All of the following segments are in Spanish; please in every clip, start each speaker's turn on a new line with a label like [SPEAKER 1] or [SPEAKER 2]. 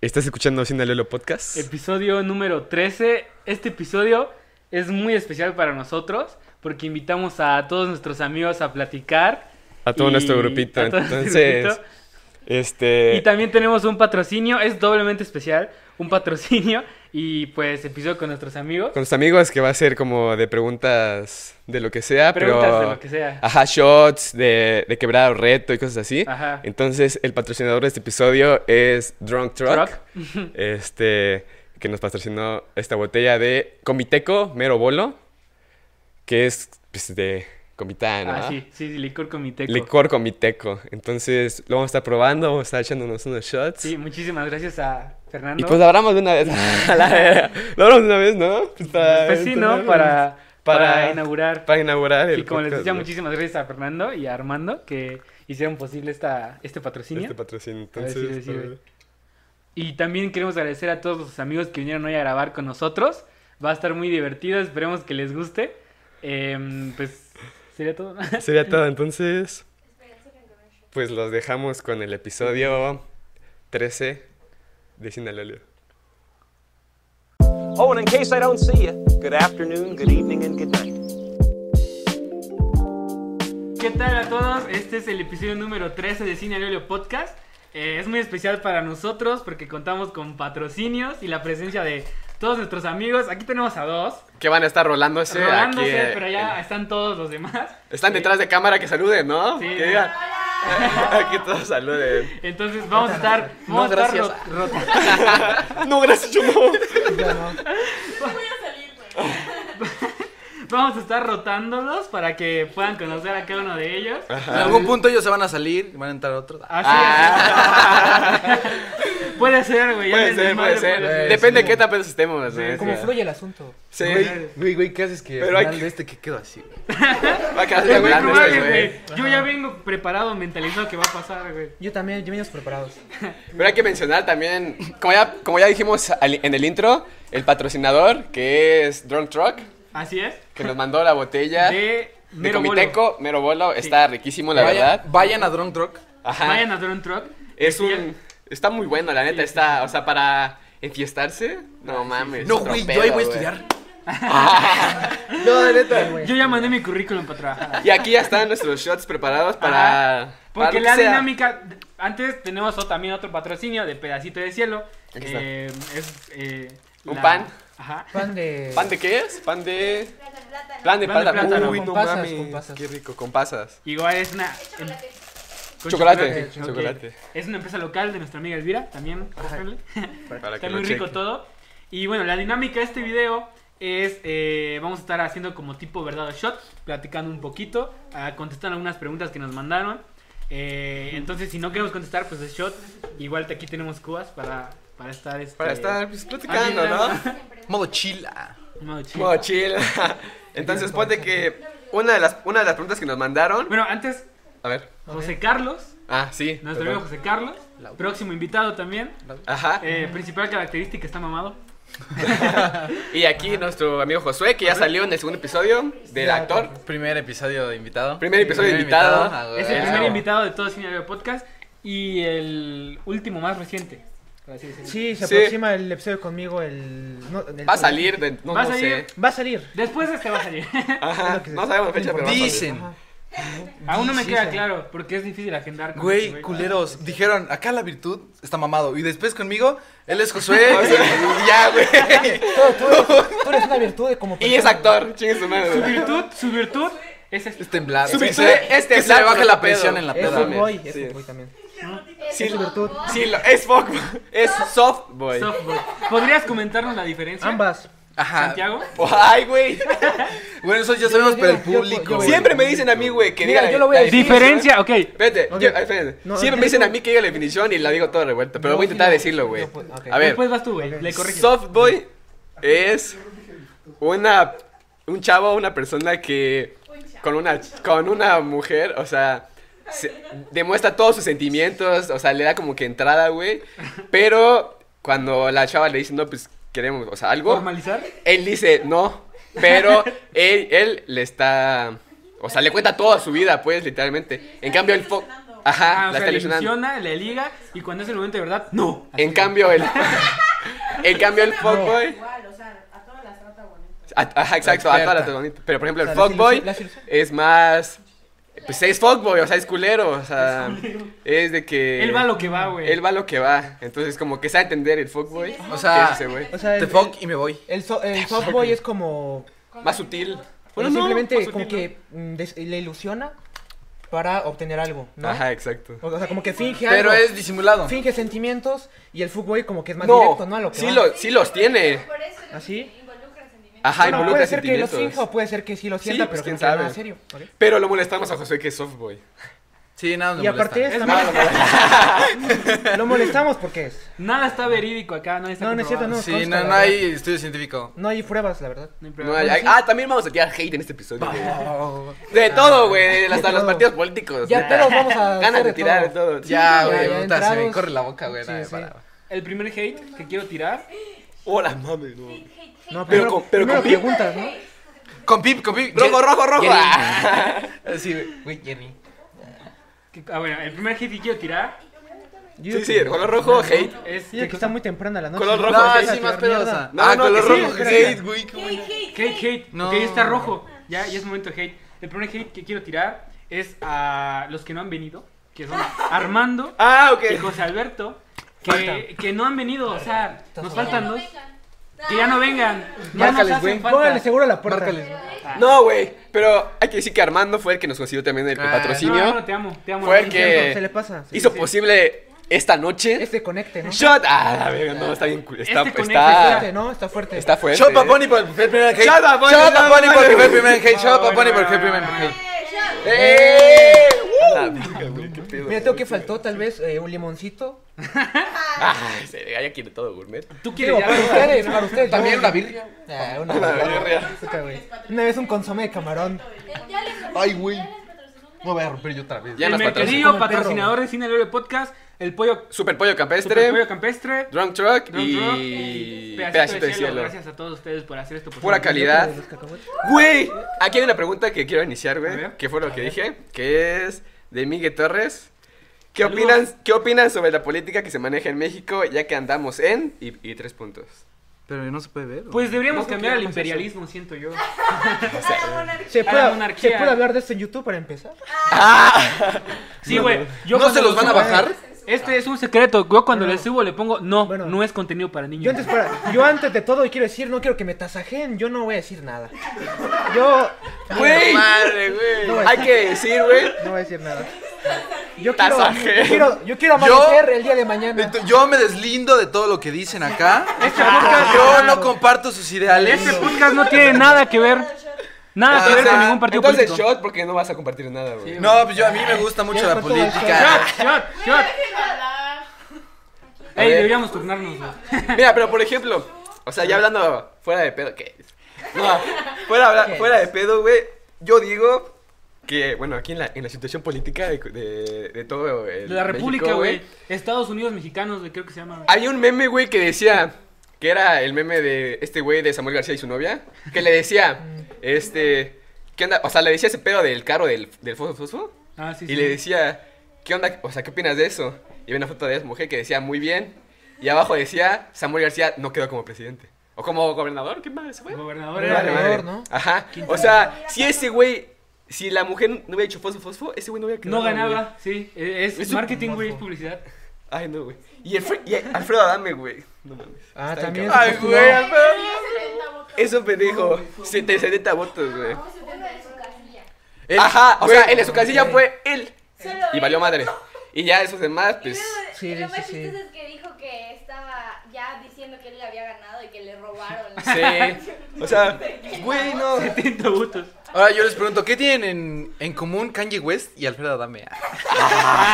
[SPEAKER 1] Estás escuchando Sinalelo Podcast.
[SPEAKER 2] Eh, Episodio número 13. Este episodio es muy especial para nosotros porque invitamos a todos nuestros amigos a platicar.
[SPEAKER 1] A todo
[SPEAKER 2] y-
[SPEAKER 1] nuestro grupito.
[SPEAKER 2] a todo nuestro
[SPEAKER 1] Entonces,
[SPEAKER 2] grupito.
[SPEAKER 1] este.
[SPEAKER 2] Y también tenemos un patrocinio, es doblemente especial, un patrocinio y pues episodio con nuestros amigos.
[SPEAKER 1] Con tus amigos que va a ser como de preguntas de lo que sea,
[SPEAKER 2] Preguntas
[SPEAKER 1] pero.
[SPEAKER 2] de lo que sea.
[SPEAKER 1] Ajá, shots, de, de quebrar o reto y cosas así.
[SPEAKER 2] Ajá.
[SPEAKER 1] Entonces, el patrocinador de este episodio es Drunk Truck.
[SPEAKER 2] Truck.
[SPEAKER 1] Este. Que nos patrocinó esta botella de Comiteco Mero Bolo. Que es pues, de Comitán,
[SPEAKER 2] Ah,
[SPEAKER 1] ¿verdad?
[SPEAKER 2] sí, sí, sí, licor con mi teco.
[SPEAKER 1] Licor comiteco. Entonces lo vamos a estar probando, vamos a estar echándonos unos shots.
[SPEAKER 2] Sí, muchísimas gracias a Fernando.
[SPEAKER 1] Y pues lo hablamos de una vez. A la verga. lo hablamos de una vez, ¿no? Pues, para-
[SPEAKER 2] Pues sí, ¿no?
[SPEAKER 1] para-
[SPEAKER 2] Para, para,
[SPEAKER 1] para-
[SPEAKER 2] inaugurar.
[SPEAKER 1] para inaugurar el
[SPEAKER 2] y como les
[SPEAKER 1] podcast,
[SPEAKER 2] decía,
[SPEAKER 1] ¿no?
[SPEAKER 2] muchísimas gracias a Fernando y a Armando que hicieron posible esta, este patrocinio.
[SPEAKER 1] Este patrocinio.
[SPEAKER 2] A ver si
[SPEAKER 1] Entonces,
[SPEAKER 2] les sirve.
[SPEAKER 1] pues,
[SPEAKER 2] Y también queremos agradecer a todos los amigos que vinieron hoy a grabar con nosotros. Va a estar muy divertido, esperemos que les guste. Em, pues sería todo.
[SPEAKER 1] pues, sería todo. Entonces, pues los dejamos con el episodio 13 de Sinalolio.
[SPEAKER 3] Oh, and in case I don't see you, good afternoon, good evening, and good night.
[SPEAKER 2] ¿Qué tal a todos? Este es el episodio número 13 de Cine Aurelio Podcast. Eh, es muy especial para nosotros porque contamos con patrocinios y la presencia de todos nuestros amigos. Aquí tenemos a dos,
[SPEAKER 1] Que van a estar rolándose.
[SPEAKER 2] rolándose,
[SPEAKER 1] aquí, eh,
[SPEAKER 2] pero ya están todos los demás.
[SPEAKER 1] Están detrás de cámara que saluden, ¿no?
[SPEAKER 2] Sí.
[SPEAKER 1] Que digan. que todos saluden.
[SPEAKER 2] Entonces vamos a estar, vamos a estar
[SPEAKER 1] gracias.
[SPEAKER 2] ro- ro-
[SPEAKER 1] No, gracias, yo no.
[SPEAKER 2] Vamos a estar rotándolos para que puedan conocer a cada uno de ellos.
[SPEAKER 1] Ah.
[SPEAKER 4] En algún punto ellos se van a salir y van a entrar otros. Ah,
[SPEAKER 2] Así es. puede ser, güey. ya
[SPEAKER 1] Puede
[SPEAKER 2] les
[SPEAKER 1] ser,
[SPEAKER 2] desmadre,
[SPEAKER 1] puede ser.
[SPEAKER 2] puede ser.
[SPEAKER 1] Depende de qué tan pesos estemos. ¿no? Sí,
[SPEAKER 5] Como fluye el asunto.
[SPEAKER 1] Sí,
[SPEAKER 4] Güey, güey, ¿qué haces que
[SPEAKER 1] Pero
[SPEAKER 4] Pero
[SPEAKER 1] hay
[SPEAKER 4] final
[SPEAKER 1] que-
[SPEAKER 4] de este que quedo así? güey?
[SPEAKER 1] va a quedar
[SPEAKER 2] Es muy
[SPEAKER 1] temblando
[SPEAKER 2] probable,
[SPEAKER 1] este güey.
[SPEAKER 2] güey. Yo ya vengo preparado, mentalizado que va a pasar, güey.
[SPEAKER 5] Yo también, yo venimos preparados.
[SPEAKER 1] Pero hay que mencionar también, como ya, como ya dijimos al- en el intro, el patrocinador que es Drunk Truck,
[SPEAKER 2] Así es.
[SPEAKER 1] que nos mandó la botella Ah. de,
[SPEAKER 2] De mero bolo.
[SPEAKER 1] Comiteco, Mero Bolo. Está riquísimo, la
[SPEAKER 4] vayan,
[SPEAKER 1] verdad.
[SPEAKER 4] vayan a Drunk Truck.
[SPEAKER 1] Ajá.
[SPEAKER 2] Vayan a Drone Truck.
[SPEAKER 1] es
[SPEAKER 2] Aquí
[SPEAKER 1] un. Está muy bueno, la neta. Está, o sea, para enfiestarse. No mames.
[SPEAKER 4] No,
[SPEAKER 1] otro
[SPEAKER 4] güey,
[SPEAKER 1] pedo,
[SPEAKER 4] yo ahí voy
[SPEAKER 1] güey.
[SPEAKER 4] a estudiar.
[SPEAKER 1] No, neta.
[SPEAKER 2] ya- Yo ya mandé mi currículum para trabajar.
[SPEAKER 1] Y aquí ya están nuestros shots preparados para. para lo que
[SPEAKER 2] Porque la
[SPEAKER 1] sea.
[SPEAKER 2] dinámica. Antes tenemos o- también otro patrocinio de pedacito de cielo.
[SPEAKER 1] Aquí está.
[SPEAKER 2] Eh, es. eh,
[SPEAKER 1] Un pan.
[SPEAKER 2] Ajá.
[SPEAKER 5] Pan de.
[SPEAKER 1] ¿Pan de qué es? Pan de.
[SPEAKER 6] Plátano.
[SPEAKER 1] Plan de
[SPEAKER 2] Plan de
[SPEAKER 1] plátano.
[SPEAKER 2] plátano.
[SPEAKER 1] Uy,
[SPEAKER 5] Con
[SPEAKER 1] no
[SPEAKER 5] pasas,
[SPEAKER 1] mames.
[SPEAKER 5] con pasas.
[SPEAKER 1] Qué rico, con pasas.
[SPEAKER 2] Igual es una. em,
[SPEAKER 6] Chocolate.
[SPEAKER 2] con
[SPEAKER 1] Chocolate,
[SPEAKER 2] ok.
[SPEAKER 1] chocolate.
[SPEAKER 2] Es una empresa local de nuestra amiga Elvira, también. cómprenle.
[SPEAKER 1] Para
[SPEAKER 2] Está
[SPEAKER 1] que lo
[SPEAKER 2] muy rico
[SPEAKER 1] chequen.
[SPEAKER 2] todo. Y bueno, la dinámica de este video es, eh, vamos a estar haciendo como tipo verdad o shot, platicando un poquito, a contestar algunas preguntas que nos mandaron. Eh, entonces, si no queremos contestar, pues es shot. Igual te- aquí tenemos cubas para, para estar... este,
[SPEAKER 1] Para estar pues, platicando,
[SPEAKER 2] haciendo-
[SPEAKER 1] ¿no?
[SPEAKER 4] Modo ah. chila.
[SPEAKER 2] No, chido.
[SPEAKER 1] Mochila. Entonces ponte que una de las una de las preguntas que nos mandaron.
[SPEAKER 2] Bueno, antes,
[SPEAKER 1] A ver.
[SPEAKER 2] José Carlos,
[SPEAKER 1] Ah, sí.
[SPEAKER 2] nuestro
[SPEAKER 1] perdón.
[SPEAKER 2] amigo José Carlos, próximo invitado también.
[SPEAKER 1] Ajá.
[SPEAKER 2] Eh, principal característica, está mamado.
[SPEAKER 1] Y aquí nuestro amigo Josué, que ya salió en el segundo episodio del actor.
[SPEAKER 4] Primer episodio de invitado.
[SPEAKER 1] Primer episodio de invitado.
[SPEAKER 4] Ah, güey.
[SPEAKER 2] Es el
[SPEAKER 1] Eso.
[SPEAKER 2] primer invitado de todo Cine Audio Podcast y el último más reciente. por así decirlo.
[SPEAKER 5] Sí, se
[SPEAKER 1] Sí.
[SPEAKER 5] aproxima el episodio conmigo el. no, el-
[SPEAKER 1] Va a salir de. No,
[SPEAKER 2] Va a
[SPEAKER 1] no sé.
[SPEAKER 2] salir.
[SPEAKER 5] Va a salir.
[SPEAKER 2] Después este va a salir.
[SPEAKER 1] Ajá.
[SPEAKER 5] lo que se-
[SPEAKER 1] No sabemos fecha, pero. va a salir.
[SPEAKER 4] Dicen,
[SPEAKER 2] Aún no me
[SPEAKER 5] Sí,
[SPEAKER 2] queda
[SPEAKER 5] sí.
[SPEAKER 2] claro porque es difícil agendar. con este
[SPEAKER 4] güey, culeros. Dijeron, acá la virtud está mamado. Y después conmigo, él es Josué. y ya, güey.
[SPEAKER 5] Todo, tú, eres, tú eres una virtud de como.
[SPEAKER 1] Y es actor. Chingue su
[SPEAKER 2] Su
[SPEAKER 1] madre.
[SPEAKER 2] virtud, su virtud es este
[SPEAKER 4] Es
[SPEAKER 2] esta.
[SPEAKER 4] temblado.
[SPEAKER 1] Su virtud
[SPEAKER 4] Que
[SPEAKER 1] es
[SPEAKER 4] se- que se le
[SPEAKER 1] temblar,
[SPEAKER 4] baje la
[SPEAKER 1] no pedo.
[SPEAKER 4] presión en la
[SPEAKER 5] Es
[SPEAKER 1] Eso
[SPEAKER 4] peda.
[SPEAKER 5] un
[SPEAKER 1] Perdón.
[SPEAKER 5] boy, es
[SPEAKER 1] Sí.
[SPEAKER 5] un boy también.
[SPEAKER 1] Sí,
[SPEAKER 5] su virtud.
[SPEAKER 1] Sí, lo- es fuck. Es soft boy.
[SPEAKER 2] Softball. ¿Podrías comentarnos la diferencia?
[SPEAKER 5] Ambas.
[SPEAKER 4] Ajá.
[SPEAKER 2] Santiago.
[SPEAKER 1] Ay, güey.
[SPEAKER 4] Bueno, eso ya sabemos,
[SPEAKER 5] yo-
[SPEAKER 4] pero el
[SPEAKER 5] yo- yo-
[SPEAKER 4] público.
[SPEAKER 5] yo-
[SPEAKER 4] güey.
[SPEAKER 1] Siempre me dicen a mí, güey, que diga.
[SPEAKER 5] Mira,
[SPEAKER 1] la-
[SPEAKER 5] yo lo voy a
[SPEAKER 1] la
[SPEAKER 5] decir.
[SPEAKER 2] Diferencia, ok.
[SPEAKER 1] Espérate,
[SPEAKER 5] Ok.
[SPEAKER 1] yo- ay, espérate.
[SPEAKER 5] No,
[SPEAKER 1] Siempre
[SPEAKER 5] yo
[SPEAKER 1] me dicen
[SPEAKER 5] digo-
[SPEAKER 1] a mí que diga la definición y la digo toda revuelta, pero
[SPEAKER 5] No,
[SPEAKER 1] voy a intentar
[SPEAKER 5] sí, no,
[SPEAKER 1] decirlo, güey.
[SPEAKER 5] no, pues, ok.
[SPEAKER 1] A ver,
[SPEAKER 2] Después vas tú, güey. Le corriges.
[SPEAKER 1] softboy es una un chavo, una persona que con una con una mujer, o sea, se- demuestra todos sus sentimientos, o sea, le da como que entrada, güey, pero cuando la chava le dice, "No, pues queremos, o sea, algo",
[SPEAKER 2] Formalizar.
[SPEAKER 1] él dice no, pero él, él le está. O sea, le cuenta toda su vida, pues, literalmente. En cambio, el fo- Ajá,
[SPEAKER 2] Ah,
[SPEAKER 1] la
[SPEAKER 2] o sea,
[SPEAKER 1] está
[SPEAKER 2] le
[SPEAKER 1] ilusionando.
[SPEAKER 2] ilusiona, le liga, y cuando es el momento de verdad, no. Así
[SPEAKER 1] En
[SPEAKER 2] de-
[SPEAKER 1] cambio, el. en cambio, el fuckboy.
[SPEAKER 6] Igual, o sea, a todas las trata bonito.
[SPEAKER 1] a- Ajá, exacto, a todas las
[SPEAKER 4] Experta.
[SPEAKER 1] bonitas. Pero por ejemplo, el
[SPEAKER 5] O sea, las
[SPEAKER 1] fuckboy
[SPEAKER 5] ilusio- las ilusio-
[SPEAKER 1] es más. Pues es fuckboy, o sea, es culero. O sea, es de que.
[SPEAKER 2] Él va lo que va, güey.
[SPEAKER 1] Él va lo que va. Entonces, como que sabe entender el fuckboy.
[SPEAKER 4] O sea,
[SPEAKER 1] ese güey.
[SPEAKER 5] O sea,
[SPEAKER 4] Te
[SPEAKER 5] el,
[SPEAKER 4] fuck y me voy.
[SPEAKER 5] el, so-
[SPEAKER 1] Ah,
[SPEAKER 5] el softboy es como.
[SPEAKER 1] Más sutil.
[SPEAKER 5] él
[SPEAKER 1] no, pues,
[SPEAKER 5] simplemente
[SPEAKER 1] más
[SPEAKER 5] como
[SPEAKER 1] sutil,
[SPEAKER 5] que mm, des- le ilusiona para obtener algo,
[SPEAKER 1] ¿no?
[SPEAKER 5] ¿no?
[SPEAKER 1] Ajá, exacto.
[SPEAKER 5] O, o sea, como que finge algo.
[SPEAKER 4] Pero es disimulado.
[SPEAKER 5] Finge sentimientos y el fuckboy como que es más
[SPEAKER 1] No,
[SPEAKER 5] directo, ¿no? A lo que
[SPEAKER 1] sí,
[SPEAKER 5] va.
[SPEAKER 1] lo- sí los tiene. Ah.
[SPEAKER 6] Por eso
[SPEAKER 5] ¿Ah, sí?
[SPEAKER 6] involucra sentimientos.
[SPEAKER 1] Ajá,
[SPEAKER 5] Bueno,
[SPEAKER 1] involucra
[SPEAKER 5] puede ser que lo
[SPEAKER 1] sentimientos.
[SPEAKER 5] finja o puede ser que sí lo sienta,
[SPEAKER 1] Sí, pues,
[SPEAKER 5] pero que
[SPEAKER 1] quién
[SPEAKER 5] no sea
[SPEAKER 1] sabe.
[SPEAKER 5] nada serio. ¿ok?
[SPEAKER 1] Pero lo molestamos a Josué que es softboy.
[SPEAKER 4] Sí, nada,
[SPEAKER 5] Y aparte es,
[SPEAKER 2] Es
[SPEAKER 5] también-
[SPEAKER 2] malo,
[SPEAKER 5] lo molestamos porque es.
[SPEAKER 2] Nada está verídico acá, no está
[SPEAKER 5] No, no es cierto,
[SPEAKER 2] comprobado.
[SPEAKER 5] nos
[SPEAKER 4] Sí,
[SPEAKER 5] consta,
[SPEAKER 4] no,
[SPEAKER 5] la
[SPEAKER 4] no hay estudio científico.
[SPEAKER 5] No hay pruebas, la verdad.
[SPEAKER 2] No hay
[SPEAKER 1] No
[SPEAKER 2] prueba.
[SPEAKER 1] hay-
[SPEAKER 5] Bueno, sí.
[SPEAKER 1] ah, también vamos a tirar hate en este episodio. güey. De todo, güey. Hasta los
[SPEAKER 5] todo.
[SPEAKER 1] partidos políticos.
[SPEAKER 5] Ya
[SPEAKER 1] neta.
[SPEAKER 5] todos vamos a
[SPEAKER 1] Ganas
[SPEAKER 5] hacer
[SPEAKER 1] de
[SPEAKER 5] de
[SPEAKER 1] tirar de
[SPEAKER 5] todo.
[SPEAKER 1] todo.
[SPEAKER 4] Ya,
[SPEAKER 5] ya,
[SPEAKER 4] güey,
[SPEAKER 5] ya
[SPEAKER 4] puta, se me
[SPEAKER 5] entrados.
[SPEAKER 4] corre la boca, güey.
[SPEAKER 5] Sí,
[SPEAKER 4] nada,
[SPEAKER 5] sí.
[SPEAKER 4] para.
[SPEAKER 2] El primer hate que quiero tirar,
[SPEAKER 1] Hola, mames, no. Pero
[SPEAKER 5] No, primero-
[SPEAKER 1] con- pero con
[SPEAKER 5] primero
[SPEAKER 1] pip.
[SPEAKER 5] preguntas, ¿no?
[SPEAKER 4] Con pip, con pip.
[SPEAKER 1] Rojo, rojo, rojo. Ah.
[SPEAKER 4] Sí, güey, Jenny.
[SPEAKER 2] que- ah, bueno, el primer hate que quiero tirar
[SPEAKER 5] Yo
[SPEAKER 1] Sí, sí, el color rojo, hate.
[SPEAKER 2] es...
[SPEAKER 5] Sí, que está muy temprana la noche.
[SPEAKER 1] Color rojo,
[SPEAKER 4] No,
[SPEAKER 1] hate.
[SPEAKER 4] sí, más pedosa.
[SPEAKER 1] No,
[SPEAKER 4] ah,
[SPEAKER 1] no, que
[SPEAKER 4] color
[SPEAKER 1] sí,
[SPEAKER 4] rojo.
[SPEAKER 1] espera,
[SPEAKER 4] Hate,
[SPEAKER 1] espera.
[SPEAKER 4] güey. qué bueno.
[SPEAKER 2] Hate, hate.
[SPEAKER 4] No.
[SPEAKER 2] Ok, ya está rojo. Ya, ya es momento de hate. El primer hate que quiero tirar es a los que no han venido, que son Armando
[SPEAKER 1] Ah,
[SPEAKER 2] y
[SPEAKER 1] ok.
[SPEAKER 2] José Alberto,
[SPEAKER 5] Falta.
[SPEAKER 2] que, que no han venido. O sea, nos
[SPEAKER 5] jodido.
[SPEAKER 2] faltan dos. Que ya no vengan. Ya nos
[SPEAKER 4] Márcales, güey.
[SPEAKER 2] hacen
[SPEAKER 5] Póngale
[SPEAKER 2] falta.
[SPEAKER 5] seguro a la puerta.
[SPEAKER 4] Márcales.
[SPEAKER 1] No, güey. Pero hay que decir que Armando fue el que nos consiguió también el
[SPEAKER 4] Ah,
[SPEAKER 2] No, no,
[SPEAKER 1] patrocinio.
[SPEAKER 2] te amo, te amo.
[SPEAKER 1] Fue
[SPEAKER 2] Sí,
[SPEAKER 1] el
[SPEAKER 2] sí.
[SPEAKER 1] que
[SPEAKER 5] Se le pasa, sí,
[SPEAKER 1] hizo
[SPEAKER 5] sí.
[SPEAKER 1] posible esta noche.
[SPEAKER 5] Este conecte, ¿no?
[SPEAKER 1] Shot. Ah, la verga, no, está bien. cool. Está,
[SPEAKER 2] Este conecta,
[SPEAKER 5] Fuerte,
[SPEAKER 1] está,
[SPEAKER 5] ¿no? Está fuerte.
[SPEAKER 1] está fuerte.
[SPEAKER 4] Shot pa'
[SPEAKER 1] eh.
[SPEAKER 4] Pony por el primer hate.
[SPEAKER 1] Shot pa' Pony,
[SPEAKER 4] Shot pa'
[SPEAKER 1] no,
[SPEAKER 4] Pony
[SPEAKER 1] no,
[SPEAKER 4] porque
[SPEAKER 1] no.
[SPEAKER 4] fue el primer hate. Shot pa'
[SPEAKER 2] bueno,
[SPEAKER 4] Pony porque fue el
[SPEAKER 2] bueno,
[SPEAKER 4] primer hate.
[SPEAKER 1] ¡Eh! A la verga, güey, qué pedo,
[SPEAKER 5] Mira, tengo
[SPEAKER 1] güey.
[SPEAKER 5] que faltó tal vez eh, un limoncito.
[SPEAKER 1] Ah,
[SPEAKER 2] este
[SPEAKER 1] se ve, ya quiere todo gourmet.
[SPEAKER 2] Tú quieres
[SPEAKER 5] Digo,
[SPEAKER 2] ya
[SPEAKER 5] para ustedes, para ustedes.
[SPEAKER 4] También
[SPEAKER 5] yo-
[SPEAKER 4] una birria.
[SPEAKER 5] Ah, una
[SPEAKER 1] Una
[SPEAKER 5] birria.
[SPEAKER 1] verga.
[SPEAKER 5] Puta, güey. Una vez un consomé de camarón.
[SPEAKER 4] Ay, güey. No voy a romper yo otra vez.
[SPEAKER 1] Ya
[SPEAKER 2] el
[SPEAKER 1] nos patrocina.
[SPEAKER 2] mercadillo,
[SPEAKER 5] Como el perro.
[SPEAKER 2] patrocinador de Cine Libre Podcast, el pollo,
[SPEAKER 1] Super Pollo
[SPEAKER 2] Super pollo
[SPEAKER 1] Campestre,
[SPEAKER 2] campestre,
[SPEAKER 1] Drunk Truck
[SPEAKER 2] Drunk Rock
[SPEAKER 1] y
[SPEAKER 2] Pedacito, de cielo. Gracias a todos ustedes por hacer esto. posible.
[SPEAKER 1] Pura calidad.
[SPEAKER 5] Los cacahuetes.
[SPEAKER 1] Güey, aquí hay una pregunta que quiero iniciar,
[SPEAKER 2] A
[SPEAKER 1] güey.
[SPEAKER 2] ver.
[SPEAKER 1] Que fue lo que dije, que es de Miguel Torres. ¿Qué
[SPEAKER 2] Saludos.
[SPEAKER 1] opinan, ¿Qué opinan sobre la política que se maneja en México ya que andamos en y, y tres puntos?
[SPEAKER 4] Pero no se puede ver.
[SPEAKER 2] Pues deberíamos
[SPEAKER 5] No, no
[SPEAKER 2] cambiar al
[SPEAKER 5] quiero más
[SPEAKER 2] imperialismo, siento yo.
[SPEAKER 5] ¿Se
[SPEAKER 2] la
[SPEAKER 5] puede,
[SPEAKER 2] monarquía.
[SPEAKER 5] ¿Se puede hablar de esto en YouTube para empezar?
[SPEAKER 2] Sí, güey. yo
[SPEAKER 4] ¿No
[SPEAKER 2] cuando
[SPEAKER 4] se los van a
[SPEAKER 2] subo-
[SPEAKER 4] bajar?
[SPEAKER 2] Este es un secreto. Yo cuando
[SPEAKER 5] No,
[SPEAKER 2] le
[SPEAKER 5] no.
[SPEAKER 2] subo le pongo, no,
[SPEAKER 5] Bueno.
[SPEAKER 2] no es contenido para niños.
[SPEAKER 5] Yo antes, para, yo antes de todo quiero decir, no quiero que me tasajen, yo no voy a decir nada. Yo
[SPEAKER 1] Güey, madre, güey.
[SPEAKER 5] No,
[SPEAKER 1] hay que decir, güey.
[SPEAKER 5] no voy a decir nada. Yo quiero,
[SPEAKER 1] Tasaje.
[SPEAKER 5] yo quiero, yo quiero
[SPEAKER 4] Yo-
[SPEAKER 5] amanecer el día de mañana.
[SPEAKER 4] Yo me deslindo de todo lo que dicen acá.
[SPEAKER 2] Este podcast-
[SPEAKER 4] Yo no comparto sus ideales.
[SPEAKER 2] Este podcast no tiene nada que ver, nada
[SPEAKER 4] Ah,
[SPEAKER 2] que ver con ningún partido
[SPEAKER 1] Entonces,
[SPEAKER 2] político.
[SPEAKER 1] shot porque no vas a compartir nada, güey.
[SPEAKER 4] No, pues yo a mí me gusta mucho la política.
[SPEAKER 2] Shot, shot, shot.
[SPEAKER 1] A
[SPEAKER 2] Ey,
[SPEAKER 1] ver.
[SPEAKER 2] deberíamos turnarnos. güey.
[SPEAKER 1] Mira, pero por ejemplo, o sea, ya hablando fuera de pedo, ¿qué es? No, fuera, habla-
[SPEAKER 5] ¿Qué
[SPEAKER 1] fuera de pedo, güey, yo digo que, bueno, aquí en la, en la situación política de, de, de todo el
[SPEAKER 2] De la República,
[SPEAKER 1] México,
[SPEAKER 2] güey. Estados Unidos Mexicanos, güey, creo que se llama. güey.
[SPEAKER 1] Había un meme, güey, que decía, que era el meme de este güey de Samuel García y su novia, que le decía,
[SPEAKER 2] Mm.
[SPEAKER 1] este, ¿qué onda? O sea, le decía ese pedo del carro del, del fosfo, fosfo,
[SPEAKER 2] Ah, sí,
[SPEAKER 1] y
[SPEAKER 2] sí.
[SPEAKER 1] le decía, ¿qué onda? O sea, ¿qué opinas de eso? Y había una foto de esa mujer que decía, muy bien. Y abajo decía, Samuel García no quedó como presidente. O como gobernador, ¿qué madre se fue?
[SPEAKER 2] Gobernador
[SPEAKER 5] Vale,
[SPEAKER 2] era-
[SPEAKER 5] vale. Gobernador, ¿no?
[SPEAKER 1] Ajá. O sea, si ese güey, si la mujer no hubiera hecho fosfo, fosfo, ese güey no hubiera quedado.
[SPEAKER 2] No
[SPEAKER 1] güey.
[SPEAKER 2] ganaba, sí. eh, Es,
[SPEAKER 1] Es un
[SPEAKER 2] marketing, güey, es publicidad.
[SPEAKER 1] Ay, no, güey. Y, Alfre- y Alfredo Adame, güey. No mames.
[SPEAKER 5] Ah,
[SPEAKER 1] Está
[SPEAKER 5] también.
[SPEAKER 1] bien
[SPEAKER 5] se
[SPEAKER 1] cabrón. Ay,
[SPEAKER 5] postuló.
[SPEAKER 1] güey, Alfredo. Eso pendejo. 70 votos, güey.
[SPEAKER 4] Él-
[SPEAKER 1] Ajá, o
[SPEAKER 4] güey,
[SPEAKER 1] sea, el de su casilla fue él. Y valió madre. Y ya esos demás, pues.
[SPEAKER 5] Sí,
[SPEAKER 7] lo
[SPEAKER 5] sí,
[SPEAKER 7] más
[SPEAKER 5] sí.
[SPEAKER 7] chistoso es que dijo que estaba ya diciendo que él le había ganado y que le robaron.
[SPEAKER 1] Sí. O sea, güey, no.
[SPEAKER 2] 70 votos.
[SPEAKER 4] Ahora yo les pregunto, ¿qué tienen en, en común Kanye West y Alfredo Adame?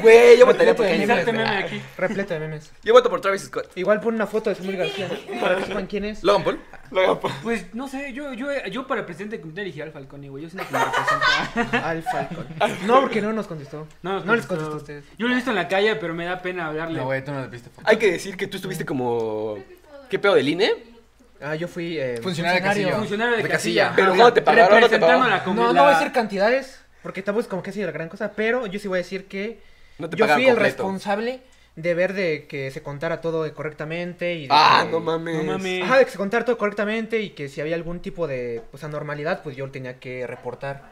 [SPEAKER 1] Güey, yo votaría por
[SPEAKER 5] Repleto
[SPEAKER 1] Kanye
[SPEAKER 5] de
[SPEAKER 1] West.
[SPEAKER 5] memes,
[SPEAKER 2] Salte
[SPEAKER 1] güey.
[SPEAKER 2] meme aquí.
[SPEAKER 5] Repleto de memes.
[SPEAKER 1] Yo voto por Travis Scott.
[SPEAKER 5] Igual pon una foto de Samuel García. Para que sepan quién es.
[SPEAKER 4] Logan Paul.
[SPEAKER 1] Luego, po-
[SPEAKER 2] Pues no sé, yo, yo, yo para presidente del comité elegí al Falcone, güey. Yo siento que me representa.
[SPEAKER 5] Al Falcon. No, porque no nos contestó. No,
[SPEAKER 2] nos
[SPEAKER 1] pues,
[SPEAKER 5] les contestó a ustedes.
[SPEAKER 2] Yo lo he visto en la calle, pero me da pena hablarle.
[SPEAKER 4] tú no le viste foto.
[SPEAKER 1] Hay que decir que tú estuviste como. ¿Qué pedo del INE?
[SPEAKER 5] Ah, yo fui eh,
[SPEAKER 4] Funcionario de
[SPEAKER 5] funcionario.
[SPEAKER 4] casilla.
[SPEAKER 2] Funcionario de,
[SPEAKER 4] De
[SPEAKER 2] casilla.
[SPEAKER 4] casilla.
[SPEAKER 1] Pero
[SPEAKER 2] O sea,
[SPEAKER 1] ¿cómo te pagaron? ¿No te
[SPEAKER 2] Representando
[SPEAKER 1] pagaron?
[SPEAKER 2] la comi- la-
[SPEAKER 5] No, no voy a decir cantidades. Porque tampoco es como que ha sido la gran cosa, pero yo sí voy a decir que
[SPEAKER 1] No te
[SPEAKER 5] yo
[SPEAKER 1] pagan
[SPEAKER 5] fui el
[SPEAKER 1] completo.
[SPEAKER 5] responsable de ver de que se contara todo correctamente y de
[SPEAKER 1] Ah,
[SPEAKER 5] que-
[SPEAKER 1] no mames.
[SPEAKER 2] No mames.
[SPEAKER 5] Ajá, de que se contara todo correctamente y que si había algún tipo de pues, anormalidad, pues yo lo tenía que reportar.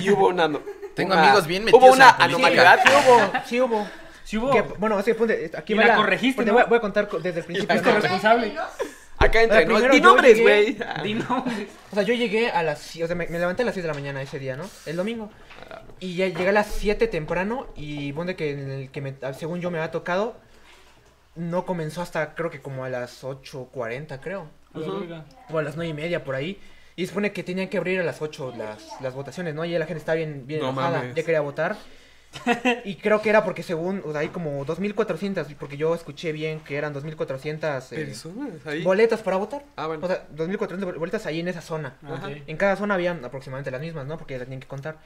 [SPEAKER 1] Y hubo una. no-
[SPEAKER 4] Tengo
[SPEAKER 1] una-
[SPEAKER 4] amigos bien
[SPEAKER 1] Hubo
[SPEAKER 4] metidos
[SPEAKER 1] una
[SPEAKER 4] en la política.
[SPEAKER 1] anomalidad.
[SPEAKER 5] Sí hubo, sí hubo.
[SPEAKER 2] Sí hubo.
[SPEAKER 5] Que, bueno, así que ponte, aquí
[SPEAKER 2] Y
[SPEAKER 5] va
[SPEAKER 2] la corregiste,
[SPEAKER 5] porque
[SPEAKER 2] ¿no?
[SPEAKER 5] voy, a- voy a contar co- desde el principio.
[SPEAKER 2] Fuiste responsable.
[SPEAKER 7] ¿No?
[SPEAKER 1] Acá entre
[SPEAKER 5] Oye,
[SPEAKER 1] nos.
[SPEAKER 5] primero
[SPEAKER 1] Di
[SPEAKER 5] yo
[SPEAKER 1] nombres,
[SPEAKER 5] llegué-
[SPEAKER 1] güey.
[SPEAKER 2] Di nombres.
[SPEAKER 5] O sea, yo llegué a las... sie- O sea, me, me levanté a las 6 de la mañana ese día, ¿no? El domingo. Y ya llegué a las 7 temprano y donde que, en el que me- según yo me había tocado, no comenzó hasta creo que como a las 8.40, creo. O a las 9 y media por ahí. Y se supone que tenían que abrir a las 8 las, las votaciones, ¿no? Y ya la gente estaba bien, bien
[SPEAKER 1] No
[SPEAKER 5] enojada,
[SPEAKER 1] mames.
[SPEAKER 5] ya quería votar. Y creo que era porque según, o sea, hay como 2.400, porque yo escuché bien que eran 2.400 eh,
[SPEAKER 1] Personas ahí.
[SPEAKER 5] boletas para votar.
[SPEAKER 1] Ah, bueno.
[SPEAKER 5] O sea, 2.400 bol- boletas ahí en esa zona.
[SPEAKER 2] Ah, ok.
[SPEAKER 5] En cada zona habían aproximadamente las mismas, ¿no? Porque las tenían que contar.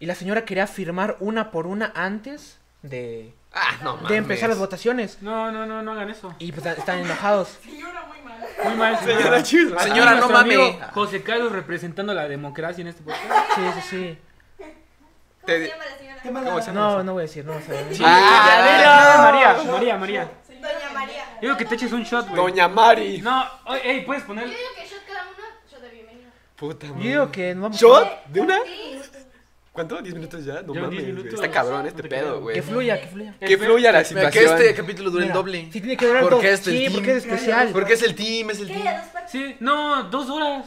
[SPEAKER 5] Y la señora quería firmar una por una antes de,
[SPEAKER 1] Ah, no mames.
[SPEAKER 5] de empezar las votaciones.
[SPEAKER 2] No, no, no, no hagan eso.
[SPEAKER 5] Y pues están enojados.
[SPEAKER 6] Señora muy mala.
[SPEAKER 2] Muy mal,
[SPEAKER 1] Señora Chis.
[SPEAKER 2] Aquí
[SPEAKER 4] Señora, no
[SPEAKER 2] nuestro
[SPEAKER 4] mames.
[SPEAKER 2] amigo José Carlos representando la democracia en este podcast.
[SPEAKER 1] Ah,
[SPEAKER 5] Sí, sí, sí.
[SPEAKER 7] ¿Cómo
[SPEAKER 1] Te-
[SPEAKER 7] se llama la señora?
[SPEAKER 1] ¿Cómo se llama?
[SPEAKER 5] No, no voy a decir, no voy a decir.
[SPEAKER 1] Ah,
[SPEAKER 2] María, María, María.
[SPEAKER 7] Doña María.
[SPEAKER 2] Yo digo que te eches un shot, güey.
[SPEAKER 1] Doña Mari.
[SPEAKER 2] No, oye, ey, puedes poner.
[SPEAKER 7] Yo digo que shot cada uno, shot de bienvenido.
[SPEAKER 1] Puta
[SPEAKER 5] Yo
[SPEAKER 1] madre.
[SPEAKER 5] digo que no vamos a...
[SPEAKER 1] ¿Shot? ¿De una?
[SPEAKER 7] Sí.
[SPEAKER 1] ¿Cuánto? ¿10 minutos ya? No
[SPEAKER 2] Ya,
[SPEAKER 1] mames.
[SPEAKER 2] 10
[SPEAKER 1] güey.
[SPEAKER 2] minutos.
[SPEAKER 1] Está cabrón este
[SPEAKER 2] No te
[SPEAKER 1] pedo,
[SPEAKER 2] creo.
[SPEAKER 1] güey.
[SPEAKER 5] Que fluya, que fluya.
[SPEAKER 1] Que fluya la situación.
[SPEAKER 4] Que este capítulo dure el
[SPEAKER 5] Mira,
[SPEAKER 4] doble.
[SPEAKER 5] Sí, tiene que durar todo.
[SPEAKER 4] Porque este
[SPEAKER 5] Sí,
[SPEAKER 4] es
[SPEAKER 5] porque es
[SPEAKER 4] team.
[SPEAKER 5] especial.
[SPEAKER 4] Porque es el team, es el
[SPEAKER 7] ¿Qué?
[SPEAKER 4] team.
[SPEAKER 7] ¿A dos partes?
[SPEAKER 2] Sí, no, dos horas.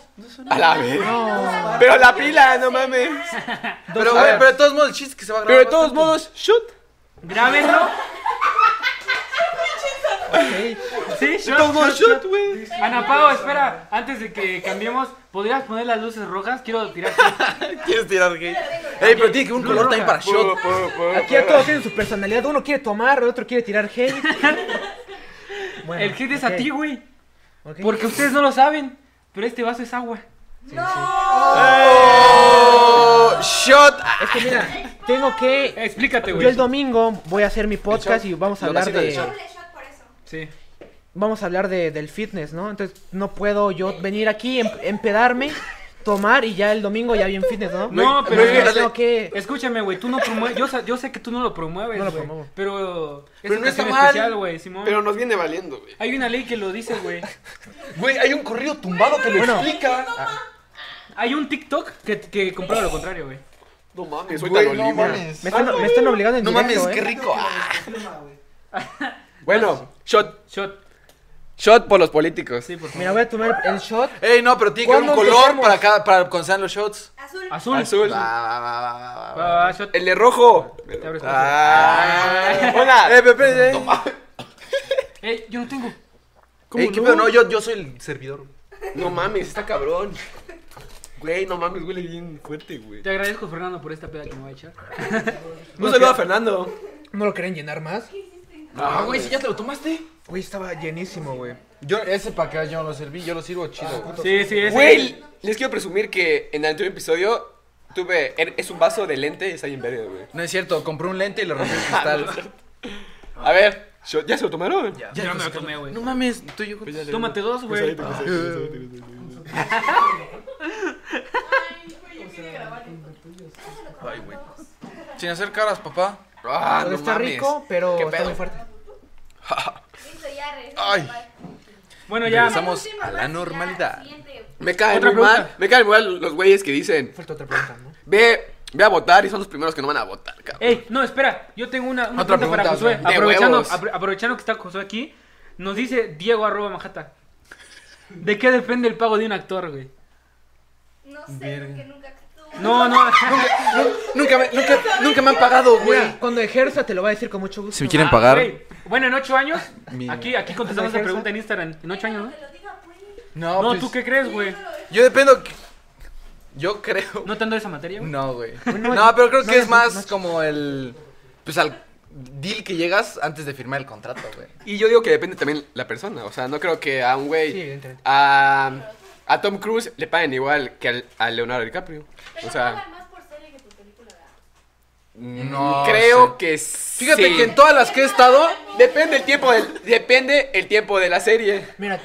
[SPEAKER 1] A la vez.
[SPEAKER 5] No.
[SPEAKER 1] Pero la pila, no mames.
[SPEAKER 4] Pero,
[SPEAKER 1] A
[SPEAKER 4] güey,
[SPEAKER 1] ver.
[SPEAKER 4] pero de todos modos, el chiste es que se va a
[SPEAKER 1] Pero
[SPEAKER 4] grabar.
[SPEAKER 1] de todos
[SPEAKER 4] bastante.
[SPEAKER 1] modos, shoot.
[SPEAKER 2] Grábenlo. Sí,
[SPEAKER 1] De todos
[SPEAKER 2] shot,
[SPEAKER 1] modos, shoot,
[SPEAKER 2] shot, shot.
[SPEAKER 1] güey.
[SPEAKER 2] Ana Pao, espera, antes de que cambiemos, ¿podrías poner las luces rojas? Quiero tirar.
[SPEAKER 4] ¿Quieres tirar gay? Ey, pero tiene que un
[SPEAKER 2] Blue
[SPEAKER 4] color también
[SPEAKER 2] roja.
[SPEAKER 4] para shot.
[SPEAKER 5] Aquí ya todos tienen su personalidad. Uno quiere tomar, el otro quiere tirar hate. Bueno,
[SPEAKER 2] El hit es
[SPEAKER 5] ok,
[SPEAKER 2] a ti, güey.
[SPEAKER 5] ok.
[SPEAKER 2] Porque ustedes no lo saben, pero este vaso es agua.
[SPEAKER 1] Oh, Shot.
[SPEAKER 5] Es que mira, tengo que...
[SPEAKER 2] Explícate,
[SPEAKER 5] Yo
[SPEAKER 2] güey.
[SPEAKER 5] el domingo voy a hacer mi podcast y vamos a
[SPEAKER 1] Lo
[SPEAKER 5] hablar
[SPEAKER 1] vasito del
[SPEAKER 5] de...
[SPEAKER 1] shot.
[SPEAKER 7] Doble shot por eso.
[SPEAKER 2] Sí.
[SPEAKER 5] Vamos a hablar de, del fitness, ¿no? Entonces no puedo yo venir aquí, em- empedarme, tomar y ya el domingo ya bien fitness, ¿no?
[SPEAKER 2] No,
[SPEAKER 4] No,
[SPEAKER 2] pero
[SPEAKER 4] no,
[SPEAKER 2] es-
[SPEAKER 4] no,
[SPEAKER 5] Tengo que...
[SPEAKER 2] escúchame, güey, tú no promueves. Yo, sa- yo sé que tú no lo promueves,
[SPEAKER 5] No lo
[SPEAKER 2] güey,
[SPEAKER 5] promuevo.
[SPEAKER 2] Pero es
[SPEAKER 4] Pero no está
[SPEAKER 2] ocasión
[SPEAKER 4] mal.
[SPEAKER 2] especial, güey, Simón.
[SPEAKER 1] Pero nos viene valiendo, güey.
[SPEAKER 2] Hay una ley que lo dice, güey.
[SPEAKER 4] Güey, hay un corrido tumbado que lo
[SPEAKER 5] Bueno.
[SPEAKER 4] explica.
[SPEAKER 2] Hay un TikTok que, que comprueba lo contrario, güey.
[SPEAKER 1] No mames,
[SPEAKER 4] Güey,
[SPEAKER 1] suéltalo,
[SPEAKER 4] no
[SPEAKER 1] Lima.
[SPEAKER 4] mames.
[SPEAKER 5] Me están, me están obligando en
[SPEAKER 4] No
[SPEAKER 5] directo,
[SPEAKER 4] mames,
[SPEAKER 5] ¿eh?
[SPEAKER 4] qué rico.
[SPEAKER 1] Bueno, shot.
[SPEAKER 2] Shot.
[SPEAKER 1] Shot por los políticos.
[SPEAKER 2] Sí, por favor.
[SPEAKER 5] Mira, voy a tomar el shot.
[SPEAKER 4] Ey, no, pero tiene que haber un
[SPEAKER 5] ¿Cuándo
[SPEAKER 4] color
[SPEAKER 5] empezamos?
[SPEAKER 4] para cada, para cuando sean los shots.
[SPEAKER 7] Azul.
[SPEAKER 2] Azul.
[SPEAKER 1] Azul.
[SPEAKER 4] Va, va, va, va, va,
[SPEAKER 2] Va,
[SPEAKER 4] va.
[SPEAKER 2] va, va, shot.
[SPEAKER 1] El de rojo.
[SPEAKER 2] Te abres con
[SPEAKER 1] Ah. Hola. Eh, Pepe.
[SPEAKER 2] eso. Ey, yo no tengo.
[SPEAKER 4] Ey, qué pedo, no, yo, yo soy el servidor.
[SPEAKER 1] No mames, está cabrón. Güey, no mames, huele bien fuerte, güey.
[SPEAKER 2] Te agradezco, Fernando, por esta peda que me va a echar.
[SPEAKER 1] Un saludo a Fernando.
[SPEAKER 5] ¿No lo quieren llenar más?
[SPEAKER 4] Ah, güey, si ya te lo tomaste.
[SPEAKER 5] Güey, estaba llenísimo, güey.
[SPEAKER 4] Yo, ese para acá yo no lo serví, yo lo sirvo
[SPEAKER 1] Ah,
[SPEAKER 4] chido.
[SPEAKER 2] Sí, sí, es.
[SPEAKER 1] Güey, les quiero presumir que en el anterior episodio tuve. er- Es un vaso de lente y está bien verde, güey.
[SPEAKER 4] No es cierto, compré un lente y le rompí el
[SPEAKER 1] Ah,
[SPEAKER 4] cristal.
[SPEAKER 1] A ver, shot, ¿ya se lo tomaron?
[SPEAKER 2] Yo no me Pues lo tomé, güey.
[SPEAKER 4] No mames, tú y yo. juntos.
[SPEAKER 2] Tómate dos, güey.
[SPEAKER 6] Ay, güey, yo quería grabar esto.
[SPEAKER 4] Sin hacer caras, papá.
[SPEAKER 1] Ah,
[SPEAKER 5] Pero
[SPEAKER 1] no
[SPEAKER 5] está
[SPEAKER 1] mames.
[SPEAKER 5] rico, pero
[SPEAKER 1] Qué
[SPEAKER 5] está
[SPEAKER 1] pedo.
[SPEAKER 5] muy fuerte.
[SPEAKER 7] Listo, ya regresamos.
[SPEAKER 4] Ay.
[SPEAKER 2] Bueno, ya.
[SPEAKER 4] Regresamos. Pasamos
[SPEAKER 7] Última
[SPEAKER 4] a la
[SPEAKER 7] más, ya,
[SPEAKER 4] normalidad.
[SPEAKER 7] siguiente.
[SPEAKER 1] Me caen
[SPEAKER 2] Otra
[SPEAKER 1] muy mal.
[SPEAKER 2] pregunta.
[SPEAKER 1] Me caen muy mal los güeyes que dicen,
[SPEAKER 5] Falta otra pregunta, ¿no?
[SPEAKER 1] ve, ve a votar y son los primeros que no van a votar, cabrón.
[SPEAKER 2] Ey, no, espera. Yo tengo una, una
[SPEAKER 4] Otra
[SPEAKER 2] pregunta, para
[SPEAKER 4] pregunta,
[SPEAKER 2] Josué.
[SPEAKER 1] güey. De
[SPEAKER 2] Aprovechando,
[SPEAKER 1] huevos.
[SPEAKER 2] apro- aprovechando que está Josué aquí, nos dice Diego arroba majata. ¿De qué depende el pago de un actor, güey?
[SPEAKER 7] No sé, porque nunca actúo.
[SPEAKER 2] No, no.
[SPEAKER 4] Nunca me, nunca, nunca me han pagado,
[SPEAKER 5] Mira, cuando ejerza te lo va a decir con mucho gusto.
[SPEAKER 4] Si me quieren
[SPEAKER 2] Ah,
[SPEAKER 4] pagar.
[SPEAKER 2] güey. Bueno, en ocho años.
[SPEAKER 4] Mi-
[SPEAKER 2] Aquí, aquí contestamos esa
[SPEAKER 5] Ejerza.
[SPEAKER 2] pregunta en Instagram. En ocho años, ¿no?
[SPEAKER 7] Que lo diga, pues.
[SPEAKER 4] No,
[SPEAKER 2] No,
[SPEAKER 4] pues,
[SPEAKER 2] ¿tú qué crees, güey?
[SPEAKER 4] Yo dependo. que- Yo creo.
[SPEAKER 2] ¿No te ando esa materia, güey?
[SPEAKER 4] No, güey.
[SPEAKER 5] Bueno,
[SPEAKER 4] No, pero creo
[SPEAKER 5] no,
[SPEAKER 4] que es
[SPEAKER 5] no,
[SPEAKER 4] más
[SPEAKER 5] no.
[SPEAKER 4] como el. Pues al deal que llegas antes de firmar el contrato, güey.
[SPEAKER 1] Y yo digo que depende también la persona. O sea, no creo que a un güey.
[SPEAKER 5] Sí, evidentemente.
[SPEAKER 1] a, a Tom Cruise le paguen igual que al, a Leonardo DiCaprio.
[SPEAKER 7] Pero
[SPEAKER 1] O sea,
[SPEAKER 7] pagan más por serie que por película, ¿verdad?
[SPEAKER 4] No.
[SPEAKER 1] creo
[SPEAKER 4] sé.
[SPEAKER 1] que sí.
[SPEAKER 4] Fíjate que en todas las que he estado.
[SPEAKER 1] Depende el tiempo del, depende el tiempo de la serie.
[SPEAKER 5] Mira,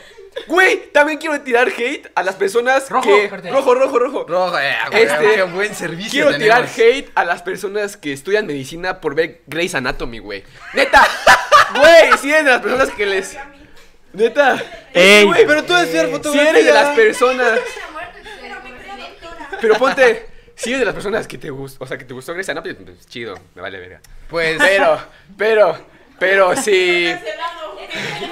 [SPEAKER 1] Güey, también quiero tirar hate a las personas
[SPEAKER 2] Rojo,
[SPEAKER 1] que.
[SPEAKER 2] corte.
[SPEAKER 1] Rojo, rojo, rojo.
[SPEAKER 4] Rojo, eh, güey,
[SPEAKER 1] Este-
[SPEAKER 4] qué buen servicio
[SPEAKER 1] Quiero tirar
[SPEAKER 4] tenemos.
[SPEAKER 1] hate a las personas que estudian medicina por ver Grey's Anatomy, güey. Neta, güey, si eres de las personas que les. Neta,
[SPEAKER 2] Ey,
[SPEAKER 1] güey,
[SPEAKER 4] Pero tú decías
[SPEAKER 1] si
[SPEAKER 4] fotografía.
[SPEAKER 1] eres de las personas.
[SPEAKER 6] Pero me creo doctora.
[SPEAKER 1] Pero ponte, si eres de las personas que te gustó, o sea, que te gustó Grey's Anatomy, pues chido, me vale verga.
[SPEAKER 4] Pues,
[SPEAKER 1] Pero, pero, pero si.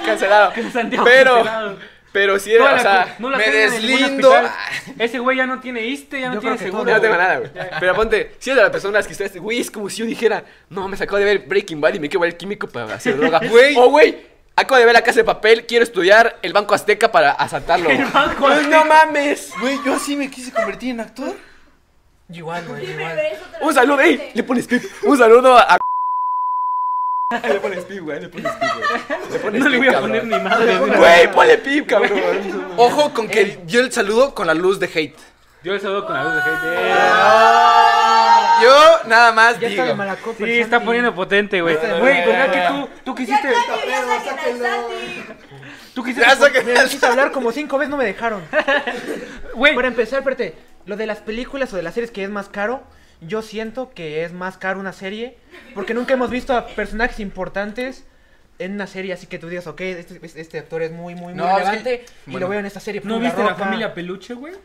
[SPEAKER 6] Cancelado.
[SPEAKER 1] Cancelado.
[SPEAKER 2] Santiago
[SPEAKER 1] Pero,
[SPEAKER 2] cancelado.
[SPEAKER 1] pero si eres,
[SPEAKER 2] Toda
[SPEAKER 1] o
[SPEAKER 2] la
[SPEAKER 1] sea.
[SPEAKER 2] cu- no la
[SPEAKER 4] me
[SPEAKER 2] tengan en ningún
[SPEAKER 4] deslindo.
[SPEAKER 2] hospital. Ese güey ya no tiene ISTE, ya no
[SPEAKER 5] Yo
[SPEAKER 2] tiene
[SPEAKER 5] creo que
[SPEAKER 2] seguro.
[SPEAKER 1] Ya no tengo
[SPEAKER 2] güey.
[SPEAKER 1] nada, güey. Pero ponte, si eres de las personas que ustedes, güey, es como si yo dijera, no, me sacó de ver Breaking Bad y me quiero ver químico para hacer droga.
[SPEAKER 4] Güey.
[SPEAKER 1] O, güey, acabo de ver la casa de papel, quiero estudiar el Banco Azteca para asaltarlo.
[SPEAKER 2] El Banco
[SPEAKER 1] Pues,
[SPEAKER 2] Azteca.
[SPEAKER 1] ¡No mames!
[SPEAKER 4] güey, yo así me quise convertir en actor.
[SPEAKER 5] Igual, güey, igual.
[SPEAKER 1] Un saludo, ey, le pones pip. Un saludo a. Le pones pip, güey, le pones pip, güey. Le pones
[SPEAKER 2] No le
[SPEAKER 1] pip,
[SPEAKER 2] voy a
[SPEAKER 1] Este cabrón.
[SPEAKER 2] poner ni madre. güey.
[SPEAKER 1] Güey, ponle pip, cabrón.
[SPEAKER 4] Ojo con que yo el saludo con la luz de hate.
[SPEAKER 2] Yo le saludo con la luz de gente.
[SPEAKER 1] Ah,
[SPEAKER 4] Yo nada más
[SPEAKER 5] Ya está de
[SPEAKER 4] digo.
[SPEAKER 5] mala copa.
[SPEAKER 1] pues
[SPEAKER 2] Sí, está poniendo potente, güey.
[SPEAKER 5] Está de
[SPEAKER 2] Güey,
[SPEAKER 5] mala
[SPEAKER 2] ¿verdad
[SPEAKER 5] copa.
[SPEAKER 2] que tú, tú
[SPEAKER 6] Ya
[SPEAKER 2] quisiste,
[SPEAKER 6] está, ya está, que Nanzati.
[SPEAKER 2] tú quisiste,
[SPEAKER 4] Ya saqué-
[SPEAKER 5] Me quise hablar como cinco veces, no me dejaron.
[SPEAKER 2] güey,
[SPEAKER 5] Para empezar, espérate, lo de las películas o de las series que es más caro, yo siento que es más caro una serie, porque nunca hemos visto a personajes importantes en una serie, así que tú digas, ok, este, este actor es muy, muy, muy
[SPEAKER 4] No, es que-
[SPEAKER 5] relevante y
[SPEAKER 4] bueno.
[SPEAKER 5] lo veo en esta serie.
[SPEAKER 2] ¿no
[SPEAKER 5] pum, La
[SPEAKER 2] viste la
[SPEAKER 5] Roca,
[SPEAKER 2] familia peluche, güey?
[SPEAKER 7] Es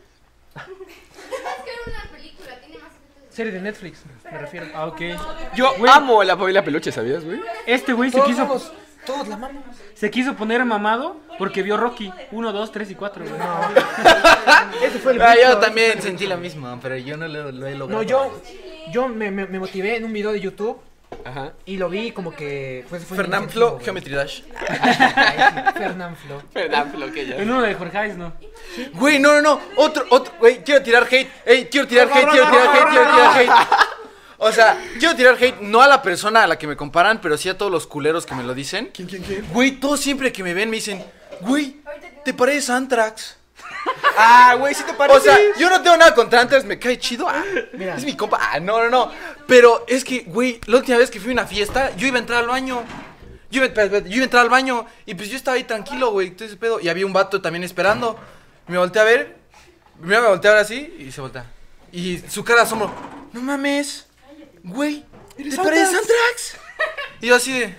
[SPEAKER 7] que era una película, tiene más efectos.
[SPEAKER 5] Serie de Netflix, me refiero.
[SPEAKER 2] Ah, ok.
[SPEAKER 1] Yo
[SPEAKER 2] Güey.
[SPEAKER 1] amo la familia peluche, ¿sabías, güey?
[SPEAKER 2] Este güey se
[SPEAKER 5] Todos,
[SPEAKER 2] quiso,
[SPEAKER 5] somos- todos la amamos.
[SPEAKER 2] se quiso poner mamado porque vio Rocky 1, 2, 3 y 4, güey.
[SPEAKER 5] Ese fue el
[SPEAKER 4] Ah,
[SPEAKER 5] grito,
[SPEAKER 4] yo
[SPEAKER 5] ese fue
[SPEAKER 4] también
[SPEAKER 5] el
[SPEAKER 4] sentí
[SPEAKER 5] grito.
[SPEAKER 4] lo mismo, pero yo no lo, lo he logrado.
[SPEAKER 5] No, yo, yo me, me- me motivé en un video de YouTube
[SPEAKER 1] Ajá.
[SPEAKER 5] y lo vi como que... Pues, fue
[SPEAKER 4] Fernanfloo,
[SPEAKER 5] incentivo, güey.
[SPEAKER 4] Geometry Dash.
[SPEAKER 5] Ay, sí, Fernanfloo.
[SPEAKER 1] Perdón, lo que
[SPEAKER 2] En uno de Jorge Hayes, no.
[SPEAKER 4] Güey, no, no, no. Otro, otro. Güey, quiero tirar hate. Ey, quiero tirar hate, quiero tirar hate, quiero tirar hate. O sea, quiero tirar hate no a la persona a la que me comparan, pero sí a todos los culeros que me lo dicen. ¿Quién, quién, quién? Güey, todos siempre que me ven me dicen, güey, te pareces a Anthrax.
[SPEAKER 1] Ah, güey, sí te
[SPEAKER 4] O
[SPEAKER 1] pareces.
[SPEAKER 4] sea, yo no tengo nada contra Anthrax, me cae chido. ah,
[SPEAKER 5] Mira.
[SPEAKER 4] Es mi compa. Ah, no, no, no. Pero es que, güey, la última vez que fui a una fiesta, yo iba a entrar al baño. Yo iba, espera, espera, yo iba a entrar al baño y pues yo estaba ahí tranquilo, güey, todo ese pedo. Y había un vato también esperando. Me volteé a ver, mira, me volteé a ver así y se voltea. Y su cara de asombro, no mames, güey, ¿te pareces Anthrax? Y yo así de,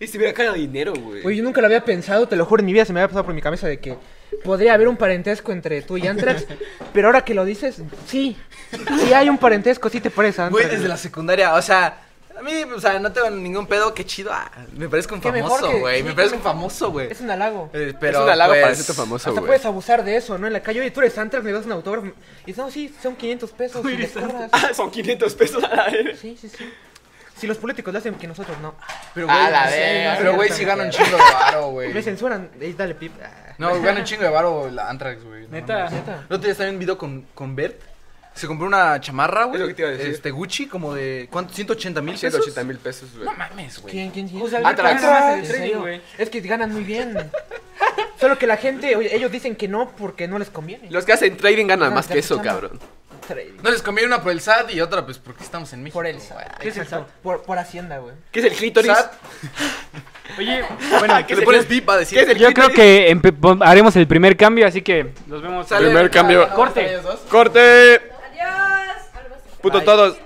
[SPEAKER 1] Y si hubiera cara de dinero, güey.
[SPEAKER 5] Oye, yo nunca lo había pensado, te lo juro, en mi vida se me había pasado por mi cabeza de que podría haber un parentesco entre tú y Antrax, pero ahora que lo dices, sí, sí hay un parentesco, sí te parece a
[SPEAKER 4] güey,
[SPEAKER 5] Anthrax.
[SPEAKER 4] desde la secundaria, o sea, a mí, o sea, no tengo ningún pedo, qué chido. ah, me parezco un
[SPEAKER 5] Qué mejor
[SPEAKER 4] famoso,
[SPEAKER 5] que-
[SPEAKER 4] güey, me
[SPEAKER 5] sí,
[SPEAKER 4] parezco
[SPEAKER 5] qué
[SPEAKER 4] un famoso, güey.
[SPEAKER 5] Es un halago.
[SPEAKER 4] Eh, pero,
[SPEAKER 1] es un halago para
[SPEAKER 4] pues,
[SPEAKER 1] hasta famoso,
[SPEAKER 5] Hasta
[SPEAKER 1] güey.
[SPEAKER 5] puedes abusar de eso, ¿no? En la calle, oye, tú eres Antrax, me das un autógrafo. Y no, sí, son 500 pesos. Y les cobras.
[SPEAKER 1] Ah, son 500 pesos a la vez.
[SPEAKER 5] Sí, sí, sí. Si los políticos lo hacen, que nosotros no.
[SPEAKER 4] Pero,
[SPEAKER 1] A
[SPEAKER 4] güey,
[SPEAKER 1] la
[SPEAKER 4] sí,
[SPEAKER 1] verga.
[SPEAKER 4] pero, güey, sí gana un chingo de varo,
[SPEAKER 5] Me
[SPEAKER 4] güey.
[SPEAKER 5] censuran, eh, dale pip. Ah,
[SPEAKER 4] No, gana un chingo de varo la Antrax, güey. no
[SPEAKER 2] Neta.
[SPEAKER 4] mames.
[SPEAKER 5] neta.
[SPEAKER 4] El otro día estaba en un video con, con Bert. Se compró una chamarra, güey.
[SPEAKER 1] Es lo que te iba a decir.
[SPEAKER 4] Este Gucci, como de. ¿Cuánto? ¿180 mil pesos?
[SPEAKER 1] 180 mil pesos, güey.
[SPEAKER 4] No mames, güey.
[SPEAKER 5] ¿Quién, quién, quién?
[SPEAKER 1] Antrax.
[SPEAKER 5] Ah, ¿en
[SPEAKER 2] Trading,
[SPEAKER 5] serio?
[SPEAKER 2] güey.
[SPEAKER 5] Es que ganan muy bien. Solo que la gente, oye, ellos dicen que no porque no les conviene.
[SPEAKER 1] Los que hacen trading ganan
[SPEAKER 5] No,
[SPEAKER 1] más que eso,
[SPEAKER 5] escuchame.
[SPEAKER 1] cabrón.
[SPEAKER 5] Trading.
[SPEAKER 4] No les conviene una por el SAT y otra, pues porque estamos en México.
[SPEAKER 5] Por el
[SPEAKER 4] güey.
[SPEAKER 5] SAT.
[SPEAKER 2] ¿Qué es el
[SPEAKER 5] Exacto. Por, por Hacienda, güey.
[SPEAKER 1] ¿Qué es el clítoris?
[SPEAKER 4] SAT.
[SPEAKER 2] Oye, bueno,
[SPEAKER 4] Que le pones pip, va a decir.
[SPEAKER 1] ¿Qué es el
[SPEAKER 2] yo creo
[SPEAKER 1] clítoris?
[SPEAKER 2] que empe- pon- haremos el primer cambio, así que nos vemos.
[SPEAKER 4] Sale-
[SPEAKER 1] Primer cambio.
[SPEAKER 2] Corte.
[SPEAKER 1] ¡Corte!
[SPEAKER 6] Adiós.
[SPEAKER 1] ¡Puto todos!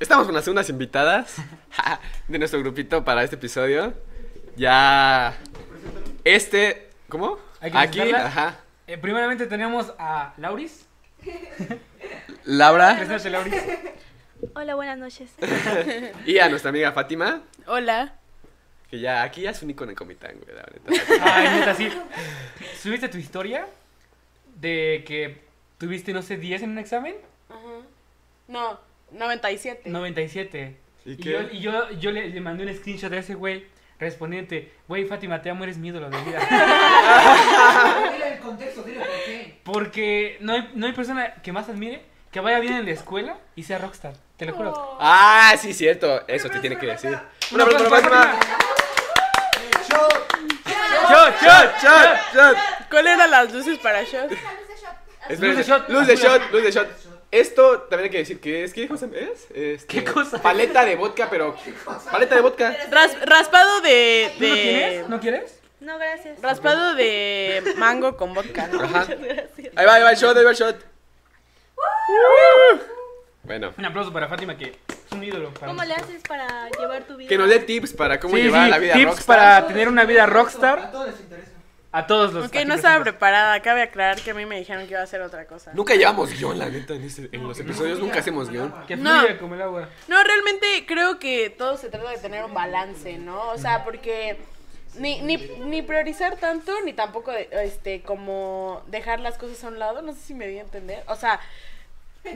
[SPEAKER 1] Estamos con las segundas invitadas ja, de nuestro grupito para este episodio. Ya. Este. ¿Cómo?
[SPEAKER 2] Hay que
[SPEAKER 1] Aquí,
[SPEAKER 2] presentarlas.
[SPEAKER 1] ajá.
[SPEAKER 2] Eh, primeramente tenemos a Lauris.
[SPEAKER 1] Laura
[SPEAKER 2] Preséntate, Lauris.
[SPEAKER 8] Hola, buenas noches.
[SPEAKER 1] y a nuestra amiga Fátima.
[SPEAKER 8] Hola.
[SPEAKER 1] Que ya aquí ya es un icono en Comitán, güey, la neta.
[SPEAKER 2] Ay, neta, sí. ¿Subiste tu historia de que tuviste, no sé, 10 en un examen?
[SPEAKER 9] No, 97.
[SPEAKER 2] 97.
[SPEAKER 1] ¿Y
[SPEAKER 2] Y,
[SPEAKER 1] qué?
[SPEAKER 2] yo, y yo, yo le, le mandé un screenshot a ese güey respondiente, güey, Fátima, te amo, eres mi ídolo de vida.
[SPEAKER 5] Dile el contexto, dile por qué.
[SPEAKER 2] Porque no hay, no hay persona que más admire que vaya bien en la escuela y sea rockstar, te lo juro.
[SPEAKER 5] Oh.
[SPEAKER 1] Ah, sí, cierto. Eso te tiene que decir.
[SPEAKER 2] Un
[SPEAKER 1] Una
[SPEAKER 2] aplauso
[SPEAKER 1] pregunta
[SPEAKER 2] para
[SPEAKER 1] Fátima.
[SPEAKER 2] ¡Shot, shot, shot!
[SPEAKER 9] ¿Cuál eran las luces para shot?
[SPEAKER 1] Espera,
[SPEAKER 2] Luz de
[SPEAKER 1] espera.
[SPEAKER 2] shot.
[SPEAKER 1] Luz de shot, luz de shot. Esto también hay que decir que es. ¿Qué cosa es? Este,
[SPEAKER 2] ¿Qué cosa?
[SPEAKER 1] Paleta de vodka, pero. Paleta de vodka.
[SPEAKER 9] Ras- raspado de.
[SPEAKER 2] ¿Tú
[SPEAKER 9] de...
[SPEAKER 2] no tienes? ¿No quieres?
[SPEAKER 8] No, gracias.
[SPEAKER 9] Raspado de mango con vodka.
[SPEAKER 1] Ajá. Ahí va, ahí va el shot, ahí va el shot. Bueno,
[SPEAKER 2] Un aplauso para Fátima que es un ídolo. Para
[SPEAKER 8] ¿Cómo le haces para llevar tu vida?
[SPEAKER 1] que nos dé tips para cómo
[SPEAKER 2] Sí,
[SPEAKER 1] llevar
[SPEAKER 2] sí,
[SPEAKER 1] la vida
[SPEAKER 2] tips
[SPEAKER 1] rockstar.
[SPEAKER 2] para tener una vida rockstar
[SPEAKER 5] todos les interesa.
[SPEAKER 2] a todos los
[SPEAKER 9] Ok,
[SPEAKER 2] aquí
[SPEAKER 9] no estaba
[SPEAKER 2] presentes.
[SPEAKER 9] preparada. Cabe aclarar que a mí me dijeron que iba a hacer otra cosa.
[SPEAKER 1] Nunca llevamos guión, la neta, en, este- en los episodios nunca hacemos guión.
[SPEAKER 2] Que
[SPEAKER 9] No.
[SPEAKER 2] fluya como el agua.
[SPEAKER 9] No, realmente creo que todo se trata de tener un balance, ¿no? O sea, porque ni, ni, ni priorizar tanto, ni tampoco este como dejar las cosas a un lado, no sé si me di a entender. O sea,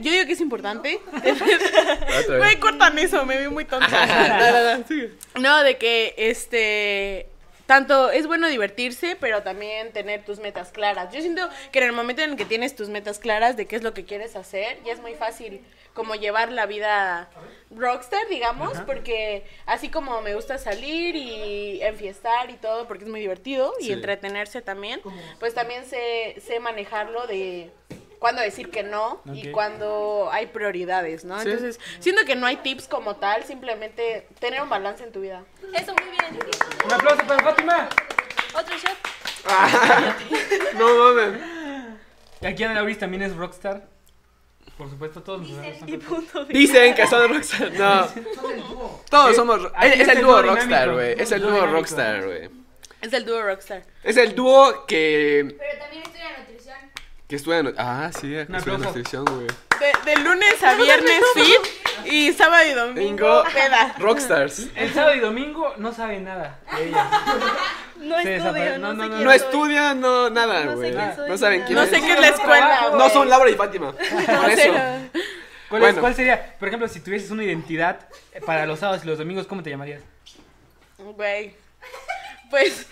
[SPEAKER 9] yo digo que es importante.
[SPEAKER 1] Otra vez.
[SPEAKER 9] Güey, cortan eso, me vi muy tonta. no, de que este tanto es bueno divertirse, pero también tener tus metas claras. Yo siento que en el momento en el que tienes tus metas claras de qué es lo que quieres hacer, ya es muy fácil como llevar la vida rockstar, digamos, porque así como me gusta salir y enfiestar y todo, porque es muy divertido y
[SPEAKER 1] Sí.
[SPEAKER 9] entretenerse también, pues también sé, sé manejarlo de cuándo decir que no y
[SPEAKER 2] Ok.
[SPEAKER 9] cuándo hay prioridades, ¿no?
[SPEAKER 1] Sí.
[SPEAKER 9] Entonces, siento que no hay tips como tal, simplemente tener un balance en tu vida.
[SPEAKER 8] Eso, muy bien.
[SPEAKER 2] Un aplauso para Fátima.
[SPEAKER 8] Otro shot.
[SPEAKER 1] No mames.
[SPEAKER 2] Y aquí Ana Lauris también es rockstar. Por supuesto, todos nosotros
[SPEAKER 8] Y
[SPEAKER 2] somos
[SPEAKER 8] punto.
[SPEAKER 1] Dicen que son rockstar. No. Todos somos. ro-
[SPEAKER 2] aquí
[SPEAKER 1] Es, es el dúo rockstar,
[SPEAKER 2] dinámico,
[SPEAKER 1] güey. Es el
[SPEAKER 2] dúo
[SPEAKER 1] dúo
[SPEAKER 2] dinámico.
[SPEAKER 1] rockstar, güey.
[SPEAKER 9] Es el dúo Rockstar.
[SPEAKER 1] Es el dúo que.
[SPEAKER 7] Pero también estudia nutrición.
[SPEAKER 1] Que estudian. Ah, sí, que estudian
[SPEAKER 2] aplauso.
[SPEAKER 1] nutrición, güey.
[SPEAKER 9] De, de lunes a viernes fit y sábado y domingo
[SPEAKER 1] Domingo.
[SPEAKER 9] peda.
[SPEAKER 1] Rockstars.
[SPEAKER 2] El sábado y domingo no sabe nada de ella.
[SPEAKER 8] No
[SPEAKER 2] Se desapare-
[SPEAKER 8] estudio, no,
[SPEAKER 2] no, no,
[SPEAKER 8] sé
[SPEAKER 2] no.
[SPEAKER 8] quién
[SPEAKER 1] No
[SPEAKER 8] soy.
[SPEAKER 1] estudian, no, nada,
[SPEAKER 8] No sé
[SPEAKER 1] güey.
[SPEAKER 8] quién
[SPEAKER 1] No,
[SPEAKER 8] soy
[SPEAKER 1] saben
[SPEAKER 8] ni
[SPEAKER 1] quién
[SPEAKER 9] No
[SPEAKER 1] es.
[SPEAKER 9] sé qué es la escuela.
[SPEAKER 1] No
[SPEAKER 9] güey.
[SPEAKER 1] son Laura y Fátima. Por
[SPEAKER 9] No sé,
[SPEAKER 1] eso.
[SPEAKER 9] no.
[SPEAKER 2] ¿Cuál, es-
[SPEAKER 1] Bueno.
[SPEAKER 2] cuál sería, por ejemplo, si tuvieses una identidad para los sábados y los domingos, cómo te llamarías?
[SPEAKER 9] Güey. Pues,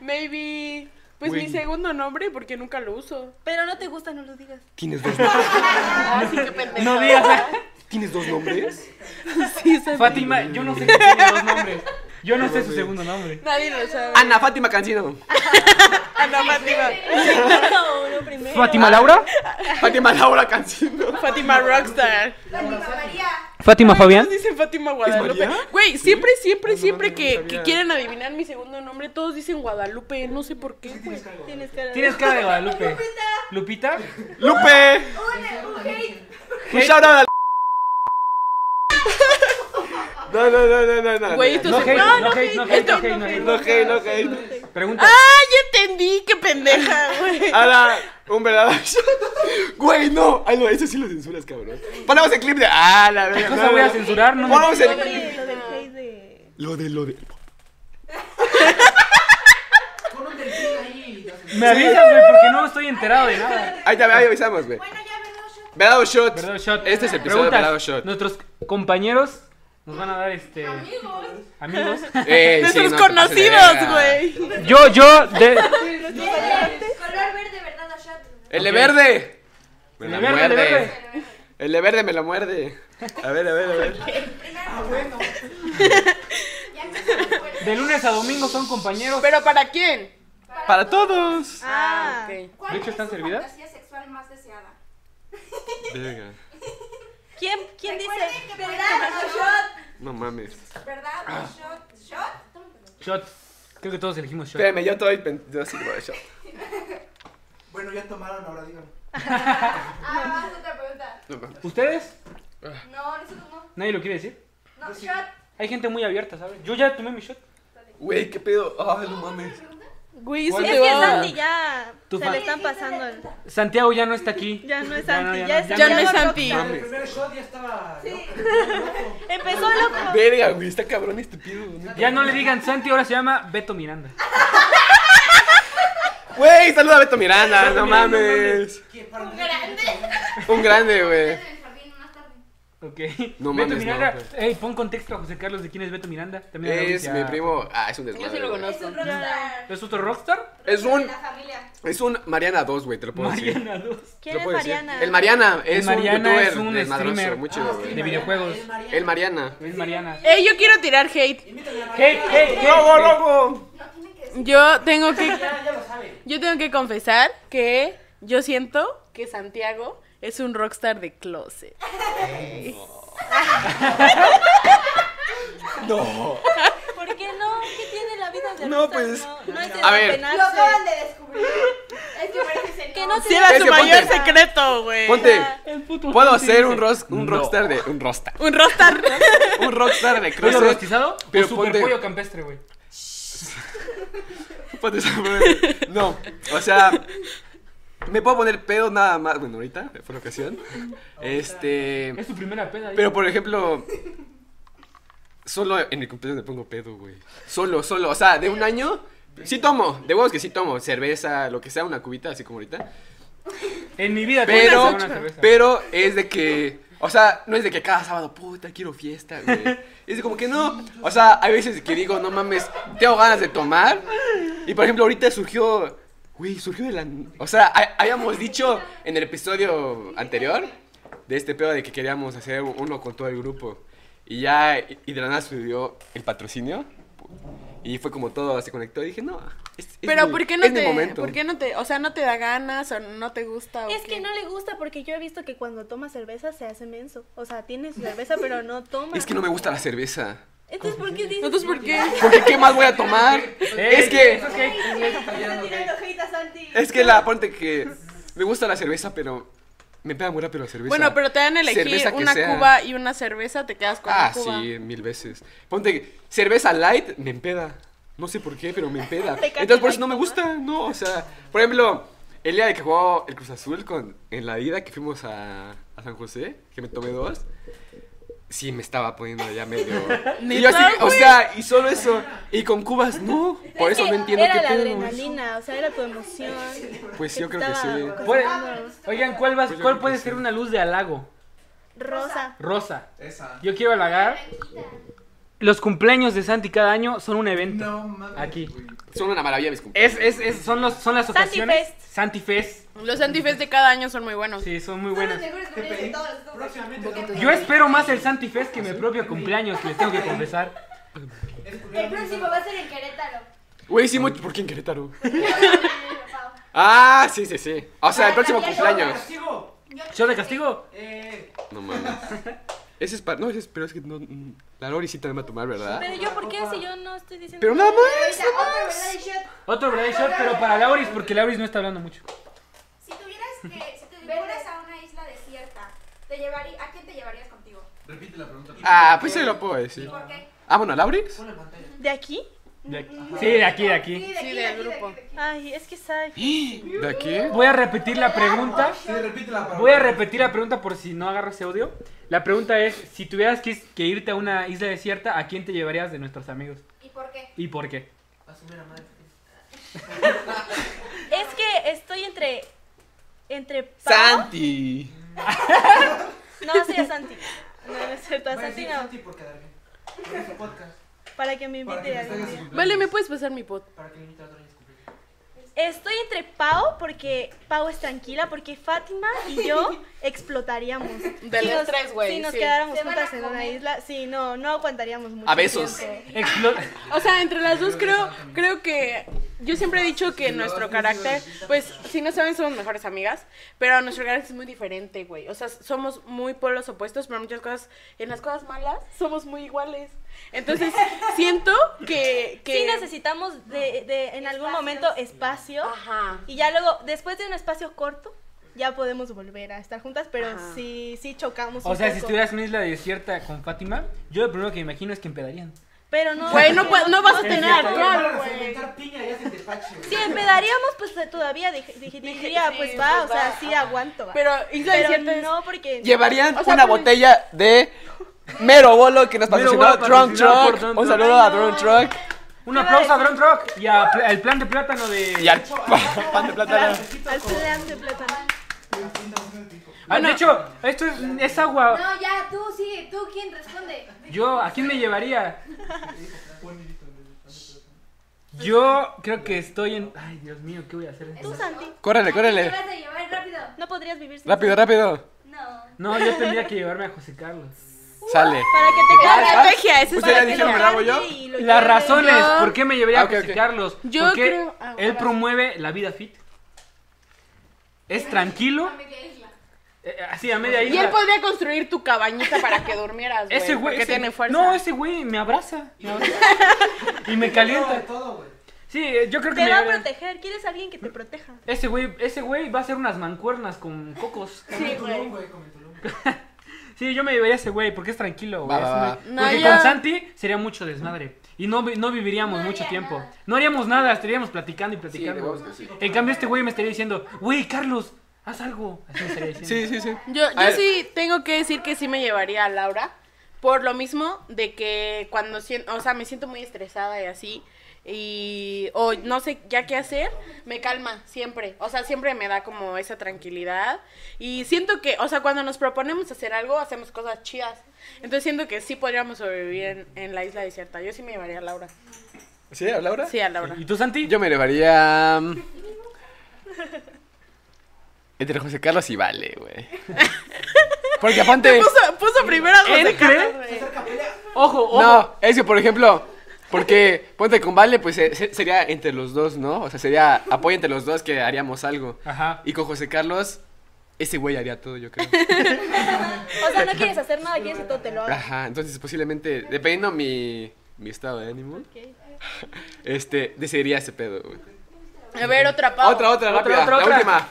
[SPEAKER 9] maybe. Pues
[SPEAKER 1] Güey.
[SPEAKER 9] mi segundo nombre, porque nunca lo uso.
[SPEAKER 8] Pero no te gusta, no lo digas.
[SPEAKER 1] ¿Tienes dos,
[SPEAKER 9] Así que pendejo.
[SPEAKER 2] No digas.
[SPEAKER 1] ¿Tienes dos nombres?
[SPEAKER 2] Fátima, yo no sé que tiene dos nombres. Yo no sé su segundo nombre.
[SPEAKER 9] Nadie lo sabe. Ah,
[SPEAKER 1] Ana Fátima Cancino.
[SPEAKER 9] Ana Fátima.
[SPEAKER 8] No, no primero.
[SPEAKER 2] ¿Fátima Laura?
[SPEAKER 1] Fátima Laura Cancino.
[SPEAKER 9] Fátima Rockstar.
[SPEAKER 7] Fátima María.
[SPEAKER 2] ¿Fátima Fabián?
[SPEAKER 9] Nos dicen Fátima Guadalupe.
[SPEAKER 1] María?
[SPEAKER 9] Güey, siempre, siempre, siempre
[SPEAKER 1] mames, no
[SPEAKER 9] que,
[SPEAKER 1] sabía.
[SPEAKER 9] que quieren adivinar mi segundo nombre, todos dicen Guadalupe. No sé por qué, güey.
[SPEAKER 8] Tienes cara. de-
[SPEAKER 2] Tienes cara de Guadalupe. ¿Lupita?
[SPEAKER 1] ¡Lupe!
[SPEAKER 7] Un, un hate.
[SPEAKER 1] Un shout out a la- No, no, no, no, no, no.
[SPEAKER 9] Güey, esto
[SPEAKER 2] No
[SPEAKER 9] se-
[SPEAKER 2] hate, no hate, no hate, no
[SPEAKER 9] esto-
[SPEAKER 2] hate, no hate.
[SPEAKER 1] No hate, no hate.
[SPEAKER 2] Pregunta.
[SPEAKER 9] ¡Ah, ya entendí! ¡Qué pendeja, güey! Ah,
[SPEAKER 1] Ana, un verdadero shout Güey, no. Ay, no, eso sí lo censuras, cabrón. Ponemos el clip de. Ah, la verga.
[SPEAKER 2] No
[SPEAKER 1] no,
[SPEAKER 2] se voy
[SPEAKER 1] no,
[SPEAKER 2] a
[SPEAKER 1] no.
[SPEAKER 2] censurar, no me...
[SPEAKER 1] Ponemos el
[SPEAKER 8] Lo del- lo del hate de-
[SPEAKER 1] Lo de, lo de.
[SPEAKER 2] Me avisas, güey, porque no estoy enterado de nada.
[SPEAKER 1] Ahí te ahí avisamos, güey.
[SPEAKER 7] Bueno, ya, ¿verdad? Yo-
[SPEAKER 1] Verdado shot.
[SPEAKER 2] Verdadero shot.
[SPEAKER 1] Este es el episodio de
[SPEAKER 2] Preguntas.
[SPEAKER 1] Verdadero shot.
[SPEAKER 2] Nuestros compañeros nos van a dar este.
[SPEAKER 7] Amigos.
[SPEAKER 2] Amigos.
[SPEAKER 1] Eh,
[SPEAKER 9] Nuestros
[SPEAKER 1] sí, no, te pases de
[SPEAKER 9] conocidos,
[SPEAKER 1] verga.
[SPEAKER 9] güey.
[SPEAKER 2] Yo, yo, de.
[SPEAKER 7] Color verde, ¿verdad? Ashad.
[SPEAKER 1] El de
[SPEAKER 2] Ok.
[SPEAKER 1] verde. Me
[SPEAKER 2] El
[SPEAKER 1] la
[SPEAKER 2] de verde, el de
[SPEAKER 1] muerde.
[SPEAKER 2] verde.
[SPEAKER 1] El de verde me la muerde. A ver, a ver, a ver.
[SPEAKER 7] Ya empezamos fuerte.
[SPEAKER 2] De lunes a domingo son compañeros.
[SPEAKER 9] ¿Pero para quién?
[SPEAKER 1] Para todos.
[SPEAKER 9] Ah, ok.
[SPEAKER 7] ¿Cuál
[SPEAKER 2] De hecho,
[SPEAKER 7] es
[SPEAKER 2] ¿están
[SPEAKER 7] su
[SPEAKER 2] servidas?
[SPEAKER 7] fantasía sexual más deseada?
[SPEAKER 8] ¿Quién, quién
[SPEAKER 7] Recuerden
[SPEAKER 8] dice?
[SPEAKER 7] que ¿Verdad? Ashad.
[SPEAKER 1] No mames.
[SPEAKER 7] ¿Verdad?
[SPEAKER 2] Ah.
[SPEAKER 7] Ashad. ¿Shot?
[SPEAKER 2] Shot. Creo que todos elegimos shot.
[SPEAKER 1] Espérame, yo estoy. pen- Yo sí, voy a shot.
[SPEAKER 5] Bueno, ya tomaron, ahora digan.
[SPEAKER 7] Ah, más otra pregunta.
[SPEAKER 1] No mames.
[SPEAKER 2] ¿Ustedes?
[SPEAKER 7] No, nosotros no.
[SPEAKER 2] Nadie lo quiere decir.
[SPEAKER 7] No, shot.
[SPEAKER 2] Hay gente muy abierta, ¿sabes? Yo ya tomé mi shot.
[SPEAKER 1] Güey, qué pedo. Ay, no mames.
[SPEAKER 9] Güey, eso
[SPEAKER 2] ¿Cuál
[SPEAKER 8] Es
[SPEAKER 9] te
[SPEAKER 8] que
[SPEAKER 9] va.
[SPEAKER 8] Santi ya
[SPEAKER 2] Tu
[SPEAKER 8] se
[SPEAKER 2] fan.
[SPEAKER 8] le están pasando. el-
[SPEAKER 2] Santiago ya no está aquí.
[SPEAKER 8] Ya no es
[SPEAKER 2] Ya no,
[SPEAKER 8] Santi,
[SPEAKER 2] ya
[SPEAKER 8] ya
[SPEAKER 2] no,
[SPEAKER 8] es
[SPEAKER 2] ya
[SPEAKER 9] Ya no es
[SPEAKER 8] loco.
[SPEAKER 9] Santi.
[SPEAKER 5] El primer shot ya estaba. Sí.
[SPEAKER 8] Empezó loco.
[SPEAKER 1] Verga, güey, está cabrón este pedo. neta.
[SPEAKER 2] Ya no le digan Santi, ahora se llama Beto Miranda.
[SPEAKER 1] Güey, saluda a Beto Miranda.
[SPEAKER 2] Beto
[SPEAKER 1] No
[SPEAKER 2] Miranda, no
[SPEAKER 1] mames.
[SPEAKER 7] Un grande.
[SPEAKER 1] Un grande, güey.
[SPEAKER 7] Desde el jardín más tarde.
[SPEAKER 2] Ok.
[SPEAKER 1] No
[SPEAKER 2] Beto
[SPEAKER 1] mames,
[SPEAKER 2] Miranda.
[SPEAKER 1] no, güey.
[SPEAKER 2] Ey, pon contexto a José Carlos de quién es Beto Miranda. También a
[SPEAKER 1] Es
[SPEAKER 2] Alicia.
[SPEAKER 1] mi primo. Ah, es un desmadre.
[SPEAKER 9] Yo sí lo
[SPEAKER 1] güey.
[SPEAKER 7] Es
[SPEAKER 9] conozco.
[SPEAKER 7] un rockstar.
[SPEAKER 2] ¿Es otro rockstar?
[SPEAKER 1] Es
[SPEAKER 7] De
[SPEAKER 1] un.
[SPEAKER 7] la familia.
[SPEAKER 1] Es un Mariana 2, güey, te lo puedo decir.
[SPEAKER 2] Mariana 2.
[SPEAKER 1] Te
[SPEAKER 8] ¿Quién
[SPEAKER 1] lo
[SPEAKER 8] es
[SPEAKER 1] puedo decir.
[SPEAKER 8] Mariana?
[SPEAKER 1] El Mariana Pues es
[SPEAKER 2] Mariana
[SPEAKER 1] un youtuber
[SPEAKER 2] es un
[SPEAKER 1] desmadroso,
[SPEAKER 2] streamer. Ah,
[SPEAKER 1] muy chido, güey.
[SPEAKER 2] De videojuegos.
[SPEAKER 1] El Mariana.
[SPEAKER 2] Es Mariana.
[SPEAKER 9] Eh, yo quiero tirar hate.
[SPEAKER 2] Hey, hey, hey.
[SPEAKER 1] ¡Lobo, lobo!
[SPEAKER 9] Yo tengo que. Yo tengo que confesar que yo siento que Santiago es un rockstar de closet.
[SPEAKER 1] No.
[SPEAKER 8] ¿Por qué no? ¿Qué tiene la vida de
[SPEAKER 4] No,
[SPEAKER 8] risas,
[SPEAKER 4] pues.
[SPEAKER 8] No, no es de
[SPEAKER 1] A ver.
[SPEAKER 8] apenarse.
[SPEAKER 7] Lo acaban de descubrir. Es que parece
[SPEAKER 8] Que no
[SPEAKER 9] Si
[SPEAKER 8] te
[SPEAKER 9] era
[SPEAKER 1] Es
[SPEAKER 9] su
[SPEAKER 1] que
[SPEAKER 9] mayor
[SPEAKER 1] ponte-
[SPEAKER 9] secreto, güey.
[SPEAKER 1] Ponte,
[SPEAKER 2] El puto
[SPEAKER 1] puedo
[SPEAKER 2] Santi
[SPEAKER 1] ser
[SPEAKER 2] dice,
[SPEAKER 1] un, ros- un
[SPEAKER 4] No.
[SPEAKER 1] rockstar de. Un rockstar.
[SPEAKER 9] Un rockstar.
[SPEAKER 1] Un rockstar de
[SPEAKER 2] ¿Pollo
[SPEAKER 1] cruces.
[SPEAKER 2] rostizado
[SPEAKER 1] Pero
[SPEAKER 2] o super
[SPEAKER 1] ponte-
[SPEAKER 2] pollo campestre, güey?
[SPEAKER 1] Ponte esa madre. No, o sea, me puedo poner pedo nada más. Bueno, ahorita, por ocasión. Este.
[SPEAKER 2] Es tu primera peda. ahí.
[SPEAKER 1] Pero por ejemplo, solo en mi cumpleaños me pongo pedo, güey. Solo, solo. O sea, de un año, sí tomo. De huevos que sí tomo. Cerveza, lo que sea, una cubita, así como ahorita.
[SPEAKER 2] En mi vida
[SPEAKER 1] Pero,
[SPEAKER 2] una cerveza.
[SPEAKER 1] pero es de que, o sea, no es de que cada sábado, puta, quiero fiesta, güey. Es de como que no, o sea, hay veces que digo, no mames, tengo ganas de tomar. Y por ejemplo, ahorita surgió, güey, surgió de la... O sea, ha- habíamos dicho en el episodio anterior de este pedo de que queríamos hacer uno con todo el grupo. Y ya, y y de la nada subió el patrocinio. Y fue como todo, se conectó y dije, no, es, es
[SPEAKER 9] Pero
[SPEAKER 1] mi-
[SPEAKER 9] ¿por qué no
[SPEAKER 1] es mi
[SPEAKER 9] te,
[SPEAKER 1] momento.
[SPEAKER 9] por qué no te, o sea, no te da ganas o no te gusta? o
[SPEAKER 8] Es
[SPEAKER 9] qué?
[SPEAKER 8] que no le gusta porque yo he visto que cuando toma cerveza se hace menso. O sea, tiene su cerveza pero no toma.
[SPEAKER 1] Es que no me gusta la cerveza.
[SPEAKER 8] Entonces, ¿por qué dices?
[SPEAKER 9] Entonces, pues, ¿por qué?
[SPEAKER 1] Porque qué más voy a tomar.
[SPEAKER 2] Ey,
[SPEAKER 1] es que
[SPEAKER 2] eso es que-
[SPEAKER 1] es que la parte que me gusta la cerveza, pero me pega muy rápido la cerveza.
[SPEAKER 9] Bueno, pero te dan a elegir
[SPEAKER 1] Cerveza que
[SPEAKER 9] una
[SPEAKER 1] sea.
[SPEAKER 9] cuba y una cerveza, te quedas con
[SPEAKER 1] ah,
[SPEAKER 9] la cuba.
[SPEAKER 1] sí, mil veces. Ponte que cerveza light me empeda. No sé por qué, pero me empeda.
[SPEAKER 8] Te cae
[SPEAKER 1] Entonces por
[SPEAKER 8] la
[SPEAKER 1] eso no me gusta, no, o sea, por ejemplo, el día de que jugó el Cruz Azul con en la ida que fuimos a, a San José, que me tomé dos. Sí, me estaba poniendo ya medio. y yo así,
[SPEAKER 9] ¿Neta,
[SPEAKER 1] o
[SPEAKER 9] güey?
[SPEAKER 1] sea, y solo eso. Y con cubas, no. Por
[SPEAKER 8] Es
[SPEAKER 1] eso
[SPEAKER 8] que
[SPEAKER 1] no entiendo
[SPEAKER 8] Era
[SPEAKER 1] qué
[SPEAKER 8] la
[SPEAKER 1] pedo.
[SPEAKER 8] adrenalina, o sea, era tu emoción.
[SPEAKER 1] Pues
[SPEAKER 8] que
[SPEAKER 1] yo creo que
[SPEAKER 8] estaba
[SPEAKER 1] sí.
[SPEAKER 8] causando
[SPEAKER 2] Puede- Oigan, ¿cuál, vas,
[SPEAKER 1] Pues yo
[SPEAKER 2] ¿cuál
[SPEAKER 1] creo
[SPEAKER 2] puede
[SPEAKER 1] que
[SPEAKER 2] ser
[SPEAKER 1] sí.
[SPEAKER 2] una luz de halago?
[SPEAKER 8] Rosa.
[SPEAKER 2] Rosa.
[SPEAKER 4] Esa.
[SPEAKER 2] Yo quiero halagar. Los cumpleaños de Santi cada año son un evento.
[SPEAKER 4] mames.
[SPEAKER 2] Aquí.
[SPEAKER 1] Son una maravilla mis cumpleaños.
[SPEAKER 2] Es, es, es- son, los, son las
[SPEAKER 8] Santi
[SPEAKER 2] ocasiones.
[SPEAKER 8] Fest.
[SPEAKER 2] Santi Fest.
[SPEAKER 9] Los antifes de cada año son muy buenos.
[SPEAKER 2] Sí, son muy buenas.
[SPEAKER 6] de todos los dos.
[SPEAKER 2] Yo espero más el Santi Fest que mi propio cumpleaños, les tengo que confesar.
[SPEAKER 7] El próximo va a ser en Querétaro.
[SPEAKER 1] Güey, sí, mucho. ¿Por qué en Querétaro? Ah, sí, sí, sí. O sea, el próximo cumpleaños.
[SPEAKER 2] ¿Yo de castigo?
[SPEAKER 5] eh,
[SPEAKER 1] No mames. Ese es para. No, ese es, pero es que no. mm, La Lori sí también va a tomar, ¿verdad?
[SPEAKER 8] Pero yo, ¿por qué si yo no estoy diciendo?
[SPEAKER 1] Pero nada más.
[SPEAKER 7] Ahorita, otra verdad de shot.
[SPEAKER 2] Otro verdad shot, pero para Lauris, porque Lauris no está hablando mucho.
[SPEAKER 6] Si tuvieras que, si te fueras a una isla desierta, te llevaría, ¿a quién te llevarías contigo?
[SPEAKER 1] Ah, pues se lo puedo decir.
[SPEAKER 6] ¿Por qué?
[SPEAKER 1] Ah, bueno, ¿Lauris?
[SPEAKER 8] ¿De aquí?
[SPEAKER 2] De aquí. Sí, de aquí, de aquí.
[SPEAKER 6] de
[SPEAKER 9] Sí,
[SPEAKER 6] aquí,
[SPEAKER 9] del
[SPEAKER 6] de aquí, de
[SPEAKER 9] grupo.
[SPEAKER 6] aquí, de aquí.
[SPEAKER 8] Ay, es que sabe.
[SPEAKER 1] ¿De aquí?
[SPEAKER 2] Voy a repetir la pregunta.
[SPEAKER 4] repítela para
[SPEAKER 2] Voy a repetir la pregunta por si no agarro ese audio. La pregunta es, si tuvieras que, que irte a una isla desierta, ¿a quién te llevarías de nuestros amigos?
[SPEAKER 6] ¿Y por qué?
[SPEAKER 2] ¿Y por qué?
[SPEAKER 8] Es que estoy entre. Entre. Pau-
[SPEAKER 1] ¡Santi!
[SPEAKER 8] No, sí, a Santi. No, no es cierto, a Santi no. Para que me invite algún día.
[SPEAKER 9] Vale, ¿me puedes pasar mi pot?
[SPEAKER 8] Estoy entre Pau, porque Pau es tranquila, porque Fátima y yo explotaríamos.
[SPEAKER 9] De
[SPEAKER 8] Si
[SPEAKER 9] los
[SPEAKER 8] nos-
[SPEAKER 9] tres, güey,
[SPEAKER 8] Si nos
[SPEAKER 9] sí.
[SPEAKER 8] quedáramos
[SPEAKER 6] Se van a
[SPEAKER 8] juntas en una
[SPEAKER 6] comer.
[SPEAKER 8] isla, sí, no, no aguantaríamos mucho.
[SPEAKER 1] A besos.
[SPEAKER 8] tiempo.
[SPEAKER 2] Explo-
[SPEAKER 9] O sea, entre las dos creo, creo que yo siempre he dicho que nuestro carácter, pues si no saben somos mejores amigas, pero nuestro carácter es muy diferente, güey. O sea, somos muy polos opuestos, pero en muchas cosas, en las cosas malas somos muy iguales. Entonces siento que, que
[SPEAKER 8] Sí necesitamos de, de- en algún momento espacio.
[SPEAKER 9] Ajá.
[SPEAKER 8] Y ya luego, después de un espacio corto, ya podemos volver a estar juntas, pero
[SPEAKER 9] Ajá.
[SPEAKER 8] sí, sí chocamos
[SPEAKER 2] O
[SPEAKER 8] un
[SPEAKER 2] sea, si
[SPEAKER 8] poco.
[SPEAKER 2] estuvieras en una isla desierta con Fátima, yo lo primero que me imagino es que empedarían.
[SPEAKER 8] Pero no...
[SPEAKER 9] Güey, no, pu- no vas a
[SPEAKER 2] Sí,
[SPEAKER 9] tener
[SPEAKER 2] sí, está
[SPEAKER 9] alcohol, güey.
[SPEAKER 8] Si empedaríamos, pues eh, todavía dije, dije- diría,
[SPEAKER 9] sí,
[SPEAKER 8] pues va,
[SPEAKER 9] pues,
[SPEAKER 8] o sea,
[SPEAKER 9] va,
[SPEAKER 8] sí
[SPEAKER 9] ajá.
[SPEAKER 8] aguanto. va.
[SPEAKER 9] Pero isla
[SPEAKER 8] Pero
[SPEAKER 9] desierta es-
[SPEAKER 8] no porque...
[SPEAKER 1] Llevarían
[SPEAKER 9] O sea,
[SPEAKER 1] una
[SPEAKER 9] pues-
[SPEAKER 1] botella de mero bolo que nos patrocinó
[SPEAKER 2] Mero Bolo
[SPEAKER 1] Drunk
[SPEAKER 2] patrocinado por
[SPEAKER 1] Truck.
[SPEAKER 2] Drunk
[SPEAKER 1] Un
[SPEAKER 2] Truck.
[SPEAKER 1] saludo a Drunk Truck.
[SPEAKER 2] Un aplauso a Drone Rock y a pl- al plan de plátano de...
[SPEAKER 1] Y al pan de plátano.
[SPEAKER 8] Al plan de plátano.
[SPEAKER 2] Ah, de hecho, esto es, es agua.
[SPEAKER 7] No, ya, tú sí, tú quién responde.
[SPEAKER 2] Yo, ¿a quién me llevaría? Yo creo que estoy en... Ay, Dios mío, ¿qué voy a hacer?
[SPEAKER 8] Tú, Santi,
[SPEAKER 1] Córrele,
[SPEAKER 7] ¿A
[SPEAKER 1] córrele.
[SPEAKER 7] quién te vas a llevar rápido?
[SPEAKER 8] no podrías vivir sin
[SPEAKER 1] Rápido,
[SPEAKER 8] Santi.
[SPEAKER 1] rápido.
[SPEAKER 7] No.
[SPEAKER 2] No, yo tendría que llevarme a José Carlos.
[SPEAKER 1] Sale.
[SPEAKER 8] Para que te
[SPEAKER 9] La
[SPEAKER 8] cargue.
[SPEAKER 9] estrategia, esa es
[SPEAKER 1] Ustedes
[SPEAKER 9] la
[SPEAKER 1] ya dijeron,
[SPEAKER 9] estrategia.
[SPEAKER 1] ¿me la hago yo?
[SPEAKER 2] Las razones
[SPEAKER 9] Yo-
[SPEAKER 2] por qué me llevaría
[SPEAKER 1] Ah, ok,
[SPEAKER 2] a José
[SPEAKER 1] ok.
[SPEAKER 2] Carlos.
[SPEAKER 9] Yo
[SPEAKER 2] porque
[SPEAKER 9] creo- ah,
[SPEAKER 2] él
[SPEAKER 9] gracias.
[SPEAKER 2] promueve la vida fit. Es tranquilo.
[SPEAKER 7] ¿A qué isla?
[SPEAKER 2] eh, así a media
[SPEAKER 9] Y
[SPEAKER 2] isla.
[SPEAKER 9] él podría construir tu cabañita para que durmieras, güey.
[SPEAKER 2] Ese güey.
[SPEAKER 9] porque
[SPEAKER 2] ese-
[SPEAKER 9] tiene fuerza.
[SPEAKER 2] No, ese güey me abraza. me abraza. y me calienta.
[SPEAKER 5] todo, güey.
[SPEAKER 2] Sí, eh, yo creo que
[SPEAKER 8] Te va a
[SPEAKER 2] me-
[SPEAKER 8] proteger. ¿Quieres a alguien que te proteja?
[SPEAKER 2] Ese güey, ese güey va a hacer unas mancuernas con cocos.
[SPEAKER 9] Sí, güey.
[SPEAKER 2] Sí, yo me llevaría a ese güey porque es tranquilo, güey.
[SPEAKER 1] Va,
[SPEAKER 2] es
[SPEAKER 1] va, va.
[SPEAKER 2] muy-
[SPEAKER 9] No,
[SPEAKER 2] porque
[SPEAKER 9] yo-
[SPEAKER 2] con Santi sería mucho desmadre. Y no, vi- no viviríamos
[SPEAKER 6] No
[SPEAKER 2] mucho
[SPEAKER 6] haría
[SPEAKER 2] tiempo.
[SPEAKER 6] nada.
[SPEAKER 2] No haríamos nada, estaríamos platicando y
[SPEAKER 1] Sí, de
[SPEAKER 2] platicando.
[SPEAKER 1] huevos que sí.
[SPEAKER 2] en cambio, este güey me estaría diciendo, güey, Carlos, haz algo. Así me estaría diciendo.
[SPEAKER 1] Sí, sí, sí.
[SPEAKER 9] Yo,
[SPEAKER 1] A
[SPEAKER 9] yo
[SPEAKER 1] ver.
[SPEAKER 9] sí tengo que decir que sí me llevaría a Laura. Por lo mismo de que cuando siento, o sea, me siento muy estresada y así. Y, o no sé ya qué hacer, me calma siempre. O sea, siempre me da como esa tranquilidad. Y siento que, o sea, cuando nos proponemos hacer algo, hacemos cosas chidas. Entonces siento que sí podríamos sobrevivir en, en la isla desierta. Yo sí me llevaría a Laura.
[SPEAKER 1] ¿Sí, a Laura?
[SPEAKER 9] Sí, a Laura.
[SPEAKER 2] ¿Y tú, Santi?
[SPEAKER 1] Yo me llevaría. mm, Entre José Carlos y Vale, güey. Porque aparte.
[SPEAKER 9] Puso, puso primero a José
[SPEAKER 2] ¿Él
[SPEAKER 9] Carlos,
[SPEAKER 2] cree?
[SPEAKER 9] güey.
[SPEAKER 2] Ojo, ojo.
[SPEAKER 1] No, es que por ejemplo. Porque ponte con Vale, pues se- se- sería entre los dos, ¿no? O sea, sería apoyo entre los dos que haríamos algo.
[SPEAKER 2] Ajá.
[SPEAKER 1] Y con José Carlos, ese güey haría todo, yo creo.
[SPEAKER 8] O sea, no quieres hacer nada, quieres que todo te lo haga.
[SPEAKER 1] Ajá, entonces posiblemente, dependiendo mi, mi estado de ánimo, este, decidiría ese pedo, güey.
[SPEAKER 9] A ver, otra pausa.
[SPEAKER 1] Otra, otra,
[SPEAKER 2] Otra,
[SPEAKER 1] rápida.
[SPEAKER 2] otra,
[SPEAKER 1] la
[SPEAKER 2] otra.
[SPEAKER 1] última.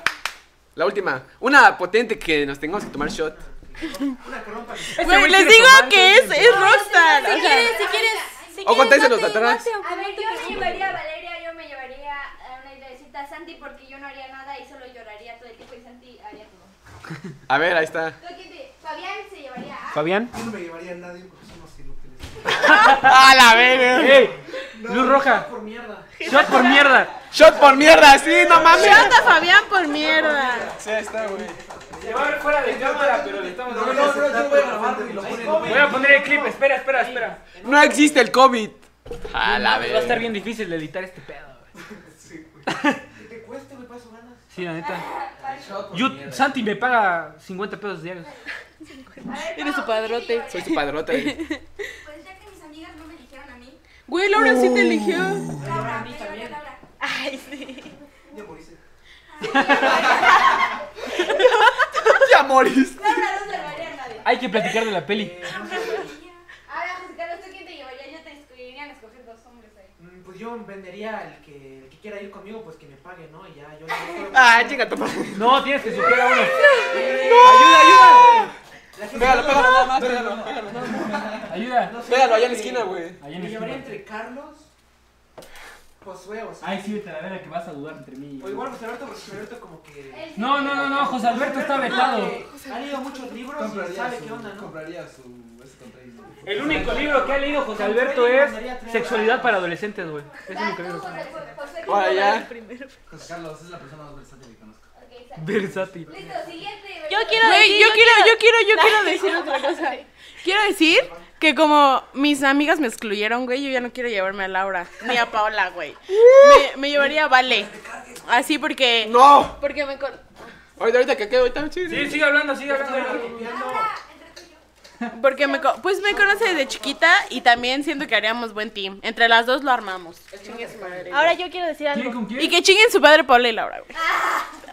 [SPEAKER 1] La última. Una potente que nos tengamos que tomar shot.
[SPEAKER 2] Ese
[SPEAKER 9] Güey,
[SPEAKER 2] güey
[SPEAKER 9] les
[SPEAKER 2] quiere
[SPEAKER 9] digo
[SPEAKER 2] tomar,
[SPEAKER 9] que es,
[SPEAKER 2] quiere
[SPEAKER 9] es rockstar. o
[SPEAKER 7] Si
[SPEAKER 9] sea.
[SPEAKER 7] quieres, si quieres. si
[SPEAKER 1] O
[SPEAKER 7] quieres,
[SPEAKER 1] conténselos
[SPEAKER 7] date,
[SPEAKER 1] de atrás.
[SPEAKER 7] date,
[SPEAKER 6] A ver,
[SPEAKER 8] pues,
[SPEAKER 7] aguanta
[SPEAKER 6] yo
[SPEAKER 7] tu
[SPEAKER 6] me llevaría a
[SPEAKER 7] pregunta.
[SPEAKER 6] Valeria, yo me llevaría a una isla a Santi porque yo no haría nada y solo lloraría todo el tiempo y Santi haría todo.
[SPEAKER 1] A ver, ahí está.
[SPEAKER 6] ¿Tú a quién te- Fabián se llevaría a...
[SPEAKER 2] ¿Fabián?
[SPEAKER 5] Yo no me llevaría a nadie porque somos inútiles.
[SPEAKER 1] ¡A la verga!
[SPEAKER 2] ¡Ey! Luz roja.
[SPEAKER 5] Por mierda.
[SPEAKER 2] Shot por mierda.
[SPEAKER 1] ¡Shot por mierda! ¡Sí, no mames!
[SPEAKER 9] Shot a Fabián por mierda.
[SPEAKER 1] Sí, ahí está, güey.
[SPEAKER 2] Se va a ver fuera de cámara, pero le estamos
[SPEAKER 5] No, no, no, yo voy a grabarlo y lo ponen.
[SPEAKER 2] Voy a poner el clip, espera, espera, espera.
[SPEAKER 1] No existe el COVID. A la
[SPEAKER 2] Va a estar
[SPEAKER 1] verga.
[SPEAKER 2] bien difícil de editar este pedo, güey.
[SPEAKER 5] Que te cueste, güey, para eso ganas.
[SPEAKER 2] Sí, la neta. Yo- Santi me paga 50 pesos diarios.
[SPEAKER 9] Eres su padrote.
[SPEAKER 1] Soy su padrote.
[SPEAKER 6] Pues ya que mis amigas no me dijeron a mí.
[SPEAKER 9] Güey, Laura sí te eligió.
[SPEAKER 6] Laura, me llevaría a Laura.
[SPEAKER 8] Ay, sí.
[SPEAKER 5] Ya moriste.
[SPEAKER 1] ¡Ya morís!
[SPEAKER 6] Laura no se llevaría a nadie.
[SPEAKER 2] Hay que platicar de la peli.
[SPEAKER 6] Ahora, José Carlos, ¿tú quién te llevaría? Yo te escogerían a escoger dos hombres ahí.
[SPEAKER 5] Mm, Pues yo vendería al que, el que quiera ir conmigo, pues que me pague, ¿no? Y ya, yo le
[SPEAKER 1] ¡Ah, chinga tu madre!
[SPEAKER 2] No, tienes que sujetar a uno.
[SPEAKER 1] ¡Ayuda, ayuda! Pégalo, pégalo, nada más, pégalo, pégalo.
[SPEAKER 2] Ayuda.
[SPEAKER 1] Pégalo allá en la esquina, güey.
[SPEAKER 2] Ahí en
[SPEAKER 5] Me
[SPEAKER 2] el
[SPEAKER 5] llevaría
[SPEAKER 2] esquema.
[SPEAKER 5] entre Carlos, Josué o sea.
[SPEAKER 2] Ay, sí, te la verga que vas a dudar entre mí.
[SPEAKER 5] O Pues igual José Alberto, porque José Alberto como que...
[SPEAKER 2] No, no, no, no, José Alberto está vetado.
[SPEAKER 5] que Eh, Ha leído muchos libros y sabe qué onda, ¿no?
[SPEAKER 10] Compraría su. Ese contraísmo.
[SPEAKER 2] El único libro que ha leído José Alberto es Sexualidad para adolescentes, güey. Es el único
[SPEAKER 6] Vas tú,
[SPEAKER 2] libro.
[SPEAKER 6] José, José, José.
[SPEAKER 1] Ahora ya.
[SPEAKER 8] Primero.
[SPEAKER 10] José Carlos es la persona más versátil que conozco.
[SPEAKER 6] Ok, sal.
[SPEAKER 2] Versátil.
[SPEAKER 6] Listo, siguiente.
[SPEAKER 8] Yo quiero
[SPEAKER 9] Güey,
[SPEAKER 8] decir,
[SPEAKER 9] yo quiero, yo quiero, yo quiero decir otra cosa. Quiero decir que como mis amigas me excluyeron, güey, yo ya no quiero llevarme a Laura ni a Paola, güey. Me, me llevaría a Vale. Así porque.
[SPEAKER 1] ¡No!
[SPEAKER 9] Porque me. con-
[SPEAKER 1] Ahorita, ahorita que quedo, ahorita, chido.
[SPEAKER 2] Sí, sigue hablando, sigue hablando.
[SPEAKER 6] Laura, entre tú y yo.
[SPEAKER 9] Porque me. co- Pues me conoce desde chiquita y también siento que haríamos buen team. Entre las dos lo armamos. Chingue su madre.
[SPEAKER 8] Ahora yo quiero decir
[SPEAKER 2] ¿Quién
[SPEAKER 8] algo.
[SPEAKER 2] con
[SPEAKER 9] Y
[SPEAKER 2] quién?
[SPEAKER 9] que chinguen su padre Paola y Laura, güey.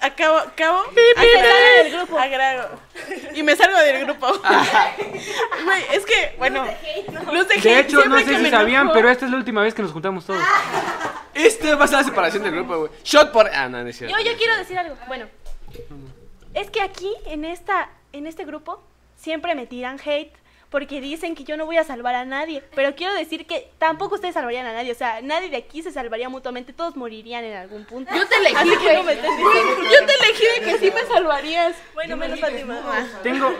[SPEAKER 9] Acabo, acabo.
[SPEAKER 8] pi,
[SPEAKER 9] agrego-
[SPEAKER 8] pi. del grupo.
[SPEAKER 9] agrego. Y me salgo del grupo. Güey, es que, bueno. Los dejé.
[SPEAKER 2] Ah. De hecho, no
[SPEAKER 9] siempre
[SPEAKER 2] sé
[SPEAKER 9] que
[SPEAKER 2] si
[SPEAKER 9] me
[SPEAKER 2] sabían,
[SPEAKER 9] enojo- Ah.
[SPEAKER 2] pero esta es la última vez que nos juntamos todos.
[SPEAKER 1] Este va a ser la separación del grupo, güey. Shot por. Ah, no, no es cierto.
[SPEAKER 8] Yo, yo quiero decir algo. Bueno, es que aquí, en, esta, en este grupo, siempre me tiran hate porque dicen que yo no voy a salvar a nadie. Pero quiero decir que tampoco ustedes salvarían a nadie. O sea, nadie de aquí se salvaría mutuamente. Todos morirían en algún punto.
[SPEAKER 9] Yo te elegí,
[SPEAKER 8] Así que
[SPEAKER 9] güey.
[SPEAKER 8] no me estés diciendo.
[SPEAKER 9] Yo te elegí de que sí me salvarías.
[SPEAKER 8] Bueno, menos Fátima.
[SPEAKER 2] Tengo,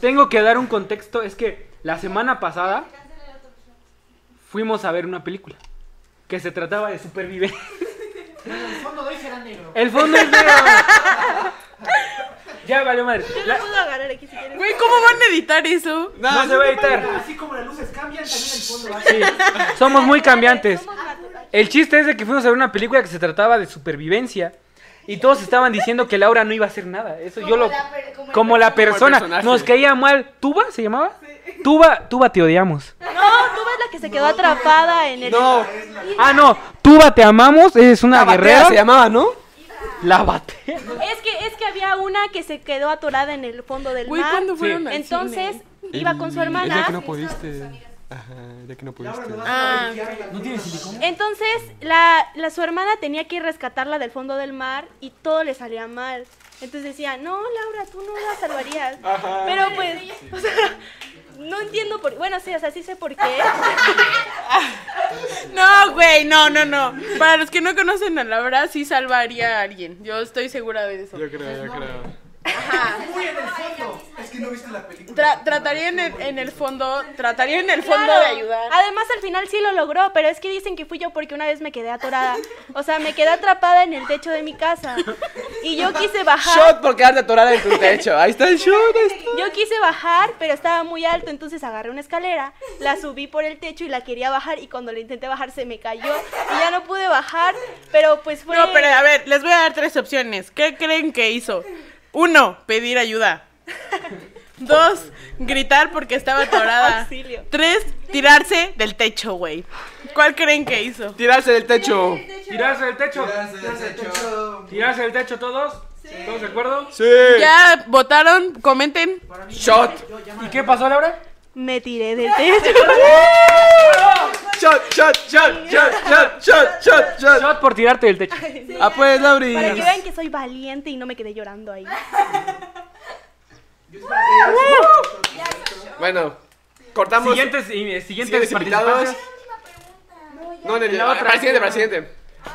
[SPEAKER 2] tengo que dar un contexto. Es que la semana pasada fuimos a ver una película que se trataba de supervivencia.
[SPEAKER 5] El fondo de hoy será negro.
[SPEAKER 2] El fondo es negro. Ya valió madre.
[SPEAKER 8] Yo
[SPEAKER 2] La-
[SPEAKER 8] lo puedo agarrar aquí si quieres.
[SPEAKER 9] Güey, ¿cómo van a editar eso?
[SPEAKER 2] no se va a editar.
[SPEAKER 5] Así como las luces cambian, también el fondo va a
[SPEAKER 2] Sí, somos muy cambiantes. El chiste es de que fuimos a ver una película que se trataba de supervivencia. Y todos estaban diciendo que Laura no iba a hacer nada. Eso yo lo. Como la persona.
[SPEAKER 1] personaje.
[SPEAKER 2] Nos caía mal. ¿Tuba se llamaba? Tuba, Tuba te odiamos.
[SPEAKER 8] No, tú ves la que se quedó atrapada en el.
[SPEAKER 1] No,
[SPEAKER 2] Ah, no. Tuba te amamos. Es una
[SPEAKER 1] Tabatea
[SPEAKER 2] guerrera.
[SPEAKER 1] se llamaba, ¿no?
[SPEAKER 2] Lávate.
[SPEAKER 8] Es que, es que había una que se quedó atorada en el fondo del
[SPEAKER 9] Güey,
[SPEAKER 8] mar.
[SPEAKER 9] ¿cuándo fueron al
[SPEAKER 8] Entonces
[SPEAKER 1] Y-
[SPEAKER 8] iba con su
[SPEAKER 1] Es la
[SPEAKER 8] hermana.
[SPEAKER 1] que no pudiste. Ajá, es la que no pudiste.
[SPEAKER 9] Ah,
[SPEAKER 2] ¿No tienes silicón?
[SPEAKER 8] Entonces la, la- su hermana tenía que ir rescatarla del fondo del mar y todo le salía mal. Entonces decía, no, Laura, tú no la salvarías.
[SPEAKER 1] Ajá.
[SPEAKER 8] Pero pues, o sea, no entiendo por Bueno, sí, o sea, sí sé por qué.
[SPEAKER 9] No, güey, no, no, no. Para los que no conocen a Laura, sí salvaría a alguien. Yo estoy segura de eso.
[SPEAKER 1] Yo creo, yo creo.
[SPEAKER 10] Muy en el fondo. Es que no viste la película.
[SPEAKER 9] Tra- trataría en el, en el fondo, trataría en el fondo
[SPEAKER 8] Claro. Ah,
[SPEAKER 9] de ayudar.
[SPEAKER 8] Además, al final sí lo logró, pero es que dicen que fui yo porque una vez me quedé atorada. O sea, me quedé atrapada en el techo de mi casa. Y yo quise bajar.
[SPEAKER 1] Shot por quedarte atorada en tu techo. Ahí está el shot. ahí está.
[SPEAKER 8] Yo quise bajar, pero estaba muy alto, entonces agarré una escalera, la subí por el techo y la quería bajar y cuando la intenté bajar se me cayó y ya no pude bajar, pero pues fue...
[SPEAKER 9] No, pero a ver, les voy a dar tres opciones. ¿Qué creen que hizo? Uno, pedir ayuda. Dos, gritar porque estaba atorada.
[SPEAKER 8] Auxilio.
[SPEAKER 9] Tres, tirarse del techo, güey. ¿Cuál creen que hizo?
[SPEAKER 1] Tirarse del techo.
[SPEAKER 2] Tirarse del techo.
[SPEAKER 10] Tirarse del techo.
[SPEAKER 2] Tirarse del techo todos. ¿Todos de acuerdo?
[SPEAKER 1] Sí.
[SPEAKER 9] ¿Ya votaron? Comenten.
[SPEAKER 1] Shot.
[SPEAKER 2] ¿Y qué pasó, Laura?
[SPEAKER 8] Me tiré del techo.
[SPEAKER 1] Shot, shot, shot, shot, shot, shot, shot, shot.
[SPEAKER 2] Shot por tirarte del techo.
[SPEAKER 1] Ah, pues, Lauri.
[SPEAKER 8] Para que vean que soy valiente y no me quedé llorando ahí.
[SPEAKER 1] Bueno, cortamos.
[SPEAKER 2] Siguientes, eh, siguientes
[SPEAKER 1] Siguientes invitados.
[SPEAKER 2] participantes.
[SPEAKER 1] No, en el,
[SPEAKER 2] La otra.
[SPEAKER 1] para el siguiente, para el siguiente.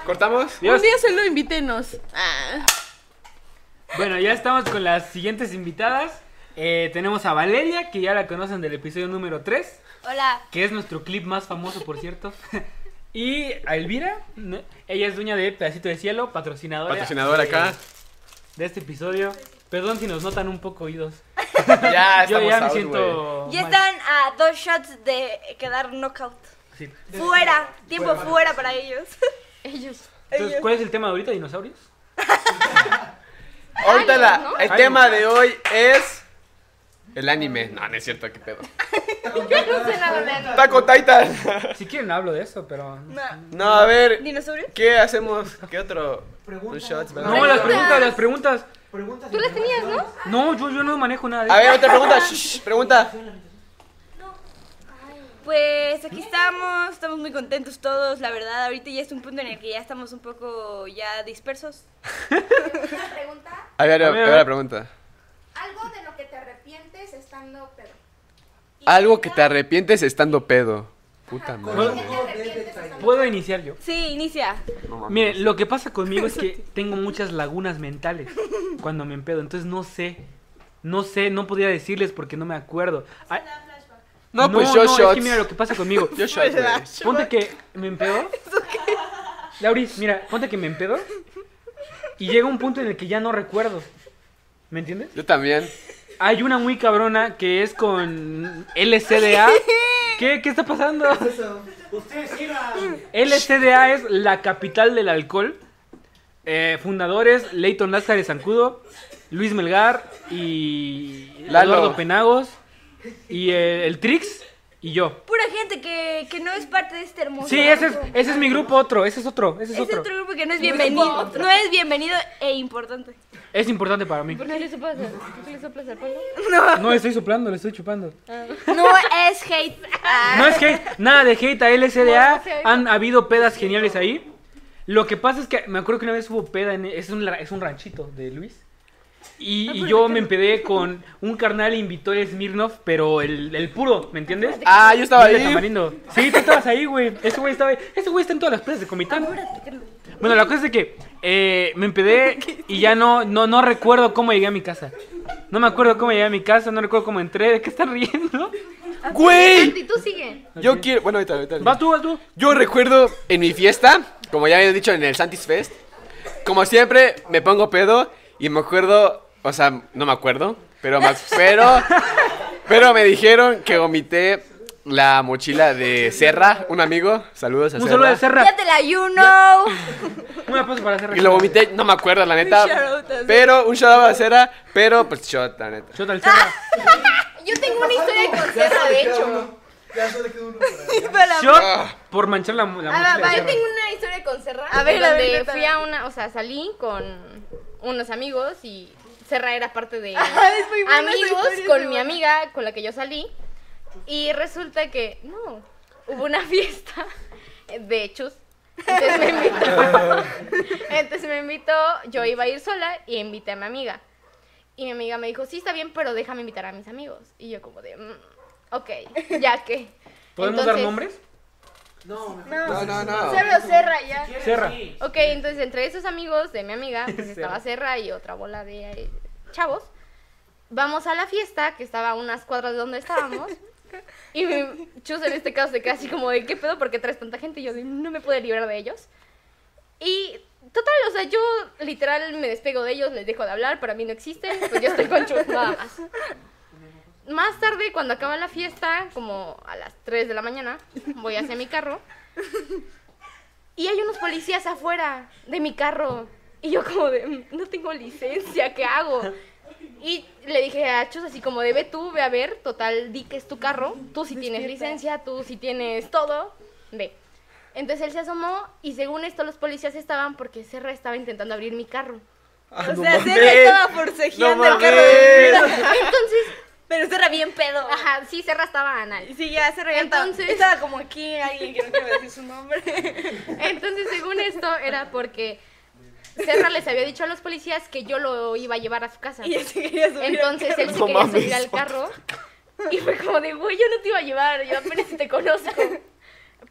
[SPEAKER 1] Cortamos.
[SPEAKER 2] Dios.
[SPEAKER 9] Un día solo invítenos. Ah.
[SPEAKER 2] Bueno, ya estamos con las siguientes invitadas. Eh, tenemos a Valeria, que ya la conocen del episodio número 3,
[SPEAKER 7] Hola.
[SPEAKER 2] que es nuestro clip más famoso, por cierto. y a Elvira, ¿no? ella es dueña de Pedacito de Cielo, patrocinadora.
[SPEAKER 1] Patrocinador acá.
[SPEAKER 2] De este episodio. Perdón si nos notan un poco oídos.
[SPEAKER 1] Ya estamos
[SPEAKER 2] Yo ya me
[SPEAKER 1] out, güey.
[SPEAKER 2] siento.
[SPEAKER 7] Ya
[SPEAKER 2] mal.
[SPEAKER 7] están a dos shots de quedar knockout.
[SPEAKER 2] Sí.
[SPEAKER 7] Fuera. Tiempo fuera para ellos. Ellos.
[SPEAKER 2] Entonces, ¿cuál es el tema de ahorita, dinosaurios?
[SPEAKER 1] Ahorita la-
[SPEAKER 7] ¿no?
[SPEAKER 1] el tema de hoy es el anime. No, no es cierto, qué pedo.
[SPEAKER 7] No sé nada de
[SPEAKER 1] Taco Titan.
[SPEAKER 2] Si quieren hablo de eso, pero... No,
[SPEAKER 1] No, a ver,
[SPEAKER 7] ¿Dinosaurios?
[SPEAKER 1] ¿qué hacemos? ¿Qué otro? Un shot, ¿verdad?
[SPEAKER 2] las preguntas, las preguntas.
[SPEAKER 7] Tú las tenías, ¿no?
[SPEAKER 2] No, yo, yo no manejo nada de
[SPEAKER 1] A
[SPEAKER 2] eso.
[SPEAKER 1] ver, otra pregunta. Shh, pregunta.
[SPEAKER 7] Pues aquí estamos, estamos muy contentos todos, la verdad. Ahorita ya es un punto en el que ya estamos un poco ya dispersos.
[SPEAKER 6] Una pregunta.
[SPEAKER 1] A ver,
[SPEAKER 2] A
[SPEAKER 1] a
[SPEAKER 2] ver,
[SPEAKER 1] ver,
[SPEAKER 2] a ver.
[SPEAKER 1] la pregunta.
[SPEAKER 6] Algo de lo que te arrepientes estando pedo. Y
[SPEAKER 1] Algo que te
[SPEAKER 6] ahorita-
[SPEAKER 1] arrepientes estando pedo. Puta madre.
[SPEAKER 6] ¿Qué te arrepientes
[SPEAKER 1] Ah.
[SPEAKER 6] estando
[SPEAKER 2] ¿Puedo iniciar yo?
[SPEAKER 7] Sí, inicia.
[SPEAKER 2] Miren, lo que pasa conmigo es que tengo muchas lagunas mentales cuando me empedo, entonces no sé. No sé, no podría decirles porque no me acuerdo. Ah,
[SPEAKER 1] No, pues yo
[SPEAKER 2] no, Es
[SPEAKER 1] shots.
[SPEAKER 2] que mira lo que pasa conmigo.
[SPEAKER 1] Yo shots, güey.
[SPEAKER 2] Ponte que me empedo. Lauris, mira, ponte que me empedo. Y llega un punto en el que ya no recuerdo. ¿Me entiendes?
[SPEAKER 1] Yo también.
[SPEAKER 2] Hay una muy cabrona que es con LCDA. ¿Qué? ¿Qué está pasando? LCDA es la capital del alcohol. Eh, fundadores, Leighton Lázaro de Zancudo, Luis Melgar y
[SPEAKER 1] Lalo.
[SPEAKER 2] Eduardo Penagos y eh, el Trix y yo.
[SPEAKER 7] Pura gente que, que no es parte de este hermoso.
[SPEAKER 2] Sí, ese es, ese es mi grupo otro, ese es otro, ese es
[SPEAKER 7] Es otro
[SPEAKER 2] otro.
[SPEAKER 7] grupo que no es bienvenido. No es bienvenido e importante.
[SPEAKER 2] Es importante para mí.
[SPEAKER 7] qué le soplas? ¿Por qué le soplas al palo?
[SPEAKER 2] No, le estoy soplando, le estoy chupando.
[SPEAKER 7] No es hate. Ah.
[SPEAKER 2] No es hate, nada de hate a LSDA. Han habido pedas geniales ahí. Lo que pasa es que me acuerdo que una vez hubo peda en. Es un, ra- es un ranchito de Luis.
[SPEAKER 1] Ah,
[SPEAKER 2] Y, y yo me empedé con un carnal invitó el Smirnoff, pero el, el puro, ¿me entiendes?
[SPEAKER 1] Ah, yo estaba
[SPEAKER 2] Mira,
[SPEAKER 1] ahí.
[SPEAKER 2] Tamarindo. Sí, tú estabas ahí, güey. Ese güey estaba ahí. Ese güey está en todas las playas de Comitán. Bueno, la cosa es de que eh, me empedé y ya no, no, no recuerdo cómo llegué a mi casa. No me acuerdo cómo llegué a mi casa, no recuerdo cómo entré. ¿De qué estás riendo?
[SPEAKER 1] Güey,
[SPEAKER 7] tú sigue.
[SPEAKER 1] yo quiero. Bueno, ahorita, ahorita.
[SPEAKER 2] Vas tú, vas tú.
[SPEAKER 1] Yo recuerdo en mi fiesta, como ya habían dicho en el Santis Fest, como siempre me pongo pedo y me acuerdo, o sea, no me acuerdo, pero me pero, pero me dijeron que vomité la mochila de Serra, un amigo, saludos a
[SPEAKER 2] Un saludo de
[SPEAKER 1] Serra.
[SPEAKER 2] Serra.
[SPEAKER 7] Ya te la you know.
[SPEAKER 2] Un aplauso para Serra.
[SPEAKER 1] Y lo vomité, no me acuerdo la neta, pero un shout out a Serra, pero pues shot la neta.
[SPEAKER 2] Shot al Serra.
[SPEAKER 7] Yo tengo una historia con Serra, de hecho.
[SPEAKER 4] Ya solo queda uno
[SPEAKER 2] Shot por manchar la, mu- la
[SPEAKER 11] Ah, va,
[SPEAKER 2] mochila
[SPEAKER 11] va,
[SPEAKER 2] de
[SPEAKER 11] yo
[SPEAKER 2] Sierra.
[SPEAKER 11] tengo una historia con Serra.
[SPEAKER 8] A ver, a
[SPEAKER 11] donde
[SPEAKER 8] ver,
[SPEAKER 11] fui a una, o sea, salí con unos amigos y Serra era parte de
[SPEAKER 8] Ah, es muy buena esa
[SPEAKER 11] amigos
[SPEAKER 8] historia, es muy
[SPEAKER 11] con mi
[SPEAKER 8] buena.
[SPEAKER 11] amiga con la que yo salí. Y resulta que, no, hubo una fiesta de hechos. Entonces me invitó. Entonces me invitó, yo iba a ir sola y invité a mi amiga. Y mi amiga me dijo, sí, está bien, pero déjame invitar a mis amigos. Y yo como de, "Mm, ok, ya que.
[SPEAKER 2] ¿Podemos dar
[SPEAKER 11] Entonces-
[SPEAKER 2] nombres?
[SPEAKER 4] No,
[SPEAKER 11] No,
[SPEAKER 1] no, no.
[SPEAKER 11] Solo Serra ya.
[SPEAKER 2] quieres, Serra. sí.
[SPEAKER 11] Ok, entonces entre esos amigos de mi amiga, pues estaba Serra y otra bola de eh, chavos. Vamos a la fiesta, que estaba a unas cuadras de donde estábamos. Y mi Chus en este caso se queda así como de, ¿qué pedo? ¿Por qué traes tanta gente? Y yo de, no me pude librar de ellos. Y total, o sea, yo literal me despego de ellos, les dejo de hablar, para mí no existen, pues yo estoy con Chus, nada más. Más tarde, cuando acaba la fiesta, como a las 3 de la mañana, voy hacia mi carro. Y hay unos policías afuera de mi carro. Y yo como de, "Mm, no tengo licencia, ¿qué hago? Y le dije a Chus así como de, ve tú, ve a ver, total, di que es tu carro. Tú si tienes licencia, tú si tienes todo, ve. Entonces él se asomó y según esto los policías estaban porque Serra estaba intentando abrir mi carro.
[SPEAKER 4] Ah,
[SPEAKER 8] O sea, Serra estaba forcejeando el carro de mi amiga.
[SPEAKER 11] Entonces,
[SPEAKER 8] Pero Serra bien pedo.
[SPEAKER 11] Ajá, sí, Serra estaba anal.
[SPEAKER 8] Sí, ya Serra ya estaba-
[SPEAKER 11] Entonces-
[SPEAKER 8] estaba como aquí alguien que no quiero decir su nombre.
[SPEAKER 11] Entonces, según esto, era porque Serra les había dicho a los policías que yo lo iba a llevar a su casa.
[SPEAKER 8] Y él se quería subir al
[SPEAKER 11] Entonces,
[SPEAKER 8] carro.
[SPEAKER 11] él se
[SPEAKER 8] No
[SPEAKER 11] quería
[SPEAKER 8] mames,
[SPEAKER 11] subir al
[SPEAKER 8] otro
[SPEAKER 11] carro. Y fue como de, güey, yo no te iba a llevar, yo apenas te conozco.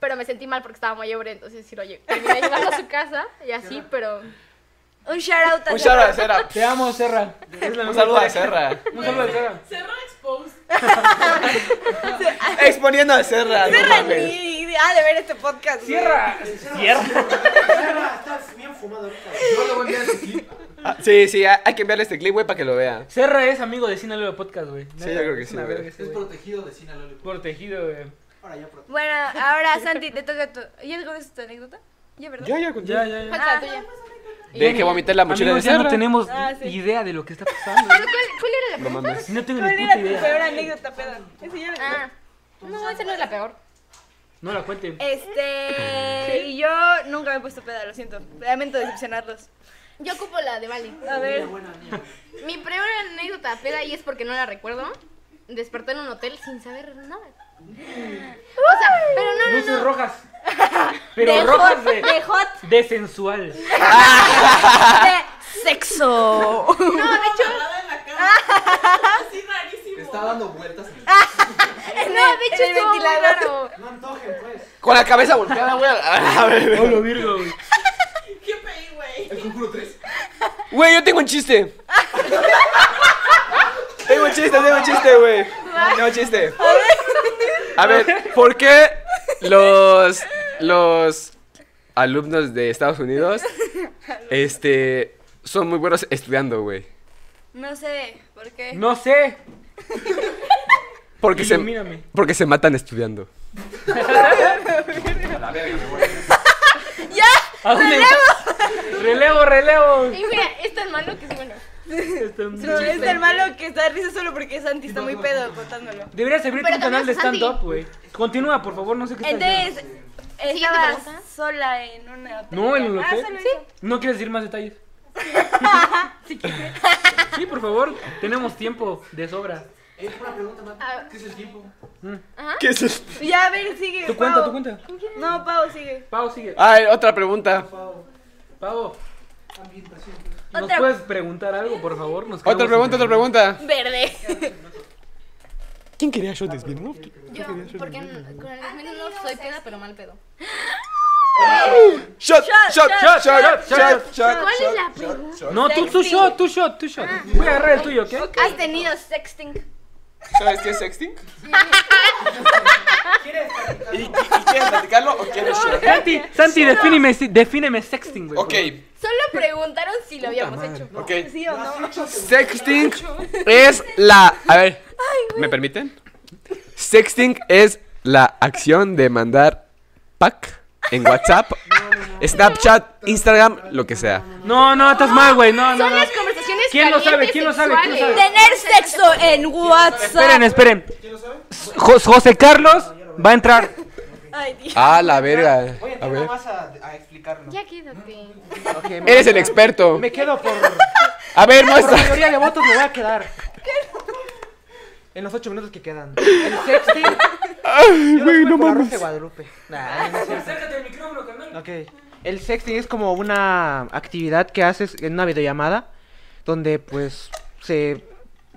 [SPEAKER 11] Pero me sentí mal porque estaba muy ebrio, entonces sí lo llevé. Terminé llevando a su casa y así, pero...
[SPEAKER 8] Un shout out
[SPEAKER 1] Un shout out a Serra.
[SPEAKER 2] Te amo, Serra.
[SPEAKER 1] Un saludo a Serra.
[SPEAKER 2] Un saludo a Serra.
[SPEAKER 9] Cerro Exposed.
[SPEAKER 1] Exponiendo a Serra. no
[SPEAKER 8] Serra
[SPEAKER 1] mames.
[SPEAKER 8] ni ni ha de ver este podcast. güey.
[SPEAKER 2] Sierra.
[SPEAKER 4] Serra, estás bien fumado ahorita. Yo le voy a enviar ese clip.
[SPEAKER 1] Ah, Sí, sí, hay hay que enviarle este clip, güey, para que lo vea.
[SPEAKER 2] Serra es amigo de Sinaloa Podcast, güey.
[SPEAKER 1] Sí, yo creo que
[SPEAKER 2] Es
[SPEAKER 1] sí,
[SPEAKER 2] una
[SPEAKER 1] güey.
[SPEAKER 2] verga ese
[SPEAKER 4] Es
[SPEAKER 2] Este güey.
[SPEAKER 4] protegido de Sinaloa.
[SPEAKER 2] Protegido, güey.
[SPEAKER 4] Ahora ya protegido.
[SPEAKER 8] Bueno, ahora Santi, te toca tu. ¿Ya contaste tu anécdota? Ya, ¿verdad?
[SPEAKER 1] Ya, ya, conté.
[SPEAKER 2] Ya, ya, ya.
[SPEAKER 11] Falta la tuya.
[SPEAKER 1] De que vomité la mochila
[SPEAKER 2] Amigos,
[SPEAKER 1] de
[SPEAKER 2] ya
[SPEAKER 1] Serra.
[SPEAKER 2] no tenemos
[SPEAKER 8] Ah, sí.
[SPEAKER 2] idea de lo que está pasando.
[SPEAKER 11] ¿Pero ¿Cuál, cuál era la
[SPEAKER 1] No
[SPEAKER 11] pregunta?
[SPEAKER 1] mames.
[SPEAKER 2] No tengo ni
[SPEAKER 8] ¿Cuál
[SPEAKER 2] puta
[SPEAKER 8] era tu peor
[SPEAKER 2] idea.
[SPEAKER 8] anécdota, pedo? Ese ya lo conté.
[SPEAKER 11] Ah, no, esa no es la peor.
[SPEAKER 2] No la cuenten.
[SPEAKER 8] Este. y Yo nunca me he puesto peda, lo siento. Lamento decepcionarlos.
[SPEAKER 11] Yo ocupo la de Vale.
[SPEAKER 8] A ver.
[SPEAKER 11] Mi peor anécdota peda, y es porque no la recuerdo, desperté en un hotel sin saber nada. O sea, pero no, no,
[SPEAKER 2] Luces
[SPEAKER 11] no.
[SPEAKER 2] rojas. Pero
[SPEAKER 8] de
[SPEAKER 2] rojas
[SPEAKER 8] hot,
[SPEAKER 2] de,
[SPEAKER 8] de hot,
[SPEAKER 2] de sensual.
[SPEAKER 8] de sexo.
[SPEAKER 11] No, de hecho,
[SPEAKER 9] Parada en la cama. Así rarísimo.
[SPEAKER 4] Está dando vueltas.
[SPEAKER 11] no, de hecho
[SPEAKER 8] En el
[SPEAKER 11] estuvo muy
[SPEAKER 8] ventilador.
[SPEAKER 11] raro.
[SPEAKER 4] No antojen, pues.
[SPEAKER 1] Con la cabeza volteada, güey. A ver,
[SPEAKER 2] Hola, Virgo, güey.
[SPEAKER 9] ¿Qué pedí, güey?
[SPEAKER 4] El conjuro 3.
[SPEAKER 1] Güey, yo tengo un chiste. tengo un chiste, tengo un chiste, güey. Tengo un chiste. A ver, ¿por qué los los alumnos de Estados Unidos este son muy buenos estudiando, güey?
[SPEAKER 8] No sé, ¿por qué?
[SPEAKER 2] No sé.
[SPEAKER 1] Porque se
[SPEAKER 2] Ilumíname.
[SPEAKER 1] porque se matan estudiando.
[SPEAKER 2] ¿A dónde Relevo, relevo. Este,
[SPEAKER 11] Y mira, es tan malo que sí, bueno.
[SPEAKER 8] No, es el malo que está de risa solo porque Santi está muy pedo contándolo.
[SPEAKER 2] Deberías abrirte
[SPEAKER 11] Pero
[SPEAKER 2] un canal de
[SPEAKER 11] también es
[SPEAKER 2] stand-up, güey. Continúa, por favor, no sé qué estás haciendo.
[SPEAKER 8] Entonces,
[SPEAKER 11] pregunta.
[SPEAKER 8] estaba sola en una hotel.
[SPEAKER 2] No, en un
[SPEAKER 8] Ah,
[SPEAKER 2] hotel.
[SPEAKER 8] solo
[SPEAKER 2] Sí.
[SPEAKER 8] eso.
[SPEAKER 2] ¿No quieres decir más detalles? sí, por favor. Tenemos tiempo de sobra.
[SPEAKER 4] Es una pregunta,
[SPEAKER 11] Ah.
[SPEAKER 4] Matt. ¿Qué es el tiempo?
[SPEAKER 1] ¿Qué es eso?
[SPEAKER 8] Ya, a ver, sigue.
[SPEAKER 2] Tú cuenta,
[SPEAKER 8] Pau.
[SPEAKER 2] tú cuenta.
[SPEAKER 8] No, Pau, sigue.
[SPEAKER 2] Pavo, sigue.
[SPEAKER 1] Ay, otra pregunta.
[SPEAKER 2] Pavo,
[SPEAKER 4] Ambientación.
[SPEAKER 2] ¿nos
[SPEAKER 8] Otra.
[SPEAKER 2] puedes preguntar algo, por favor? Nos
[SPEAKER 1] Otra
[SPEAKER 2] quedamos
[SPEAKER 1] pregunta,
[SPEAKER 2] sin-
[SPEAKER 1] otra pregunta.
[SPEAKER 8] Verde.
[SPEAKER 1] ¿Quién quería yo desviar?
[SPEAKER 11] Yo, porque n- con el desmino no soy peda, pero mal pedo.
[SPEAKER 1] Shot, shot, shot, shot, shot, shot.
[SPEAKER 11] ¿Cuál es la pregunta?
[SPEAKER 2] No, tú, tú shot, tú shot, tú shot. Voy a agarrar el tuyo, ¿qué?
[SPEAKER 11] ¿Has tenido sexting?
[SPEAKER 1] ¿Sabes qué es sexting? ¿Y, y- y quieres platicarlo o quieres shot?
[SPEAKER 2] Santi, Santi, defíneme, si- defíneme sexting, güey.
[SPEAKER 1] Ok,
[SPEAKER 11] Solo preguntaron si lo habíamos hecho.
[SPEAKER 1] ok.
[SPEAKER 8] ¿Sí o no?
[SPEAKER 1] Sexting es la. A ver, ¿me permiten? Sexting es la acción de mandar pack en WhatsApp, Snapchat, Instagram, lo que sea.
[SPEAKER 2] No, no, estás mal, güey. No, no,
[SPEAKER 11] Son
[SPEAKER 2] no.
[SPEAKER 11] las conversaciones
[SPEAKER 2] ¿Quién lo sabe?
[SPEAKER 11] calientes
[SPEAKER 2] ¿Quién lo sabe? ¿Quién lo
[SPEAKER 11] sexuales.
[SPEAKER 2] sabe?
[SPEAKER 8] Tener sexo en WhatsApp.
[SPEAKER 2] Esperen, esperen. Jo- José Carlos Va a entrar.
[SPEAKER 3] Ah, la verga.
[SPEAKER 4] Voy
[SPEAKER 3] A
[SPEAKER 4] a entrar
[SPEAKER 3] ver.
[SPEAKER 4] nada más a, a explicarlo.
[SPEAKER 11] Ya quédate.
[SPEAKER 3] Eres el experto.
[SPEAKER 4] Me quedo por.
[SPEAKER 3] A ver,
[SPEAKER 5] Por
[SPEAKER 3] muestra.
[SPEAKER 5] mayoría de votos me voy a quedar. En los ocho minutos que quedan. El sexting. Yo lo no por la Rosa de Guadalupe. Nah, no es cierto.
[SPEAKER 2] Acércate al micrófono, carnal.
[SPEAKER 5] Ok. El sexting es como una actividad que haces en una videollamada donde pues se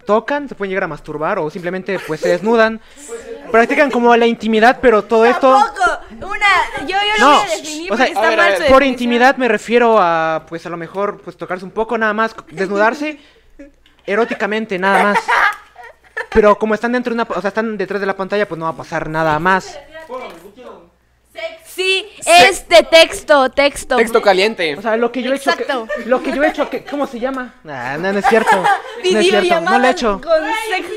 [SPEAKER 5] tocan, se pueden llegar a masturbar o simplemente pues se desnudan.
[SPEAKER 2] Pues,
[SPEAKER 5] Practican como la intimidad, pero todo esto
[SPEAKER 8] Tampoco, una, yo, yo lo
[SPEAKER 5] no,
[SPEAKER 8] voy a definir
[SPEAKER 5] o sea,
[SPEAKER 8] porque está mal su
[SPEAKER 5] por
[SPEAKER 8] definición.
[SPEAKER 5] intimidad me refiero a, pues a lo mejor, pues tocarse un poco nada más, desnudarse eróticamente nada más. Pero como están dentro de una, o sea, están detrás de la pantalla, pues no va a pasar nada más.
[SPEAKER 8] Sí, es de texto, texto.
[SPEAKER 5] Texto
[SPEAKER 3] caliente.
[SPEAKER 5] O sea, lo que yo he hecho, que-
[SPEAKER 8] Exacto.
[SPEAKER 5] lo que yo he hecho, que, ¿cómo se llama? Nah, no, no es cierto, no es cierto,
[SPEAKER 8] Videollamada
[SPEAKER 5] no lo he hecho.
[SPEAKER 8] con sex-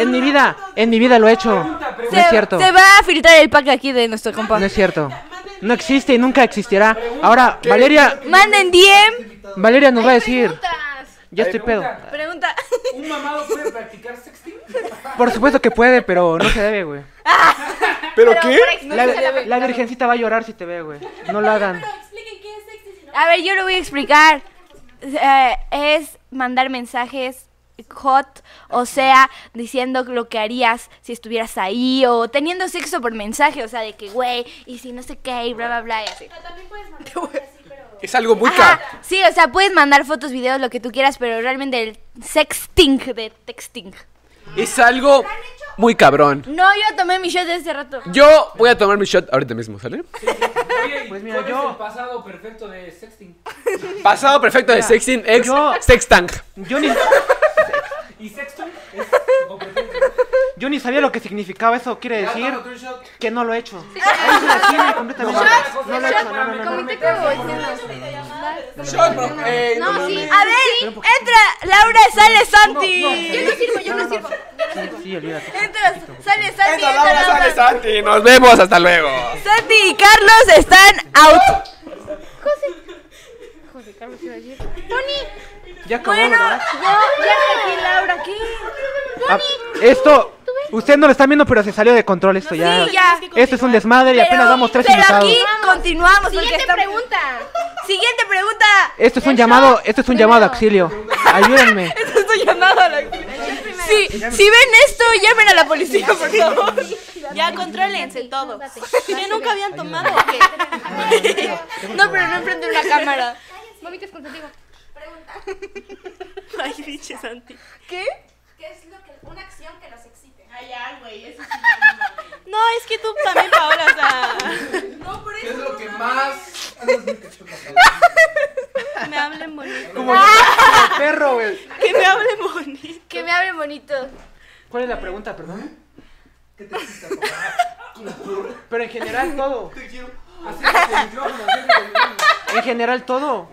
[SPEAKER 5] En mi vida, en mi vida lo he hecho. No es
[SPEAKER 8] Se-
[SPEAKER 5] cierto.
[SPEAKER 8] Se va a filtrar el pack aquí de nuestro compa.
[SPEAKER 5] No es cierto. No existe y nunca existirá. Ahora, Valeria,
[SPEAKER 8] Manden DM.
[SPEAKER 5] Valeria nos va a decir. Ya estoy pedo.
[SPEAKER 8] Pregunta.
[SPEAKER 2] ¿Un mamado puede practicar sexting?
[SPEAKER 5] Por supuesto que puede, pero no se debe, güey.
[SPEAKER 3] ¿Pero
[SPEAKER 8] qué? no
[SPEAKER 5] La,
[SPEAKER 8] se debe.
[SPEAKER 5] la virgencita va a llorar si te ve, güey. No lo hagan.
[SPEAKER 8] A ver, yo lo voy a explicar. Eh, es mandar mensajes hot, o sea, diciendo lo que harías si estuvieras ahí, o teniendo sexo por mensaje, o sea, de que, güey, y si no sé qué, y bla, bla, bla, y así.
[SPEAKER 3] Es algo muy
[SPEAKER 8] Ajá,
[SPEAKER 3] ca-
[SPEAKER 8] sí, o sea, puedes mandar fotos, videos, lo que tú quieras, pero realmente el sexting de texting.
[SPEAKER 3] Es algo muy cabrón.
[SPEAKER 8] No, yo tomé mi shot desde hace rato.
[SPEAKER 3] Yo voy a tomar mi shot ahorita mismo, ¿sale?
[SPEAKER 2] Oye, pues mira, ¿cuál yo... es el pasado perfecto de sexting?
[SPEAKER 3] Pasado perfecto de sexting ex sextank.
[SPEAKER 5] Yo ni,
[SPEAKER 2] ¿Y sexting? Es como perfecto.
[SPEAKER 5] yo ni sabía lo que significaba eso. Quiere decir que no lo he hecho. completamente. No lo he hecho, no, no, no, no.
[SPEAKER 11] No, sí.
[SPEAKER 8] A ver, entra, Laura, sale Santi.
[SPEAKER 11] Yo no sirvo, yo no sirvo.
[SPEAKER 5] Sí, olvídate.
[SPEAKER 8] Entra, sale Santi, entra
[SPEAKER 3] Laura,
[SPEAKER 8] Laura.
[SPEAKER 3] sale Santi, nos vemos, hasta luego.
[SPEAKER 8] Santi y Carlos están out.
[SPEAKER 11] José. José Carlos iba a decir. Tony.
[SPEAKER 5] Ya acabó,
[SPEAKER 11] Bueno,
[SPEAKER 5] ¿verdad?
[SPEAKER 11] yo ya aquí Laura aquí.
[SPEAKER 5] Ah, esto, ustedes no lo están viendo, pero se salió de control esto ya.
[SPEAKER 8] sí, ya.
[SPEAKER 5] Esto es un desmadre y apenas damos tres
[SPEAKER 8] pero
[SPEAKER 5] invitados.
[SPEAKER 8] aquí continuamos.
[SPEAKER 11] Siguiente
[SPEAKER 8] pregunta. Siguiente pregunta.
[SPEAKER 5] Esto es un llamado, esto es un llamado de auxilio. Ayúdenme.
[SPEAKER 8] Esto es un llamado a la... Sí, si ven esto, llamen a la policía, por favor.
[SPEAKER 9] Ya contrólense todos. Que nunca habían tomado.
[SPEAKER 8] No, pero no enfrente de una cámara.
[SPEAKER 11] Mamitas contigo.
[SPEAKER 9] Ay, pinche Santi.
[SPEAKER 8] ¿Qué?
[SPEAKER 12] ¿Qué es lo que, una acción que nos excite?
[SPEAKER 13] Ay, ya, güey, eso sí.
[SPEAKER 9] No, es que tú también, Paola, o sea,
[SPEAKER 13] No, por eso.
[SPEAKER 4] Es lo
[SPEAKER 13] no
[SPEAKER 4] que
[SPEAKER 13] mames.
[SPEAKER 4] más.
[SPEAKER 9] me hablen bonito.
[SPEAKER 5] Como el perro, güey.
[SPEAKER 9] Que me hablen bonito.
[SPEAKER 8] Que me hablen bonito.
[SPEAKER 5] ¿Cuál es la pregunta,
[SPEAKER 4] ¿Eh?
[SPEAKER 5] perdón? Pero en general todo. En general todo.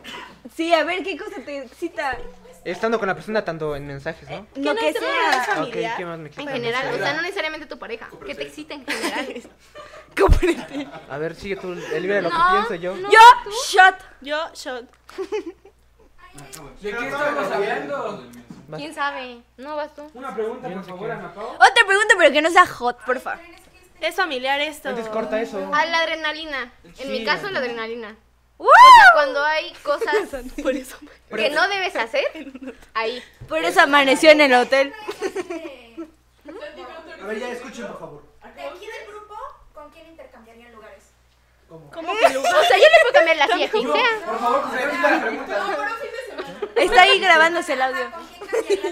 [SPEAKER 8] Sí, a ver, ¿qué cosa te excita?
[SPEAKER 5] Estando con la persona tanto en mensajes, ¿no? Ah,
[SPEAKER 8] Lo que sea.
[SPEAKER 5] Ok, ¿qué más me
[SPEAKER 11] ¿Eh? En
[SPEAKER 5] quita?
[SPEAKER 11] general, o sea, no necesariamente tu pareja. Que te excite en general.
[SPEAKER 5] A ver, sigue tú, libre lo que
[SPEAKER 11] No,
[SPEAKER 5] pienso yo.
[SPEAKER 11] no.
[SPEAKER 8] Yo, shot.
[SPEAKER 9] Yo, shot.
[SPEAKER 2] ¿De qué estamos hablando?
[SPEAKER 11] ¿Quién sabe? No vas tú.
[SPEAKER 2] Una pregunta, por favor, Ana Pao.
[SPEAKER 8] Otra pregunta, pero que no sea hot, por favor.
[SPEAKER 9] Es familiar esto.
[SPEAKER 5] Antes corta eso.
[SPEAKER 11] A la adrenalina. En mi caso, la adrenalina.
[SPEAKER 8] ¡Woo!
[SPEAKER 11] O sea, cuando hay cosas
[SPEAKER 9] Por eso.
[SPEAKER 11] que no debes hacer, ahí.
[SPEAKER 8] Por eso amaneció en el hotel.
[SPEAKER 4] A ver, ya escuchen, por favor.
[SPEAKER 12] De aquí del grupo, ¿con quién intercambiarían lugares?
[SPEAKER 9] ¿Cómo que lugar?
[SPEAKER 11] O sea, yo le puedo cambiar la fiesta y sea.
[SPEAKER 4] Por favor, que se repita la pregunta.
[SPEAKER 8] Está ahí grabándose el audio.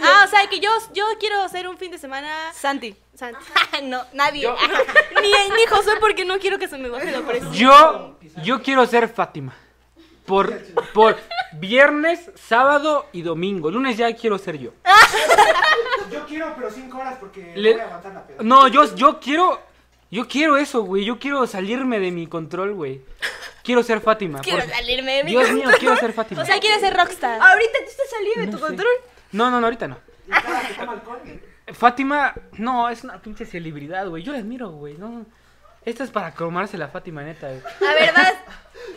[SPEAKER 9] Ah, o sea, que yo, yo quiero hacer un fin de semana.
[SPEAKER 8] Santi.
[SPEAKER 9] Santi.
[SPEAKER 8] no, nadie.
[SPEAKER 9] Ni, ni José, porque no quiero que se me baje la presión.
[SPEAKER 2] Yo, yo quiero ser Fátima. Por, por viernes, sábado y domingo. Lunes ya quiero ser yo.
[SPEAKER 4] Yo quiero, pero 5 horas porque
[SPEAKER 2] Le-
[SPEAKER 4] no voy a aguantar la peda.
[SPEAKER 2] No, yo, yo quiero. Yo quiero eso, güey. Yo quiero salirme de mi control, güey. Quiero ser Fátima.
[SPEAKER 8] Quiero
[SPEAKER 2] por-
[SPEAKER 8] salirme de mi
[SPEAKER 2] Dios mío,
[SPEAKER 8] control.
[SPEAKER 2] quiero ser Fátima.
[SPEAKER 9] O sea, quiere ser
[SPEAKER 7] Ah,
[SPEAKER 9] rockstar.
[SPEAKER 8] Ahorita tú estás saliendo de tu control.
[SPEAKER 2] No, no, no, ahorita no.
[SPEAKER 4] Cada que toma alcohol.
[SPEAKER 2] Fátima, no, es una pinche celebridad, güey. Yo la admiro, güey. No. Esta es para cromarse la Fátima, neta, güey.
[SPEAKER 8] A ver, vas.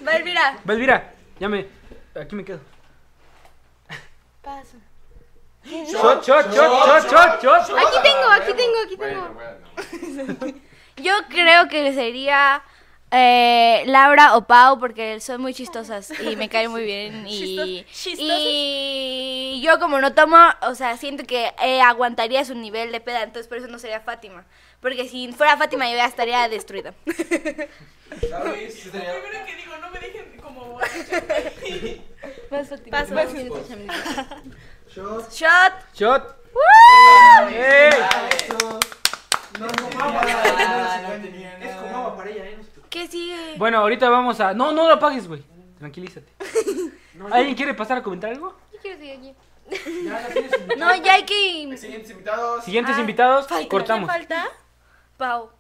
[SPEAKER 8] Va, Elvira.
[SPEAKER 2] Va, Elvira, ya me. Aquí me quedo.
[SPEAKER 11] Paso.
[SPEAKER 2] Shot, shot, shot, shot, shot, shot.
[SPEAKER 11] Aquí tengo, aquí tengo, aquí tengo.
[SPEAKER 7] Yo creo que sería eh, Laura o Pau porque son muy chistosas y me caen muy bien. Y, y yo como no tomo, o sea, siento que eh, aguantaría su nivel de peda, entonces por eso no sería Fátima. Porque si fuera Fátima yo ya estaría destruida.
[SPEAKER 14] Primero que digo, no me dejen como borracha.
[SPEAKER 7] Vas, Fátima.
[SPEAKER 14] Paso.
[SPEAKER 7] Vas, Fátima.
[SPEAKER 10] Shot.
[SPEAKER 7] Shot.
[SPEAKER 2] Shot.
[SPEAKER 7] ¡Woo!
[SPEAKER 10] No, no, mamá. Es como agua para ella, ¿eh? No se preocupe.
[SPEAKER 7] ¿Qué sigue?
[SPEAKER 2] Bueno, ahorita vamos a. No, no lo apagues, güey. Tranquilízate. ¿Alguien quiere pasar a comentar algo?
[SPEAKER 11] ¿Qué quieres decir aquí?
[SPEAKER 7] No, ya hay que...
[SPEAKER 10] Siguientes invitados.
[SPEAKER 2] Siguientes invitados, cortamos.
[SPEAKER 7] Ah, falta? Pau.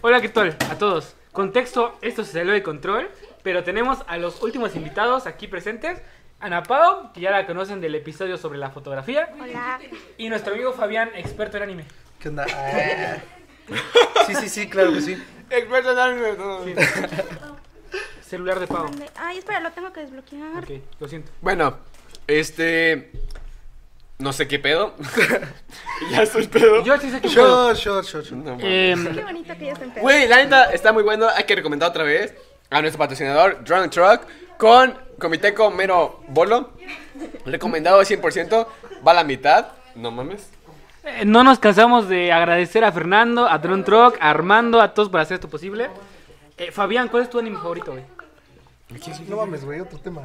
[SPEAKER 2] Hola, ¿qué tal? A todos. Contexto, esto se salió de control, pero tenemos a los últimos invitados aquí presentes. Ana Pau, que ya la conocen del episodio sobre la fotografía.
[SPEAKER 11] Hola.
[SPEAKER 2] Y nuestro amigo Fabián, experto en anime.
[SPEAKER 4] ¿Qué onda? Ah. Sí, sí, sí, claro que sí.
[SPEAKER 1] Experto en anime. no.
[SPEAKER 2] Celular de Pau.
[SPEAKER 8] Ay, espera, lo tengo que desbloquear.
[SPEAKER 2] Ok, lo siento.
[SPEAKER 1] Bueno, este. No sé qué pedo. ya estoy pedo.
[SPEAKER 2] Yo Eh, sí sé Em, que
[SPEAKER 4] Shot, shot, shot. shot.
[SPEAKER 1] No,
[SPEAKER 8] Qué bonito que ya está en pedo.
[SPEAKER 1] Güey, la neta está muy bueno. Hay que recomendar otra vez a nuestro patrocinador, Drunk Truck, con Comiteco Mero Bolo. Recomendado 100%, va a la mitad. No mames.
[SPEAKER 2] Eh, No nos cansamos de agradecer a Fernando, a Tron Troc, a Armando, a todos por hacer esto posible. Eh, Fabián, ¿cuál es tu anime favorito, güey?
[SPEAKER 4] No mames, güey, otro tema.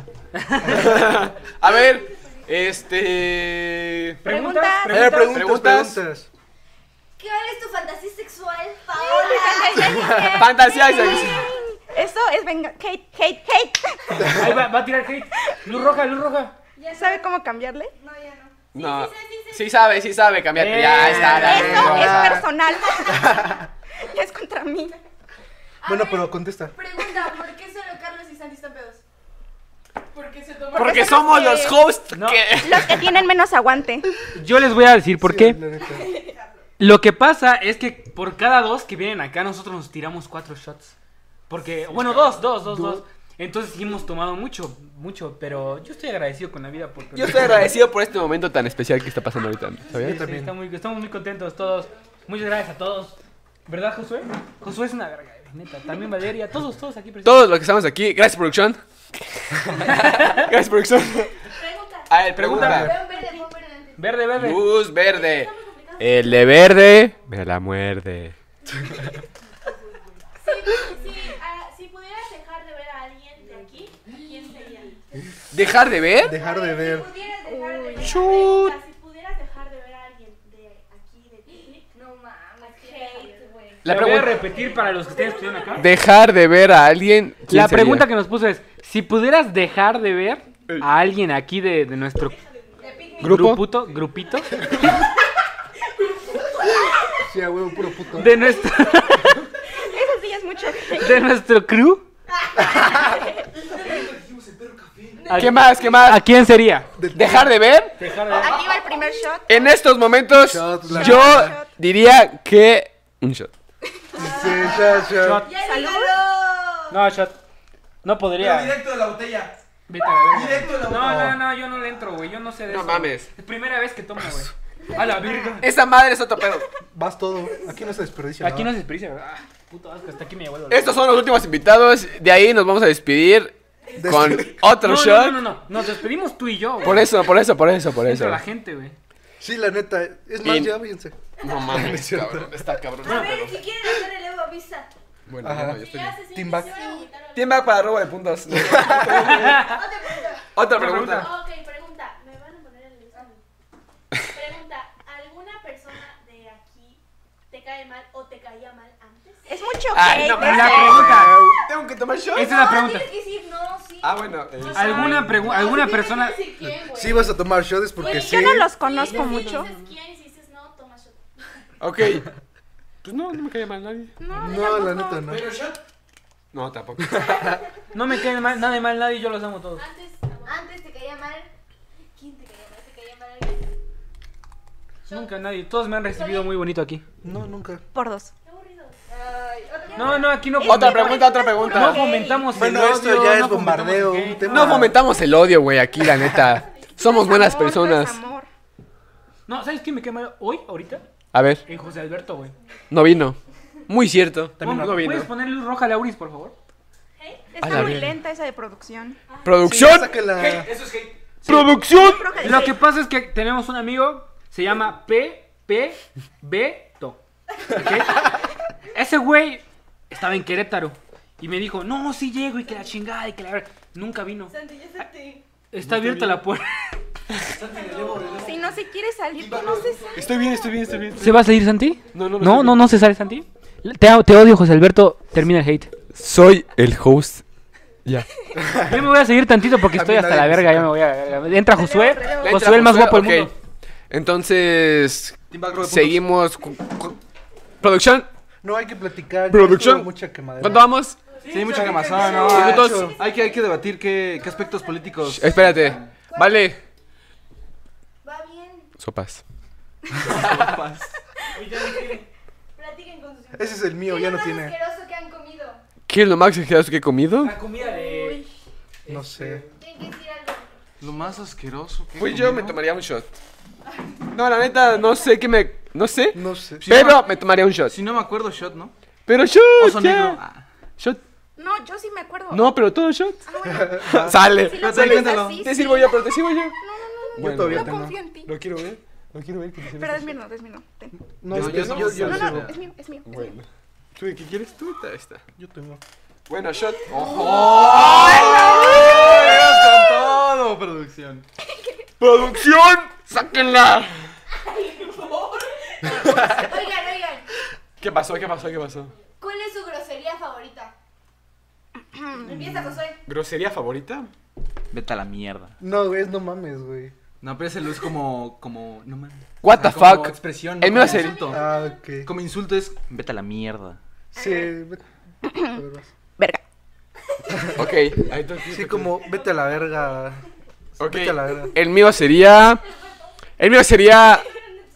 [SPEAKER 1] A ver, este.
[SPEAKER 2] ¿Preguntas?
[SPEAKER 4] A ver, preguntas,
[SPEAKER 1] Preguntas.
[SPEAKER 4] preguntas.
[SPEAKER 6] ¿Cuál es tu fantasía sexual,
[SPEAKER 1] Fantasía sex.
[SPEAKER 8] Eso es venga. Hate, hate, hate.
[SPEAKER 2] Ahí va, va a tirar hate. Luz roja, luz roja.
[SPEAKER 8] ¿Sabe cómo cambiarle?
[SPEAKER 6] No, ya no.
[SPEAKER 1] No. Sí sabe, sí sabe, cambiate.
[SPEAKER 4] Eh,
[SPEAKER 2] Bien.
[SPEAKER 1] Ya está. la
[SPEAKER 2] Eso
[SPEAKER 8] Eso
[SPEAKER 1] verga.
[SPEAKER 8] es personal. ya es contra mí.
[SPEAKER 4] Bueno, pero contesta.
[SPEAKER 14] Pregunta, ¿por qué solo Carlos y Santi están pedos? Porque se toman.
[SPEAKER 1] Porque somos los hosts.
[SPEAKER 2] No.
[SPEAKER 1] que-
[SPEAKER 8] Los que tienen menos aguante.
[SPEAKER 2] Yo les voy a decir por
[SPEAKER 4] Sí,
[SPEAKER 2] qué.
[SPEAKER 4] la neta.
[SPEAKER 2] Lo que pasa es que por cada dos que vienen acá, nosotros nos tiramos cuatro shots. Porque, bueno, dos, dos, dos, dos. Entonces sí hemos tomado mucho, mucho, pero yo estoy agradecido con la vida por
[SPEAKER 1] Yo estoy agradecido por este momento tan especial que está pasando ahorita.
[SPEAKER 2] Sí,
[SPEAKER 1] ¿Sabías?
[SPEAKER 2] sí, está muy- estamos muy contentos todos. Muchas gracias a todos. ¿Verdad, Josué? Josué es una verga, güey, neta. También Valeria, todos, todos aquí presentes.
[SPEAKER 1] Todos los que estamos aquí, gracias, producción. gracias, producción.
[SPEAKER 6] Pregunta.
[SPEAKER 1] A ver, pregunta.
[SPEAKER 6] León verde, león verde antes.
[SPEAKER 2] Verde, verde.
[SPEAKER 1] Luz verde. El de verde me la muerde.
[SPEAKER 6] Si, si, ah, si pudieras dejar de ver a alguien de aquí, ¿quién sería?
[SPEAKER 1] ¿Dejar de ver?
[SPEAKER 4] Dejar de
[SPEAKER 6] Si
[SPEAKER 4] ver.
[SPEAKER 6] pudieras dejar de ver a
[SPEAKER 1] Shoot.
[SPEAKER 6] alguien, si pudieras dejar de ver a alguien de aquí, de ti, no mames, hate, güey.
[SPEAKER 1] La
[SPEAKER 2] La voy a
[SPEAKER 1] pregunta.
[SPEAKER 2] repetir para los que ustedes estuvieron acá.
[SPEAKER 1] Dejar de ver a alguien. ¿quién
[SPEAKER 2] La pregunta
[SPEAKER 1] sería?
[SPEAKER 2] que nos puso es, si pudieras dejar de ver a alguien aquí de, de nuestro
[SPEAKER 1] ¿Grupo?
[SPEAKER 2] gruputo, grupito,
[SPEAKER 4] Sí, a huevo, puro puto.
[SPEAKER 2] de nuestro,
[SPEAKER 8] Eso sí es mucho.
[SPEAKER 2] de nuestro crew,
[SPEAKER 1] ¿Qué más? ¿Qué más?
[SPEAKER 2] ¿a quién sería?
[SPEAKER 1] ¿Dejar de ver?
[SPEAKER 2] Dejar
[SPEAKER 8] Aquí va el primer shot.
[SPEAKER 1] En estos momentos,
[SPEAKER 4] Shot, la
[SPEAKER 1] yo
[SPEAKER 4] verdad.
[SPEAKER 1] diría que. Un shot.
[SPEAKER 4] Sí, ya, ya.
[SPEAKER 8] Salud.
[SPEAKER 2] No, shot. No
[SPEAKER 10] Pero
[SPEAKER 2] podría.
[SPEAKER 10] directo de la botella.
[SPEAKER 2] Vete a la verga.
[SPEAKER 10] Directo de la
[SPEAKER 2] No,
[SPEAKER 10] botella.
[SPEAKER 2] no, no, yo no le entro, güey. Yo no sé de
[SPEAKER 1] No
[SPEAKER 2] eso.
[SPEAKER 1] mames.
[SPEAKER 2] Es primera vez que tomo, güey. A la verga.
[SPEAKER 1] Esa madre es otro pedo.
[SPEAKER 4] Vas todo. Aquí no se desperdicia.
[SPEAKER 2] Aquí no
[SPEAKER 4] nada.
[SPEAKER 2] se desperdicia, ¿verdad? Ah, Puto asco, hasta aquí me llevo el olor.
[SPEAKER 1] Estos son los últimos invitados. De ahí nos vamos a despedir con otro
[SPEAKER 2] no,
[SPEAKER 1] shot.
[SPEAKER 2] No, no, no, no. Nos despedimos tú y yo, güey.
[SPEAKER 1] Por eso, por eso, por eso, por eso.
[SPEAKER 2] Entra la gente, güey.
[SPEAKER 4] Sí, la neta. Es más,
[SPEAKER 1] Y-
[SPEAKER 4] ya váyanse.
[SPEAKER 1] No mames, cabrón. Está cabrón.
[SPEAKER 6] A ver, si quieren hacer el Evo, avisa.
[SPEAKER 1] Bueno,
[SPEAKER 4] Ajá.
[SPEAKER 1] bueno, yo estoy
[SPEAKER 6] Ya se siente,
[SPEAKER 4] Teamback.
[SPEAKER 6] se van a vomitar ahorita.
[SPEAKER 1] Tiempo para robo de puntos.
[SPEAKER 6] Ah, Otra pregunta.
[SPEAKER 1] Otra pregunta.
[SPEAKER 6] Ok, pregunta. Me van a poner el listado. Pregunta, ¿alguna persona de aquí te cae mal o te caía mal antes?
[SPEAKER 8] Es mucho
[SPEAKER 1] Ay,
[SPEAKER 8] hate.
[SPEAKER 1] no
[SPEAKER 2] La
[SPEAKER 1] mames.
[SPEAKER 2] pregunta.
[SPEAKER 1] Tengo que tomar shot.
[SPEAKER 2] Esa es la pregunta.
[SPEAKER 6] Tienes que decir no, sí.
[SPEAKER 1] Ah, bueno. eh,
[SPEAKER 2] ¿Alguna, pregu- alguna
[SPEAKER 6] Sí,
[SPEAKER 2] persona.?
[SPEAKER 6] tienes que decir quién, güey.
[SPEAKER 4] Sí, vas a tomar shots porque
[SPEAKER 6] Güey,
[SPEAKER 4] sí.
[SPEAKER 8] Yo no los
[SPEAKER 6] Si dices
[SPEAKER 8] conozco
[SPEAKER 6] sí,
[SPEAKER 8] mucho.
[SPEAKER 6] dices quién, y si dices no, toma shot.
[SPEAKER 1] Ok. Pues no, no me cae mal nadie.
[SPEAKER 4] No, la neta no.
[SPEAKER 10] Pero shot.
[SPEAKER 1] No, tampoco.
[SPEAKER 2] No me cae mal, nada de mal nadie, yo los amo todos.
[SPEAKER 6] Antes, antes te caía mal. ¿Quién te caía mal? ¿Te caía mal alguien?
[SPEAKER 2] Nunca nadie. Todos me han recibido muy bonito aquí.
[SPEAKER 4] No, nunca.
[SPEAKER 8] Por dos.
[SPEAKER 6] Qué aburrido. Ay, otra
[SPEAKER 2] No, no, aquí no.
[SPEAKER 1] Otra pregunta, otra
[SPEAKER 2] No
[SPEAKER 1] pregunta.
[SPEAKER 2] fomentamos el
[SPEAKER 4] Bueno,
[SPEAKER 2] odio,
[SPEAKER 4] esto ya
[SPEAKER 2] no
[SPEAKER 4] es
[SPEAKER 2] fomentamos
[SPEAKER 4] bombardeo,
[SPEAKER 2] el hate.
[SPEAKER 4] un tema.
[SPEAKER 1] No fomentamos el odio, güey, aquí, la neta. Somos buenas
[SPEAKER 8] pues,
[SPEAKER 1] personas.
[SPEAKER 2] No, ¿sabes quién me cae mal hoy, ahorita?
[SPEAKER 1] A ver,
[SPEAKER 2] El José Alberto, güey.
[SPEAKER 1] no vino. Muy cierto.
[SPEAKER 2] También
[SPEAKER 1] no vino.
[SPEAKER 2] ¿Puedes poner luz roja a Lauris, por favor?
[SPEAKER 1] A la
[SPEAKER 11] Está muy
[SPEAKER 1] verga.
[SPEAKER 11] lenta esa de producción.
[SPEAKER 1] ¡Producción!
[SPEAKER 2] Hate,
[SPEAKER 5] eso es hate.
[SPEAKER 1] ¡Producción!
[SPEAKER 2] Lo que pasa es que tenemos un amigo, se llama P. P. B. To. ¿ok? Ese güey estaba en Querétaro y me dijo, no, sí llego y que la chingada y que la verga". Nunca vino.
[SPEAKER 11] Santi, ya sentí.
[SPEAKER 2] Está abierta la puerta.
[SPEAKER 11] Si no se quiere salir, que no se sale.
[SPEAKER 1] Estoy bien, estoy bien, estoy bien.
[SPEAKER 2] ¿Se va a salir Santi?
[SPEAKER 1] No, no, no, estoy
[SPEAKER 2] No, no,
[SPEAKER 1] bien.
[SPEAKER 2] no se sale Santi. Te, te odio, José Alberto. Termina el hate.
[SPEAKER 3] Soy el host. Ya.
[SPEAKER 2] Yo me voy a seguir tantito porque estoy hasta la verga. Ya me voy a. Entra Josué.
[SPEAKER 1] Le entra
[SPEAKER 2] Josué, el más
[SPEAKER 1] Josué,
[SPEAKER 2] guapo del
[SPEAKER 1] ok.
[SPEAKER 2] mundo.
[SPEAKER 1] Entonces,
[SPEAKER 4] Back Row de
[SPEAKER 1] seguimos. cu- cu- ¿Producción?
[SPEAKER 5] No hay que platicar.
[SPEAKER 1] ¿Producción?
[SPEAKER 5] Mucha quemadera.
[SPEAKER 1] ¿Cuánto vamos?
[SPEAKER 4] Sí, hay mucha quemazón, ¿no?
[SPEAKER 1] Minutos.
[SPEAKER 4] Gacho. Hay que, hay que debatir qué, qué aspectos políticos.
[SPEAKER 1] Espérate. Vale.
[SPEAKER 8] Va bien,
[SPEAKER 1] Sopas.
[SPEAKER 8] platiquen con sus
[SPEAKER 4] Ese es el mío, ya no tiene.
[SPEAKER 8] asqueroso que han comido.
[SPEAKER 1] ¿Qué es lo más exagerado que he comido?
[SPEAKER 2] comida de.
[SPEAKER 4] No sé.
[SPEAKER 8] Tienen que decir algo.
[SPEAKER 4] Lo más asqueroso que.
[SPEAKER 1] Pues yo me tomaría un shot. No, la neta, no sé qué me. No sé.
[SPEAKER 4] No
[SPEAKER 5] eh.
[SPEAKER 4] sé.
[SPEAKER 1] Pero me tomaría un shot.
[SPEAKER 4] Si no me acuerdo, shot, ¿no?
[SPEAKER 1] Pero shot.
[SPEAKER 4] Oso
[SPEAKER 1] ya.
[SPEAKER 4] negro.
[SPEAKER 1] Shot.
[SPEAKER 11] No, yo sí me acuerdo.
[SPEAKER 1] No, pero todo shot.
[SPEAKER 4] Ah.
[SPEAKER 1] Sale.
[SPEAKER 4] Sí, lo Sale, cuéntalo. sí,
[SPEAKER 1] Te sirvo yo, pero te sirvo yo. Bueno.
[SPEAKER 11] Yo confío en ti.
[SPEAKER 1] Lo quiero ver. Lo quiero ver. que te sirva.
[SPEAKER 11] Pero es mío, no, es mío. no. Ten.
[SPEAKER 1] No,
[SPEAKER 4] Yo-
[SPEAKER 1] espera,
[SPEAKER 4] yo-
[SPEAKER 1] no,
[SPEAKER 4] yo-
[SPEAKER 11] No,
[SPEAKER 1] no,
[SPEAKER 11] no,
[SPEAKER 1] no.
[SPEAKER 11] es mío, es mío. es mío.
[SPEAKER 1] Bueno. ¿Tú de qué quieres tú? Ahí está.
[SPEAKER 4] Yo tengo.
[SPEAKER 1] Bueno, shot. ¡Ojo!
[SPEAKER 4] con todo, producción.
[SPEAKER 1] ¡Producción! ¡Sáquenla!
[SPEAKER 8] Oigan, oigan,
[SPEAKER 1] ¿Qué pasó? ¿Qué pasó? ¿Qué pasó?
[SPEAKER 8] ¿cuál es su grosería favorita? Empieza, José.
[SPEAKER 1] ¿Grosería favorita?
[SPEAKER 4] Vete a la mierda.
[SPEAKER 5] No, güey, no mames, güey.
[SPEAKER 4] No, pero ese lo es como. como. No mames.
[SPEAKER 1] What the
[SPEAKER 4] como
[SPEAKER 1] fuck?
[SPEAKER 4] expresión.
[SPEAKER 1] El
[SPEAKER 4] no
[SPEAKER 1] mío
[SPEAKER 4] como
[SPEAKER 1] es el-
[SPEAKER 4] insulto.
[SPEAKER 5] Ah, ok.
[SPEAKER 4] Como insulto es. Vete a la mierda.
[SPEAKER 5] Sí. vete- a ver, vas.
[SPEAKER 1] Ok. Ahí tú-
[SPEAKER 5] Sí, como vete a la verga.
[SPEAKER 1] Ok.
[SPEAKER 5] Vete a la verga.
[SPEAKER 1] El mío sería. El mío sería.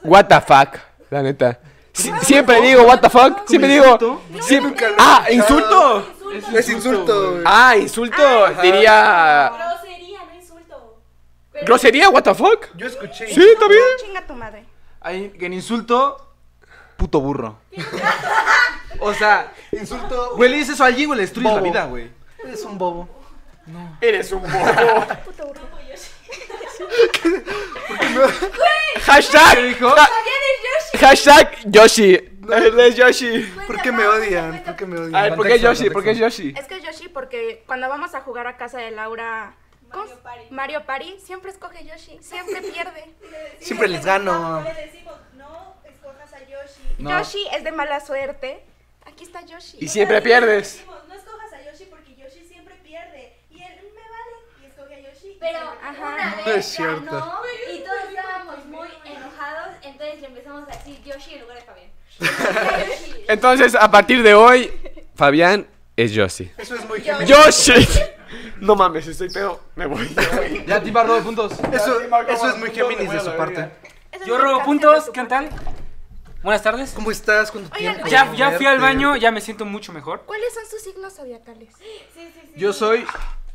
[SPEAKER 1] What the fuck, la neta. Si- siempre digo what the fuck, siempre digo. Siempre... Ah, insulto.
[SPEAKER 5] No es insulto, güey.
[SPEAKER 1] Ah, insulto. Diría.
[SPEAKER 8] Grosería, no insulto. Pero-
[SPEAKER 1] ¿Grosería? ¿What the fuck?
[SPEAKER 5] Yo escuché.
[SPEAKER 1] Sí, está bien.
[SPEAKER 11] Chinga tu madre.
[SPEAKER 4] Ay, en insulto. Puto burro. o sea,
[SPEAKER 5] Insulto.
[SPEAKER 4] güey, le dices eso a alguien, güey, le destruyes la
[SPEAKER 5] Bobo.
[SPEAKER 4] vida, güey.
[SPEAKER 5] Eres un bobo.
[SPEAKER 1] Eres un bobo.
[SPEAKER 11] Puto burro.
[SPEAKER 1] Hashtag. ha-
[SPEAKER 8] Fabián es Yoshi.
[SPEAKER 1] hashtag Yoshi. Él es Yoshi.
[SPEAKER 5] ¿Por qué me odian? ¿Por qué me odian?
[SPEAKER 1] A ver, ¿por qué Yoshi? ¿Por qué Yoshi?
[SPEAKER 11] Es que Yoshi, porque cuando vamos a jugar a casa de Laura. ¿cómo
[SPEAKER 8] Mario
[SPEAKER 11] es?
[SPEAKER 8] Party.
[SPEAKER 11] Mario Party siempre escoge Yoshi, siempre pierde.
[SPEAKER 5] Siempre les gano.
[SPEAKER 8] Le decimos, no escojas a Yoshi.
[SPEAKER 4] No.
[SPEAKER 11] Yoshi es de mala suerte. Aquí está Yoshi.
[SPEAKER 1] Y siempre pierdes.
[SPEAKER 8] Decimos, no escojas a Yoshi porque Yoshi siempre pierde. Y él me vale. Y escoge a Yoshi. y
[SPEAKER 15] Pero
[SPEAKER 11] ah,
[SPEAKER 8] siempre pierde.
[SPEAKER 15] una
[SPEAKER 5] No es
[SPEAKER 15] vez
[SPEAKER 5] cierto.
[SPEAKER 15] ganó y todos estábamos muy enojados, entonces le empezamos a decir Yoshi en lugar de Fabián. Yoshi.
[SPEAKER 1] Entonces, a partir de hoy, Fabián es Yoshi.
[SPEAKER 5] Eso es muy
[SPEAKER 11] Yo-
[SPEAKER 5] genial.
[SPEAKER 1] ¡Yoshi! No mames, estoy pedo. Me voy.
[SPEAKER 4] Ya, tipa robo puntos.
[SPEAKER 5] Eso,
[SPEAKER 1] Sí, Marco,
[SPEAKER 5] eso
[SPEAKER 1] Marco,
[SPEAKER 5] es muy
[SPEAKER 1] punto,
[SPEAKER 5] Géminis
[SPEAKER 1] me voy
[SPEAKER 5] de
[SPEAKER 1] a
[SPEAKER 5] su
[SPEAKER 1] la
[SPEAKER 5] parte.
[SPEAKER 1] verga.
[SPEAKER 11] Eso
[SPEAKER 2] Yo
[SPEAKER 11] es
[SPEAKER 2] robo
[SPEAKER 11] cárcel
[SPEAKER 2] puntos.
[SPEAKER 11] de tu
[SPEAKER 2] ¿Qué tal? Buenas tardes.
[SPEAKER 5] ¿Cómo estás? ¿Cuánto
[SPEAKER 11] Oigan,
[SPEAKER 5] tiempo?
[SPEAKER 2] Ya, ya fui al
[SPEAKER 5] Verte.
[SPEAKER 2] baño, ya me siento mucho mejor.
[SPEAKER 11] ¿Cuáles son sus signos zodiacales?
[SPEAKER 8] Sí, sí, sí.
[SPEAKER 4] Yo soy.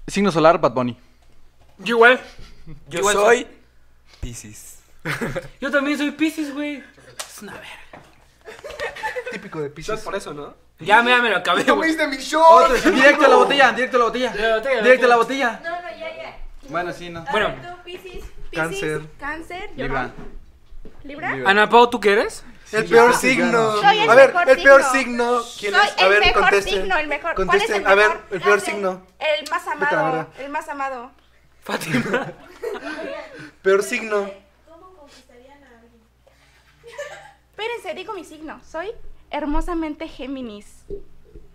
[SPEAKER 4] Signo solar, Bad Bunny.
[SPEAKER 2] Yo igual.
[SPEAKER 3] Yo
[SPEAKER 2] Igual
[SPEAKER 3] soy Pisces.
[SPEAKER 2] Yo también soy Pisces, güey. Es una verga.
[SPEAKER 5] Típico de Pisces. Oh,
[SPEAKER 1] eso, ¿no?
[SPEAKER 2] Ya, me, ya me lo acabé. güey.
[SPEAKER 5] mi short!
[SPEAKER 4] Directo a la botella, directo a la botella.
[SPEAKER 2] De la botella,
[SPEAKER 4] Directo a la
[SPEAKER 2] de
[SPEAKER 4] botella.
[SPEAKER 8] No, no, ya, ya.
[SPEAKER 4] Bueno, sí, no.
[SPEAKER 2] Bueno.
[SPEAKER 8] Tú, Piscis.
[SPEAKER 5] Cáncer.
[SPEAKER 11] Piscis, Cáncer, yo-
[SPEAKER 4] Libra.
[SPEAKER 11] Libra.
[SPEAKER 2] Ana Pau, ¿tú qué eres?
[SPEAKER 5] El peor signo.
[SPEAKER 11] Soy el
[SPEAKER 5] a ver,
[SPEAKER 11] mejor
[SPEAKER 5] el peor
[SPEAKER 11] signo.
[SPEAKER 5] signo. ¿Quién
[SPEAKER 11] Soy
[SPEAKER 5] es? A
[SPEAKER 11] el
[SPEAKER 5] ver,
[SPEAKER 11] mejor
[SPEAKER 5] contesten.
[SPEAKER 11] signo, el mejor. ¿Cuál es
[SPEAKER 5] Contesten.
[SPEAKER 11] el
[SPEAKER 5] a ver,
[SPEAKER 11] mejor?
[SPEAKER 5] el peor
[SPEAKER 11] Cáncer.
[SPEAKER 5] signo.
[SPEAKER 11] El más
[SPEAKER 5] Vete a la
[SPEAKER 11] amado,
[SPEAKER 5] verga.
[SPEAKER 11] el más amado.
[SPEAKER 2] Fátima.
[SPEAKER 5] Peor signo.
[SPEAKER 8] ¿Cómo conquistarían a alguien?
[SPEAKER 11] Espérense, digo mi signo. Soy hermosamente Géminis.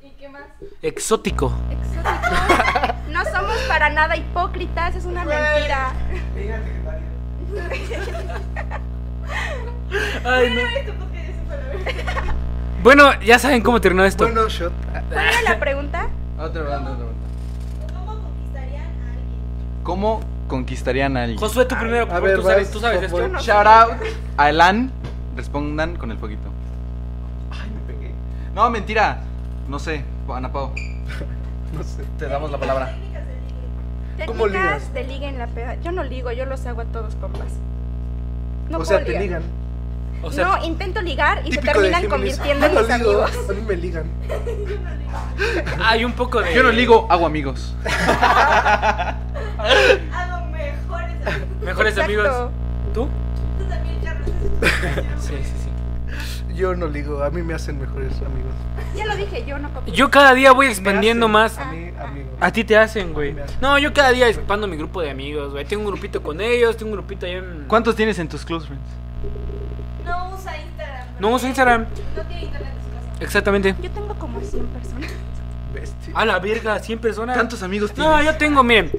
[SPEAKER 8] ¿Y qué más?
[SPEAKER 2] Exótico.
[SPEAKER 11] Exóticos. No somos para nada hipócritas, es una mentira.
[SPEAKER 2] Ay, no.
[SPEAKER 8] Este podcast es súper aburrido.
[SPEAKER 2] Bueno, ya saben cómo terminó esto.
[SPEAKER 5] Bueno, shot.
[SPEAKER 11] ¿Cuál era la pregunta?
[SPEAKER 4] Otra banda, otra banda.
[SPEAKER 8] ¿Cómo conquistarían a alguien?
[SPEAKER 4] ¿Cómo conquistarían a alguien?
[SPEAKER 2] Josué, tú primero, por
[SPEAKER 5] a
[SPEAKER 2] favor,
[SPEAKER 5] ver,
[SPEAKER 2] tú sabes,
[SPEAKER 5] vas,
[SPEAKER 2] tú sabes esto.
[SPEAKER 5] Josué.
[SPEAKER 4] Shout out a Elan. Respondan con el fueguito. Ay, me pegué. No, mentira. No sé, Ana Pau.
[SPEAKER 5] No sé.
[SPEAKER 4] Te damos la palabra.
[SPEAKER 8] Técnicas de ligue.
[SPEAKER 5] ¿Cómo
[SPEAKER 11] Técnicas
[SPEAKER 5] ligas?
[SPEAKER 11] de liga en la peda. Yo no ligo, yo los hago a todos compas. No
[SPEAKER 5] o
[SPEAKER 11] puedo
[SPEAKER 5] sea, te
[SPEAKER 11] ligar.
[SPEAKER 5] ligan. O sea,
[SPEAKER 11] no, intento ligar y se
[SPEAKER 5] típico de
[SPEAKER 11] terminan
[SPEAKER 5] Géminis.
[SPEAKER 11] convirtiendo en
[SPEAKER 5] Yo no
[SPEAKER 11] mis
[SPEAKER 5] ligo,
[SPEAKER 11] amigos.
[SPEAKER 5] A mí me ligan.
[SPEAKER 2] Hay un poco de.
[SPEAKER 5] Yo no ligo, hago amigos.
[SPEAKER 2] Mejores amigos. ¿Tú?
[SPEAKER 5] Sí, sí, sí. Yo no ligo, a mí me hacen mejores amigos.
[SPEAKER 11] Ya lo dije, yo no copio.
[SPEAKER 2] Yo cada día voy expandiendo más.
[SPEAKER 11] Ah,
[SPEAKER 2] A ti te hacen, güey. No, yo cada día expando mi grupo de amigos, güey. Tengo un grupito con ellos, tengo un grupito ahí en.
[SPEAKER 4] ¿Cuántos tienes en tus close friends?
[SPEAKER 8] No usa Instagram.
[SPEAKER 2] No uso Instagram.
[SPEAKER 8] No tiene internet en su casa.
[SPEAKER 2] Exactamente.
[SPEAKER 11] Yo tengo como 100 personas.
[SPEAKER 2] A la verga, 100 personas.
[SPEAKER 5] ¿Tantos amigos
[SPEAKER 2] No, yo tengo, miren.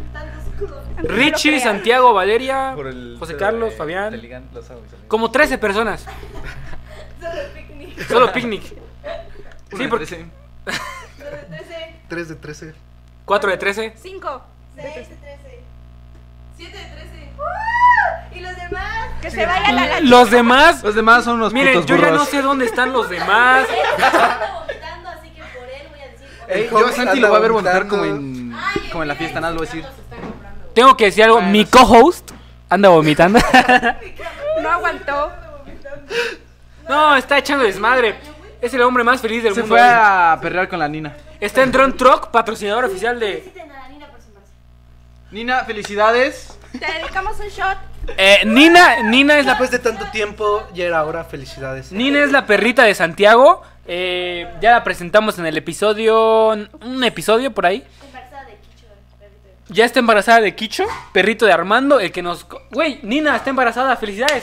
[SPEAKER 2] Richie, Santiago, Valeria,
[SPEAKER 4] Por el
[SPEAKER 2] José
[SPEAKER 4] pedo
[SPEAKER 2] Carlos,
[SPEAKER 4] de-
[SPEAKER 2] Fabián.
[SPEAKER 4] de ligan- los hago, mis amigos.
[SPEAKER 2] Como 13 personas.
[SPEAKER 8] Solo picnic.
[SPEAKER 2] Solo picnic.
[SPEAKER 5] Una
[SPEAKER 2] Sí,
[SPEAKER 5] de
[SPEAKER 2] porque.
[SPEAKER 8] Solo 13.
[SPEAKER 5] 3 de 13.
[SPEAKER 2] 4 de 13.
[SPEAKER 11] 5.
[SPEAKER 8] 6 de 13. 7 de 13. ¿Y los demás?
[SPEAKER 11] Que se vayan a la
[SPEAKER 2] Los demás.
[SPEAKER 4] Los demás son unos
[SPEAKER 2] Miren,
[SPEAKER 4] putos
[SPEAKER 2] yo ya
[SPEAKER 4] burros.
[SPEAKER 2] no sé dónde están los demás.
[SPEAKER 4] Ey, yo
[SPEAKER 5] Jorge
[SPEAKER 4] a Santi lo va a ver
[SPEAKER 5] anda
[SPEAKER 4] vomitar como en, como en la fiesta, nada, lo voy a decir.
[SPEAKER 2] Tengo que decir algo. Mi co-host anda vomitando.
[SPEAKER 11] No aguantó.
[SPEAKER 2] No, está echando desmadre. Es el hombre más feliz del
[SPEAKER 4] Se
[SPEAKER 2] mundo.
[SPEAKER 4] fue a perrear con la Nina.
[SPEAKER 2] Está en Drone Truck, patrocinador oficial de.
[SPEAKER 4] Nina, felicidades.
[SPEAKER 11] Te dedicamos un shot.
[SPEAKER 2] Eh, Nina, Nina es la
[SPEAKER 5] Después pues, de tanto tiempo, ya era hora, felicidades.
[SPEAKER 2] Nina es la perrita de Santiago. eh, ya la presentamos en el episodio. Un episodio por ahí. Ya está embarazada de Kicho, perrito de Armando, el que nos. co- Güey, Nina está embarazada, felicidades.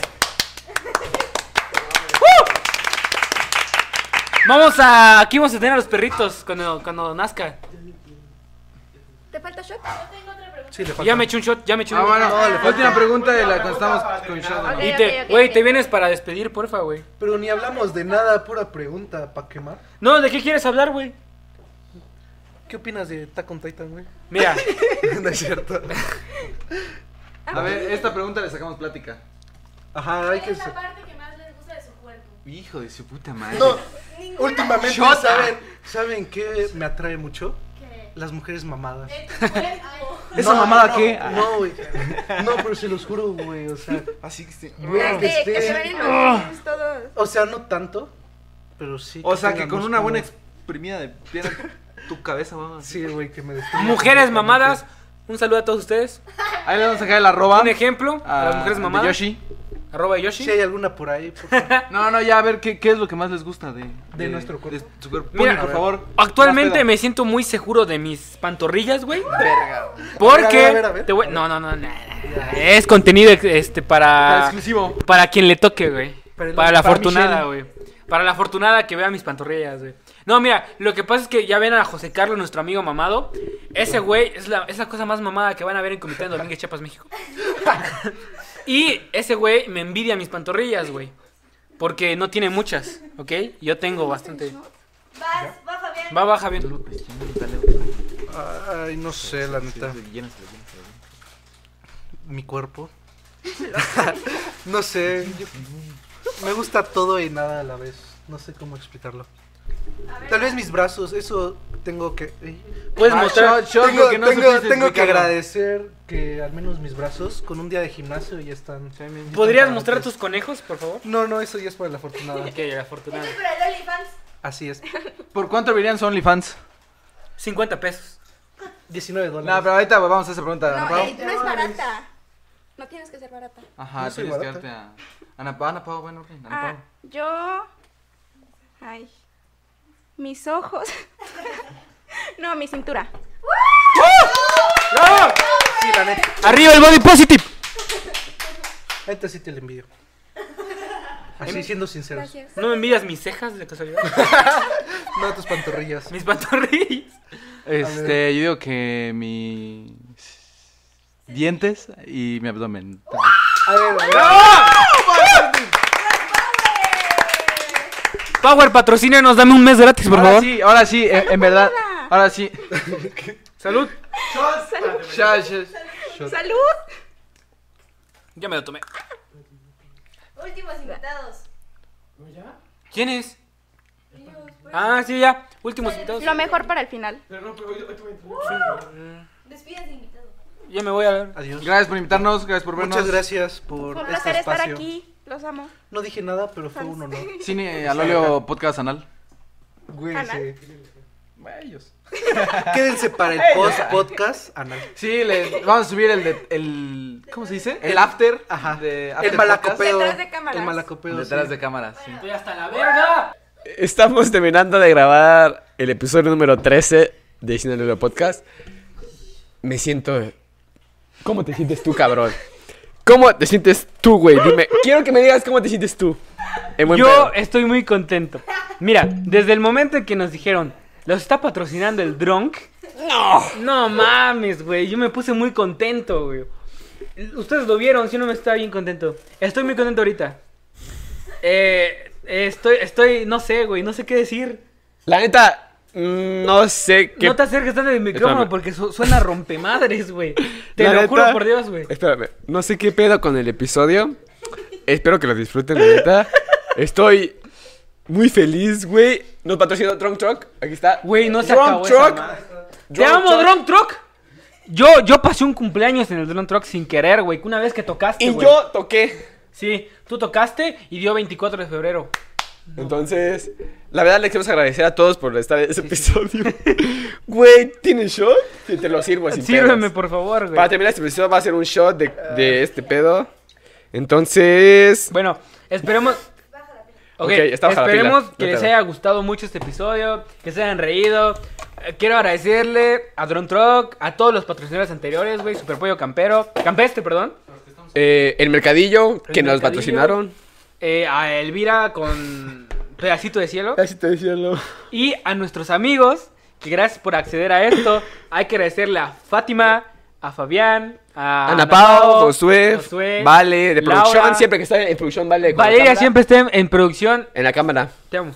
[SPEAKER 2] ¡Uh! Vamos a. Aquí vamos a tener a los perritos cuando, cuando nazca.
[SPEAKER 11] ¿Te falta shot?
[SPEAKER 2] Ya me eché un shot, ya me eché un
[SPEAKER 4] Ah, bueno, última pregunta de la que estamos
[SPEAKER 5] con
[SPEAKER 4] Shadow.
[SPEAKER 2] Y te, güey, te vienes para despedir, porfa, güey.
[SPEAKER 5] Pero ni hablamos de nada, pura pregunta, ¿pa' quemar?
[SPEAKER 2] No, ¿de qué quieres hablar, güey?
[SPEAKER 5] ¿Qué opinas de Attack on Titan, güey?
[SPEAKER 2] Mira.
[SPEAKER 5] no es cierto.
[SPEAKER 4] A ver, esta pregunta le sacamos plática.
[SPEAKER 5] Ajá, hay
[SPEAKER 8] ¿Cuál
[SPEAKER 5] que...
[SPEAKER 8] es la parte que más les gusta de su cuerpo?
[SPEAKER 4] Hijo de su puta madre.
[SPEAKER 5] No, últimamente,
[SPEAKER 4] Shota.
[SPEAKER 5] ¿saben, ¿saben qué me atrae mucho? Las mujeres mamadas.
[SPEAKER 11] pues.
[SPEAKER 4] ¿Esa
[SPEAKER 5] No,
[SPEAKER 4] mamada
[SPEAKER 5] no,
[SPEAKER 4] qué?
[SPEAKER 5] No, güey. No, pero se los juro, güey, o sea...
[SPEAKER 4] Ah,
[SPEAKER 5] Así que sí.
[SPEAKER 11] Las de que se ven en los
[SPEAKER 5] Ah.
[SPEAKER 11] videos todos.
[SPEAKER 5] O sea, no tanto, pero sí.
[SPEAKER 4] O sea, que
[SPEAKER 5] tengan
[SPEAKER 4] con una buena
[SPEAKER 5] músculo.
[SPEAKER 4] exprimida de pierna, tu cabeza, mamá.
[SPEAKER 5] Sí, güey, que me
[SPEAKER 2] Mujeres mamadas, un saludo a todos ustedes.
[SPEAKER 4] Ahí le vamos a dejar el arroba.
[SPEAKER 2] Un ejemplo, a las mujeres
[SPEAKER 4] de
[SPEAKER 2] mamadas.
[SPEAKER 4] Yoshi.
[SPEAKER 2] Arroba Yoshi.
[SPEAKER 5] Si hay alguna por ahí, por favor.
[SPEAKER 4] No, no, ya a ver qué, qué es lo que más les gusta de,
[SPEAKER 5] De nuestro cuerpo.
[SPEAKER 4] de su cuerpo.
[SPEAKER 2] Mira,
[SPEAKER 4] Pony, por favor.
[SPEAKER 2] Actualmente
[SPEAKER 4] más
[SPEAKER 2] me siento muy seguro de mis pantorrillas, güey.
[SPEAKER 4] Verga,
[SPEAKER 2] Porque
[SPEAKER 4] A ver, a ver, a ver.
[SPEAKER 2] te voy- no, no, no, no, no. es contenido este para
[SPEAKER 4] Para Ah, exclusivo.
[SPEAKER 2] para quien le toque, güey.
[SPEAKER 4] Para
[SPEAKER 2] Para, la
[SPEAKER 4] el- para
[SPEAKER 2] afortunada,
[SPEAKER 4] Michelle.
[SPEAKER 2] güey. Para la afortunada que vea mis pantorrillas, güey. No, mira, lo que pasa es que ya ven a José Carlos, nuestro amigo mamado. Ese güey es la, es la cosa más mamada que van a ver en Comité de Domínguez Chiapas, México. y ese güey me envidia mis pantorrillas, güey. Porque no tiene muchas, ¿ok? Yo tengo bastante.
[SPEAKER 8] Vas, va Fabián.
[SPEAKER 2] Va, baja bien.
[SPEAKER 5] Ay, no sé, la neta. Mi cuerpo. no sé. Me gusta todo y nada a la vez. No sé cómo explicarlo. Tal vez mis brazos, eso tengo que. eh.
[SPEAKER 2] Puedes mostrar-
[SPEAKER 5] tengo
[SPEAKER 2] lo que no
[SPEAKER 5] tengo-
[SPEAKER 2] supiste
[SPEAKER 5] tengo que
[SPEAKER 2] explicarlo.
[SPEAKER 5] agradecer que al menos mis brazos, con un día de gimnasio, ya están.
[SPEAKER 2] ¿Podrías mostrar tus conejos, por favor?
[SPEAKER 5] No, no, eso ya es para la afortunada.
[SPEAKER 2] Ok, afortunado.
[SPEAKER 8] Para el OnlyFans.
[SPEAKER 5] Así es.
[SPEAKER 4] ¿Por cuánto verían su OnlyFans?
[SPEAKER 2] 50 pesos.
[SPEAKER 5] 19
[SPEAKER 4] No,
[SPEAKER 5] dólares.
[SPEAKER 4] pero ahorita vamos a esa pregunta. Ana
[SPEAKER 11] No,
[SPEAKER 4] Pao.
[SPEAKER 11] eh, no es barata. No tienes que ser barata.
[SPEAKER 4] Ajá,
[SPEAKER 5] No soy
[SPEAKER 4] tienes que darte
[SPEAKER 5] barata.
[SPEAKER 4] a. Ana Pau, Ana Pau, bueno, ok, Ana
[SPEAKER 11] Ah,
[SPEAKER 4] Pau.
[SPEAKER 11] yo. Ay. Mis ojos. no, mi cintura.
[SPEAKER 2] ¡Bravo!
[SPEAKER 5] Sí, la neta.
[SPEAKER 2] ¡Arriba el body positive!
[SPEAKER 5] Neta sí te lo envío.
[SPEAKER 11] Em,
[SPEAKER 5] Así, siendo sinceros.
[SPEAKER 2] ¿No me envidias mis cejas de casualidad?
[SPEAKER 5] No tus pantorrillas.
[SPEAKER 2] mis pantorrillas.
[SPEAKER 4] Este, yo digo que mis dientes y mi abdomen.
[SPEAKER 16] Ah,
[SPEAKER 5] A ver, a ver.
[SPEAKER 2] Power, patrocínanos, dame un mes gratis, por
[SPEAKER 4] ahora
[SPEAKER 2] favor.
[SPEAKER 4] sí, ahora sí,
[SPEAKER 16] eh,
[SPEAKER 4] en, en verdad. Ahora sí.
[SPEAKER 2] Salud.
[SPEAKER 4] Ya, ya.
[SPEAKER 11] ¡Salud!
[SPEAKER 2] Ya me lo tomé.
[SPEAKER 8] Últimos invitados.
[SPEAKER 2] ¿Quién es?
[SPEAKER 8] pues.
[SPEAKER 2] Ah, sí, ya. Últimos invitados.
[SPEAKER 11] Lo mejor para el final.
[SPEAKER 8] Despídase, invitado.
[SPEAKER 2] Ya me voy a ver.
[SPEAKER 5] Adiós.
[SPEAKER 4] Gracias por invitarnos, gracias por vernos.
[SPEAKER 5] Muchas gracias por
[SPEAKER 11] Fue un
[SPEAKER 5] este
[SPEAKER 11] placer estar
[SPEAKER 5] espacio.
[SPEAKER 11] aquí.
[SPEAKER 8] Los amo.
[SPEAKER 4] No dije nada, pero fue un honor.
[SPEAKER 16] Cine al óleo podcast anal.
[SPEAKER 4] Güey,
[SPEAKER 8] Anal.
[SPEAKER 4] Ellos. Quédense para el post podcast anal.
[SPEAKER 16] Sí, le, vamos a subir el de, el ¿cómo se dice? El after, ajá, de after
[SPEAKER 4] El malacopeo.
[SPEAKER 16] podcast.
[SPEAKER 4] de cámaras. El malacopeo,
[SPEAKER 16] Detrás
[SPEAKER 4] sí.
[SPEAKER 16] de cámaras. sí.
[SPEAKER 2] Estoy hasta la verga.
[SPEAKER 1] Estamos terminando de grabar el episodio número 13 de Cine Lolo Podcast. Me siento. ¿Cómo te sientes tú, cabrón? ¿Cómo te sientes tú, güey? Dime. Quiero que me digas cómo te sientes tú. En buen
[SPEAKER 2] Yo
[SPEAKER 1] pedo.
[SPEAKER 2] estoy muy contento. Mira, desde el momento en que nos dijeron, los está patrocinando el Drunk. No. No mames, güey. Yo me puse muy contento, güey. Ustedes lo vieron, si no me estaba bien contento. Estoy muy contento ahorita. Eh, estoy, estoy, no sé, güey, no sé qué decir.
[SPEAKER 1] La neta, mm, no sé qué.
[SPEAKER 2] No te acerques tanto del micrófono
[SPEAKER 1] Espérame.
[SPEAKER 2] porque su- suena rompemadres, güey. Te
[SPEAKER 1] La
[SPEAKER 2] lo
[SPEAKER 1] neta-
[SPEAKER 2] juro por Dios, güey.
[SPEAKER 1] Espérame. No sé qué pedo con el episodio. Espero que lo disfruten, la neta. Estoy muy feliz, güey. Nos patrocinó Drunk Truck. Aquí está.
[SPEAKER 2] Güey, no se
[SPEAKER 1] Drunk
[SPEAKER 2] acabó esa
[SPEAKER 1] Truck.
[SPEAKER 2] madre. ¡Te
[SPEAKER 1] Drunk
[SPEAKER 2] amo,
[SPEAKER 1] Truck.
[SPEAKER 2] Drum Truck! Yo, yo pasé un cumpleaños en el Drum Truck sin querer, güey. que Una vez que tocaste,
[SPEAKER 1] Y
[SPEAKER 2] güey.
[SPEAKER 1] yo toqué.
[SPEAKER 2] Sí, tú tocaste y dio 24 de febrero.
[SPEAKER 1] Entonces, la verdad le queremos agradecer a todos por estar en ese episodio. Güey, ¿tienes shot? Sí, te lo sirvo Pues sin
[SPEAKER 2] Sírveme,
[SPEAKER 1] pedos.
[SPEAKER 2] por favor, güey.
[SPEAKER 1] Para terminar este episodio va a ser un shot de, de este pedo. Entonces...
[SPEAKER 2] Bueno, esperemos... Ok,
[SPEAKER 1] Ok, está baja la pila.
[SPEAKER 2] esperemos
[SPEAKER 1] No
[SPEAKER 2] que
[SPEAKER 1] te
[SPEAKER 2] les
[SPEAKER 1] hago.
[SPEAKER 2] haya gustado mucho este episodio, que se hayan reído. Eh, Quiero agradecerle a Drone Truck, a todos los patrocinadores anteriores, güey, Superpollo Campero, Campeste, perdón,
[SPEAKER 1] Eh, el mercadillo que
[SPEAKER 2] El
[SPEAKER 1] nos
[SPEAKER 2] mercadillo.
[SPEAKER 1] patrocinaron.
[SPEAKER 2] eh, a Elvira con Pedacito de Cielo
[SPEAKER 1] Pedacito de Cielo
[SPEAKER 2] y a nuestros amigos, que gracias por acceder a esto. Hay que agradecerle a Fátima, a Fabián, a
[SPEAKER 1] Ana Pao, Josué,
[SPEAKER 2] Ah, Josué,
[SPEAKER 1] Vale, de
[SPEAKER 2] Laura.
[SPEAKER 1] producción, siempre que está en producción, Vale. con la
[SPEAKER 2] Valeria
[SPEAKER 1] cámara.
[SPEAKER 2] siempre está en producción.
[SPEAKER 1] En la cámara.
[SPEAKER 2] Te amo.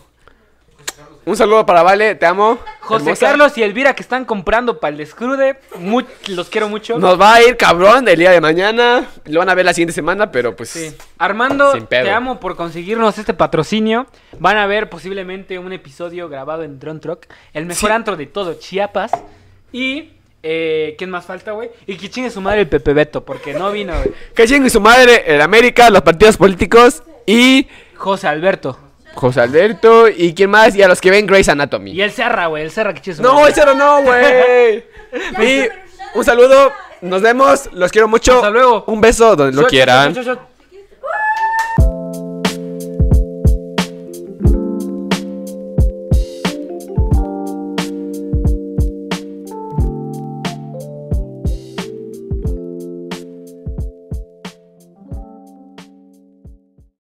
[SPEAKER 1] Un saludo para Vale, te amo.
[SPEAKER 2] José
[SPEAKER 1] hermosa.
[SPEAKER 2] Carlos y Elvira que están comprando para el descrude. Mu- los quiero mucho.
[SPEAKER 1] Nos va a ir cabrón el día de mañana. Lo van a ver la siguiente semana, pero pues...
[SPEAKER 2] Armando,
[SPEAKER 1] Sin pedo.
[SPEAKER 2] te amo por conseguirnos este patrocinio. Van a ver posiblemente un episodio grabado en Drone Truck, el mejor antro de todo Chiapas. Y, eh, ¿quién más falta, güey? Y que chingue su madre el Pepe Beto, porque no vino, güey.
[SPEAKER 1] Que chingue su madre en América, los partidos políticos y
[SPEAKER 2] José Alberto.
[SPEAKER 1] José Alberto y quién más y a los que ven Grey's Anatomy.
[SPEAKER 2] Y el Serra, güey, el Serra que chingue su
[SPEAKER 1] No,
[SPEAKER 2] madre.
[SPEAKER 1] ese no, güey. y un saludo, nos vemos, los quiero mucho. Hasta luego. Un beso donde lo
[SPEAKER 2] Shot,
[SPEAKER 1] quieran.
[SPEAKER 2] shot, shot, shot.